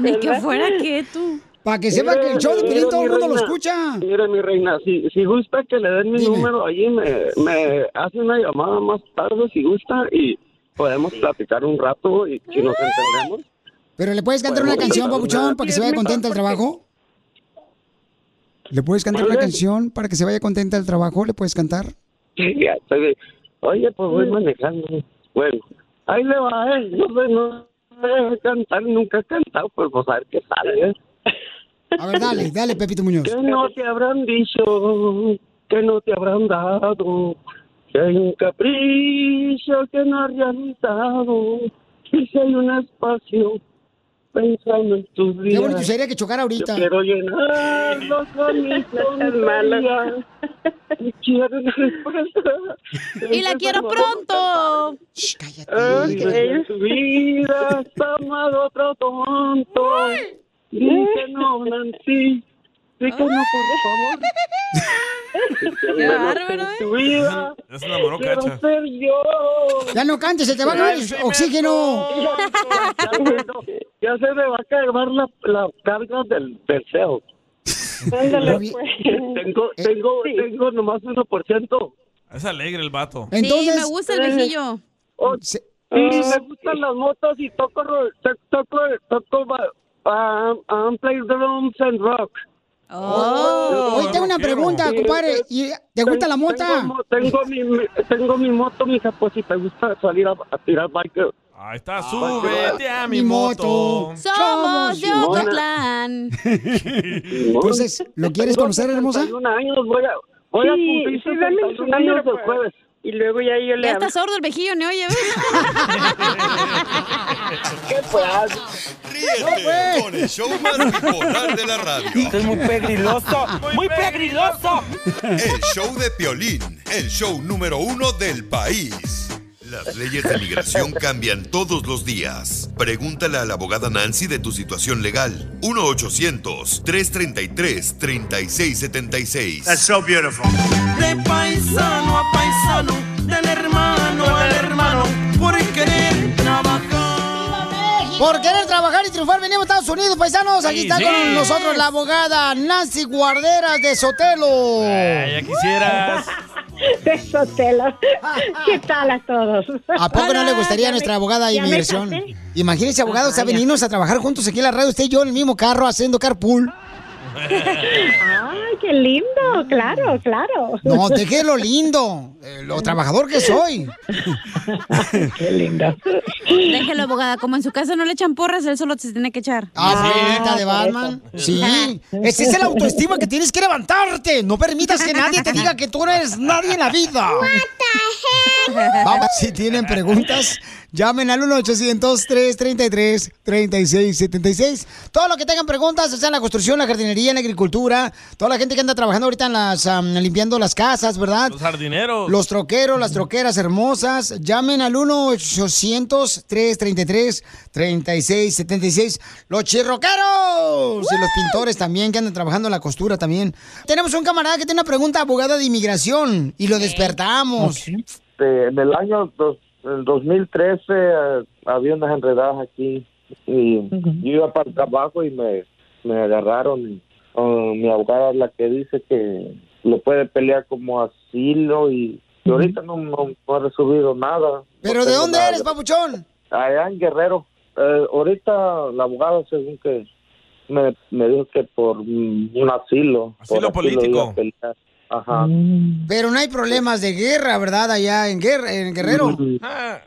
Ni que fuera que tú. Para que sepa que el show de Piolín todo el mundo lo escucha. Mire, mi reina, si, si gusta que le den mi Dime. número ahí, me, me hace una llamada más tarde si gusta y podemos platicar un rato y si nos entendemos. Pero le puedes cantar una Bueno, canción, no, Papuchón, no, para que sí, se vaya es mejor contenta al trabajo. ¿Le puedes cantar una ¿Mande? canción para que se vaya contenta al trabajo? ¿Le puedes cantar? Ya estoy de- Oye, pues voy manejando. Bueno, ahí le va, ¿eh? No sé, no sé cantar, nunca he cantado, pero pues a ver qué sale, ¿eh? A ver, dale, dale, Pepito Muñoz. Que no te habrán dicho, que no te habrán dado, que hay un capricho que no has realizado, y si hay un espacio pensando en tus vidas. Qué bonito sería que chocara ahorita. Yo quiero llenarlo con mis tonterías. Y quiero una respuesta. Y la quiero pronto. Antes de tu vida está mal otro tonto. Dí que no, Nancy. Dí que no, por Ah. favor. Qué bárbaro, Tu vida. Ya se enamoró, Quiero Cacha. ser yo. Ya no cantes, se te va a acabar el Ay, oxígeno. Ya se me va a acabar la, la carga del deseo. Ándale, pues. tengo, Eh, tengo, tengo nomás 1%. Es alegre el vato. Ah, sí, me gusta el viejillo. Oh, sí, Ah, me gustan las motos y toco, ro- to- toco, toco, ba- um, um, play drums and rock. Oh. Oye, tengo una pregunta, compadre. ¿Y ¿Te gusta la mota? Tengo, mo- tengo mi, mi- tengo mi moto, mija, pues si te gusta salir a, a tirar bike. Ahí está, Ah, pues, súbete a mi moto. Somos de Simona. Ocotlán. Entonces, ¿lo quieres conocer, hermosa? 61 años, voy a, voy a Sí, cumplir sí, dame su 61 años número, el jueves. Y luego ya yo Ya está sordo el viejillo, ni oye, ¿ves? ¿Qué pues? Ríete con el show más bipolar de la radio. Es muy pegriloso, muy pegriloso. El show de Piolín, el show número uno del país. Las leyes de migración cambian todos los días. Pregúntale a la abogada Nancy de tu situación legal. 1-800-333-3676. That's so beautiful. De paisano a paisano, del hermano al hermano, por querer trabajar. Por querer trabajar y triunfar, venimos a Estados Unidos, paisanos. Aquí Sí, está sí. con nosotros la abogada Nancy Guarderas de Sotelo. ya quisieras. De Sotelo. ¿Qué tal a todos? ¿A poco no le gustaría a ya nuestra me- abogada de ya me inmigración? casé. Imagínense, abogados, a venirnos a trabajar juntos aquí en la radio, usted y yo en el mismo carro haciendo carpool. Ay, qué lindo, claro, claro. No, deje lo lindo, eh, lo trabajador que soy. Qué linda. Déjelo, abogada. Como en su casa no le echan porras, él solo se tiene que echar. Ah, señorita de Batman. Sí. Ese es el autoestima que tienes que levantarte. No permitas que nadie te diga que tú no eres nadie en la vida. Vamos, si tienen preguntas, llamen al 1-800-333-3676. Todo lo que tengan preguntas, o sea, en la construcción, la jardinería, en la agricultura, toda la gente que anda trabajando ahorita en las, am, limpiando las casas, ¿verdad? Los jardineros. Los troqueros, las troqueras hermosas, llamen al 1-800-333-3676. Los chirroqueros y los pintores también que andan trabajando en la costura también. Tenemos un camarada que tiene una pregunta abogada de inmigración y lo despertamos. Este, en el año dos, el 2013 eh, había unas enredadas aquí y yo iba para el trabajo y me, me agarraron. y, ah, mi abogada es la que dice que lo puede pelear como asilo y, y ahorita no, no, no he recibido nada. Pero ¿de dónde eres, papuchón? Allá en Guerrero. Eh, ahorita la abogada según que me, me dijo que por mm, un asilo. Asilo por iba a político. pelear. Ajá. Pero no hay problemas de guerra, ¿verdad? Allá en, guerra, en Guerrero. Mm. Ah.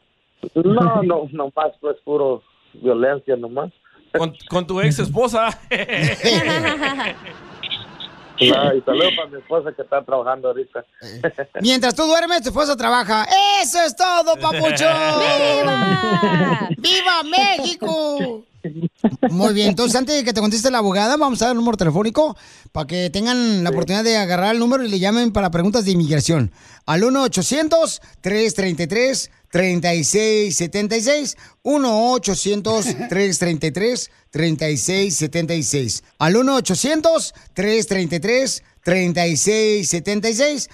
No, no, nomás, pues puro violencia nomás. Con, con tu ex esposa. No, y saludos para mi esposa que está trabajando ahorita. Eh. Mientras tú duermes, tu esposa trabaja. ¡Eso es todo, papuchón! ¡Viva! ¡Viva México! Muy bien, entonces antes de que te conteste la abogada, vamos a dar el número telefónico para que tengan la oportunidad de agarrar el número y le llamen para preguntas de inmigración. Al 1-800-333-3676. 1-800-333-3676. Al 1-800-333-3676. 3676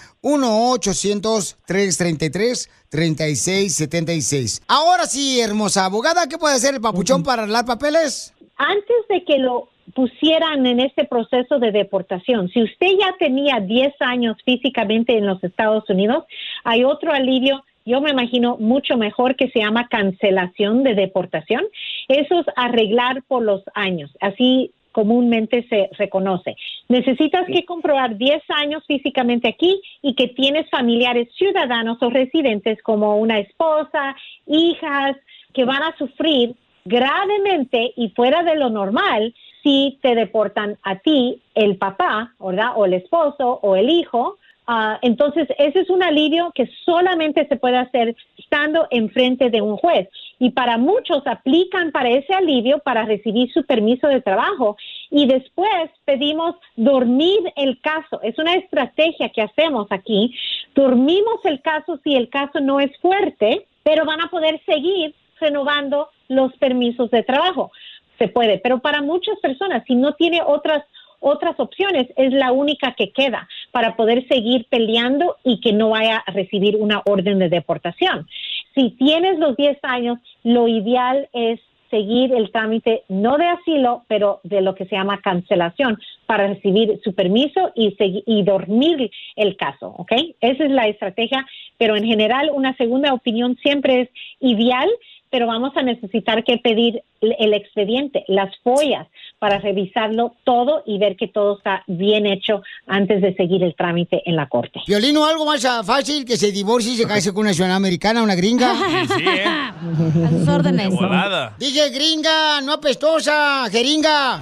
1-800-333-3676. Ahora sí, hermosa abogada, ¿qué puede hacer el papuchón para arreglar papeles? Antes de que lo pusieran en este proceso de deportación, si usted ya tenía 10 años físicamente en los Estados Unidos, hay otro alivio yo me imagino mucho mejor que se llama cancelación de deportación. Eso es arreglar por los años, así comúnmente se reconoce. Necesitas que comprobar 10 años físicamente aquí y que tienes familiares ciudadanos o residentes como una esposa, hijas, que van a sufrir gravemente y fuera de lo normal si te deportan a ti, el papá, ¿verdad? O el esposo o el hijo. Ah, entonces, ese es un alivio que solamente se puede hacer estando enfrente de un juez. Y para muchos aplican para ese alivio para recibir su permiso de trabajo. Y después pedimos dormir el caso. Es una estrategia que hacemos aquí. Dormimos el caso si el caso no es fuerte, pero van a poder seguir renovando los permisos de trabajo. Se puede, pero para muchas personas, si no tiene otras otras opciones, es la única que queda para poder seguir peleando y que no vaya a recibir una orden de deportación. Si tienes los 10 años, lo ideal es seguir el trámite no de asilo, pero de lo que se llama cancelación para recibir su permiso y, segui- y dormir el caso, ¿ok? Esa es la estrategia, pero en general una segunda opinión siempre es ideal, pero vamos a necesitar que pedir el- el expediente, las follas, para revisarlo todo y ver que todo está bien hecho antes de seguir el trámite en la corte. Violino, algo más ah, fácil que se divorcie y se case con una ciudadana americana, una gringa. Sí, ¿eh? A sus órdenes. De volada. Dije gringa, no apestosa, jeringa.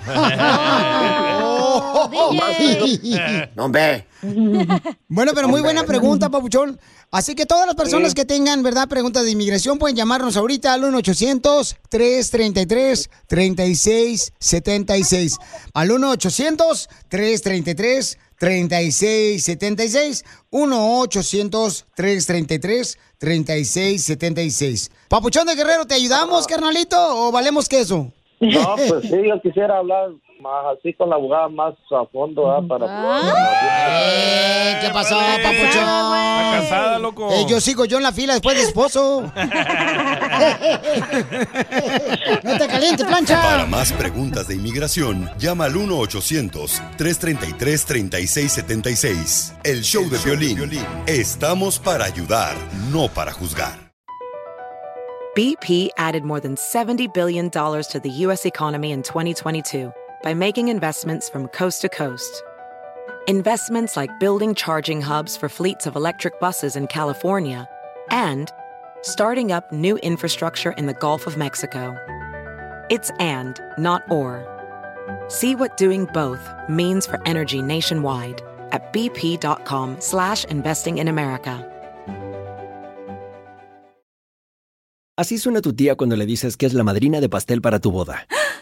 Oh, No, hombre. Bueno, pero muy buena pregunta, Papuchón. Así que todas las personas Sí. que tengan, ¿verdad?, preguntas de inmigración pueden llamarnos ahorita al 1-800-333-3676. Al 1-800-333-3676. 3676 1-800-333-3676. Papuchón de Guerrero, ¿te ayudamos, carnalito? ¿O valemos queso? No, pues sí, yo quisiera hablar más así con la abogada más a fondo, ah, ¿verdad? Para... Ah. Eh, ¿Qué pasó, Papuchón? casada, loco. Eh, yo sigo yo en la fila después de esposo. no te calientes, Para plancha. más preguntas de inmigración, llama al 1-800-333-3676. El show de violín. Estamos para ayudar, no para juzgar. BP added more than $70 billion to the U.S. economy in 2022 by making investments from coast to coast. Investments like building charging hubs for fleets of electric buses in California and starting up new infrastructure in the Gulf of Mexico. It's and, not or. See what doing both means for energy nationwide at bp.com slash investing in America. Así suena tu tía cuando le dices que es la madrina de pastel para tu boda.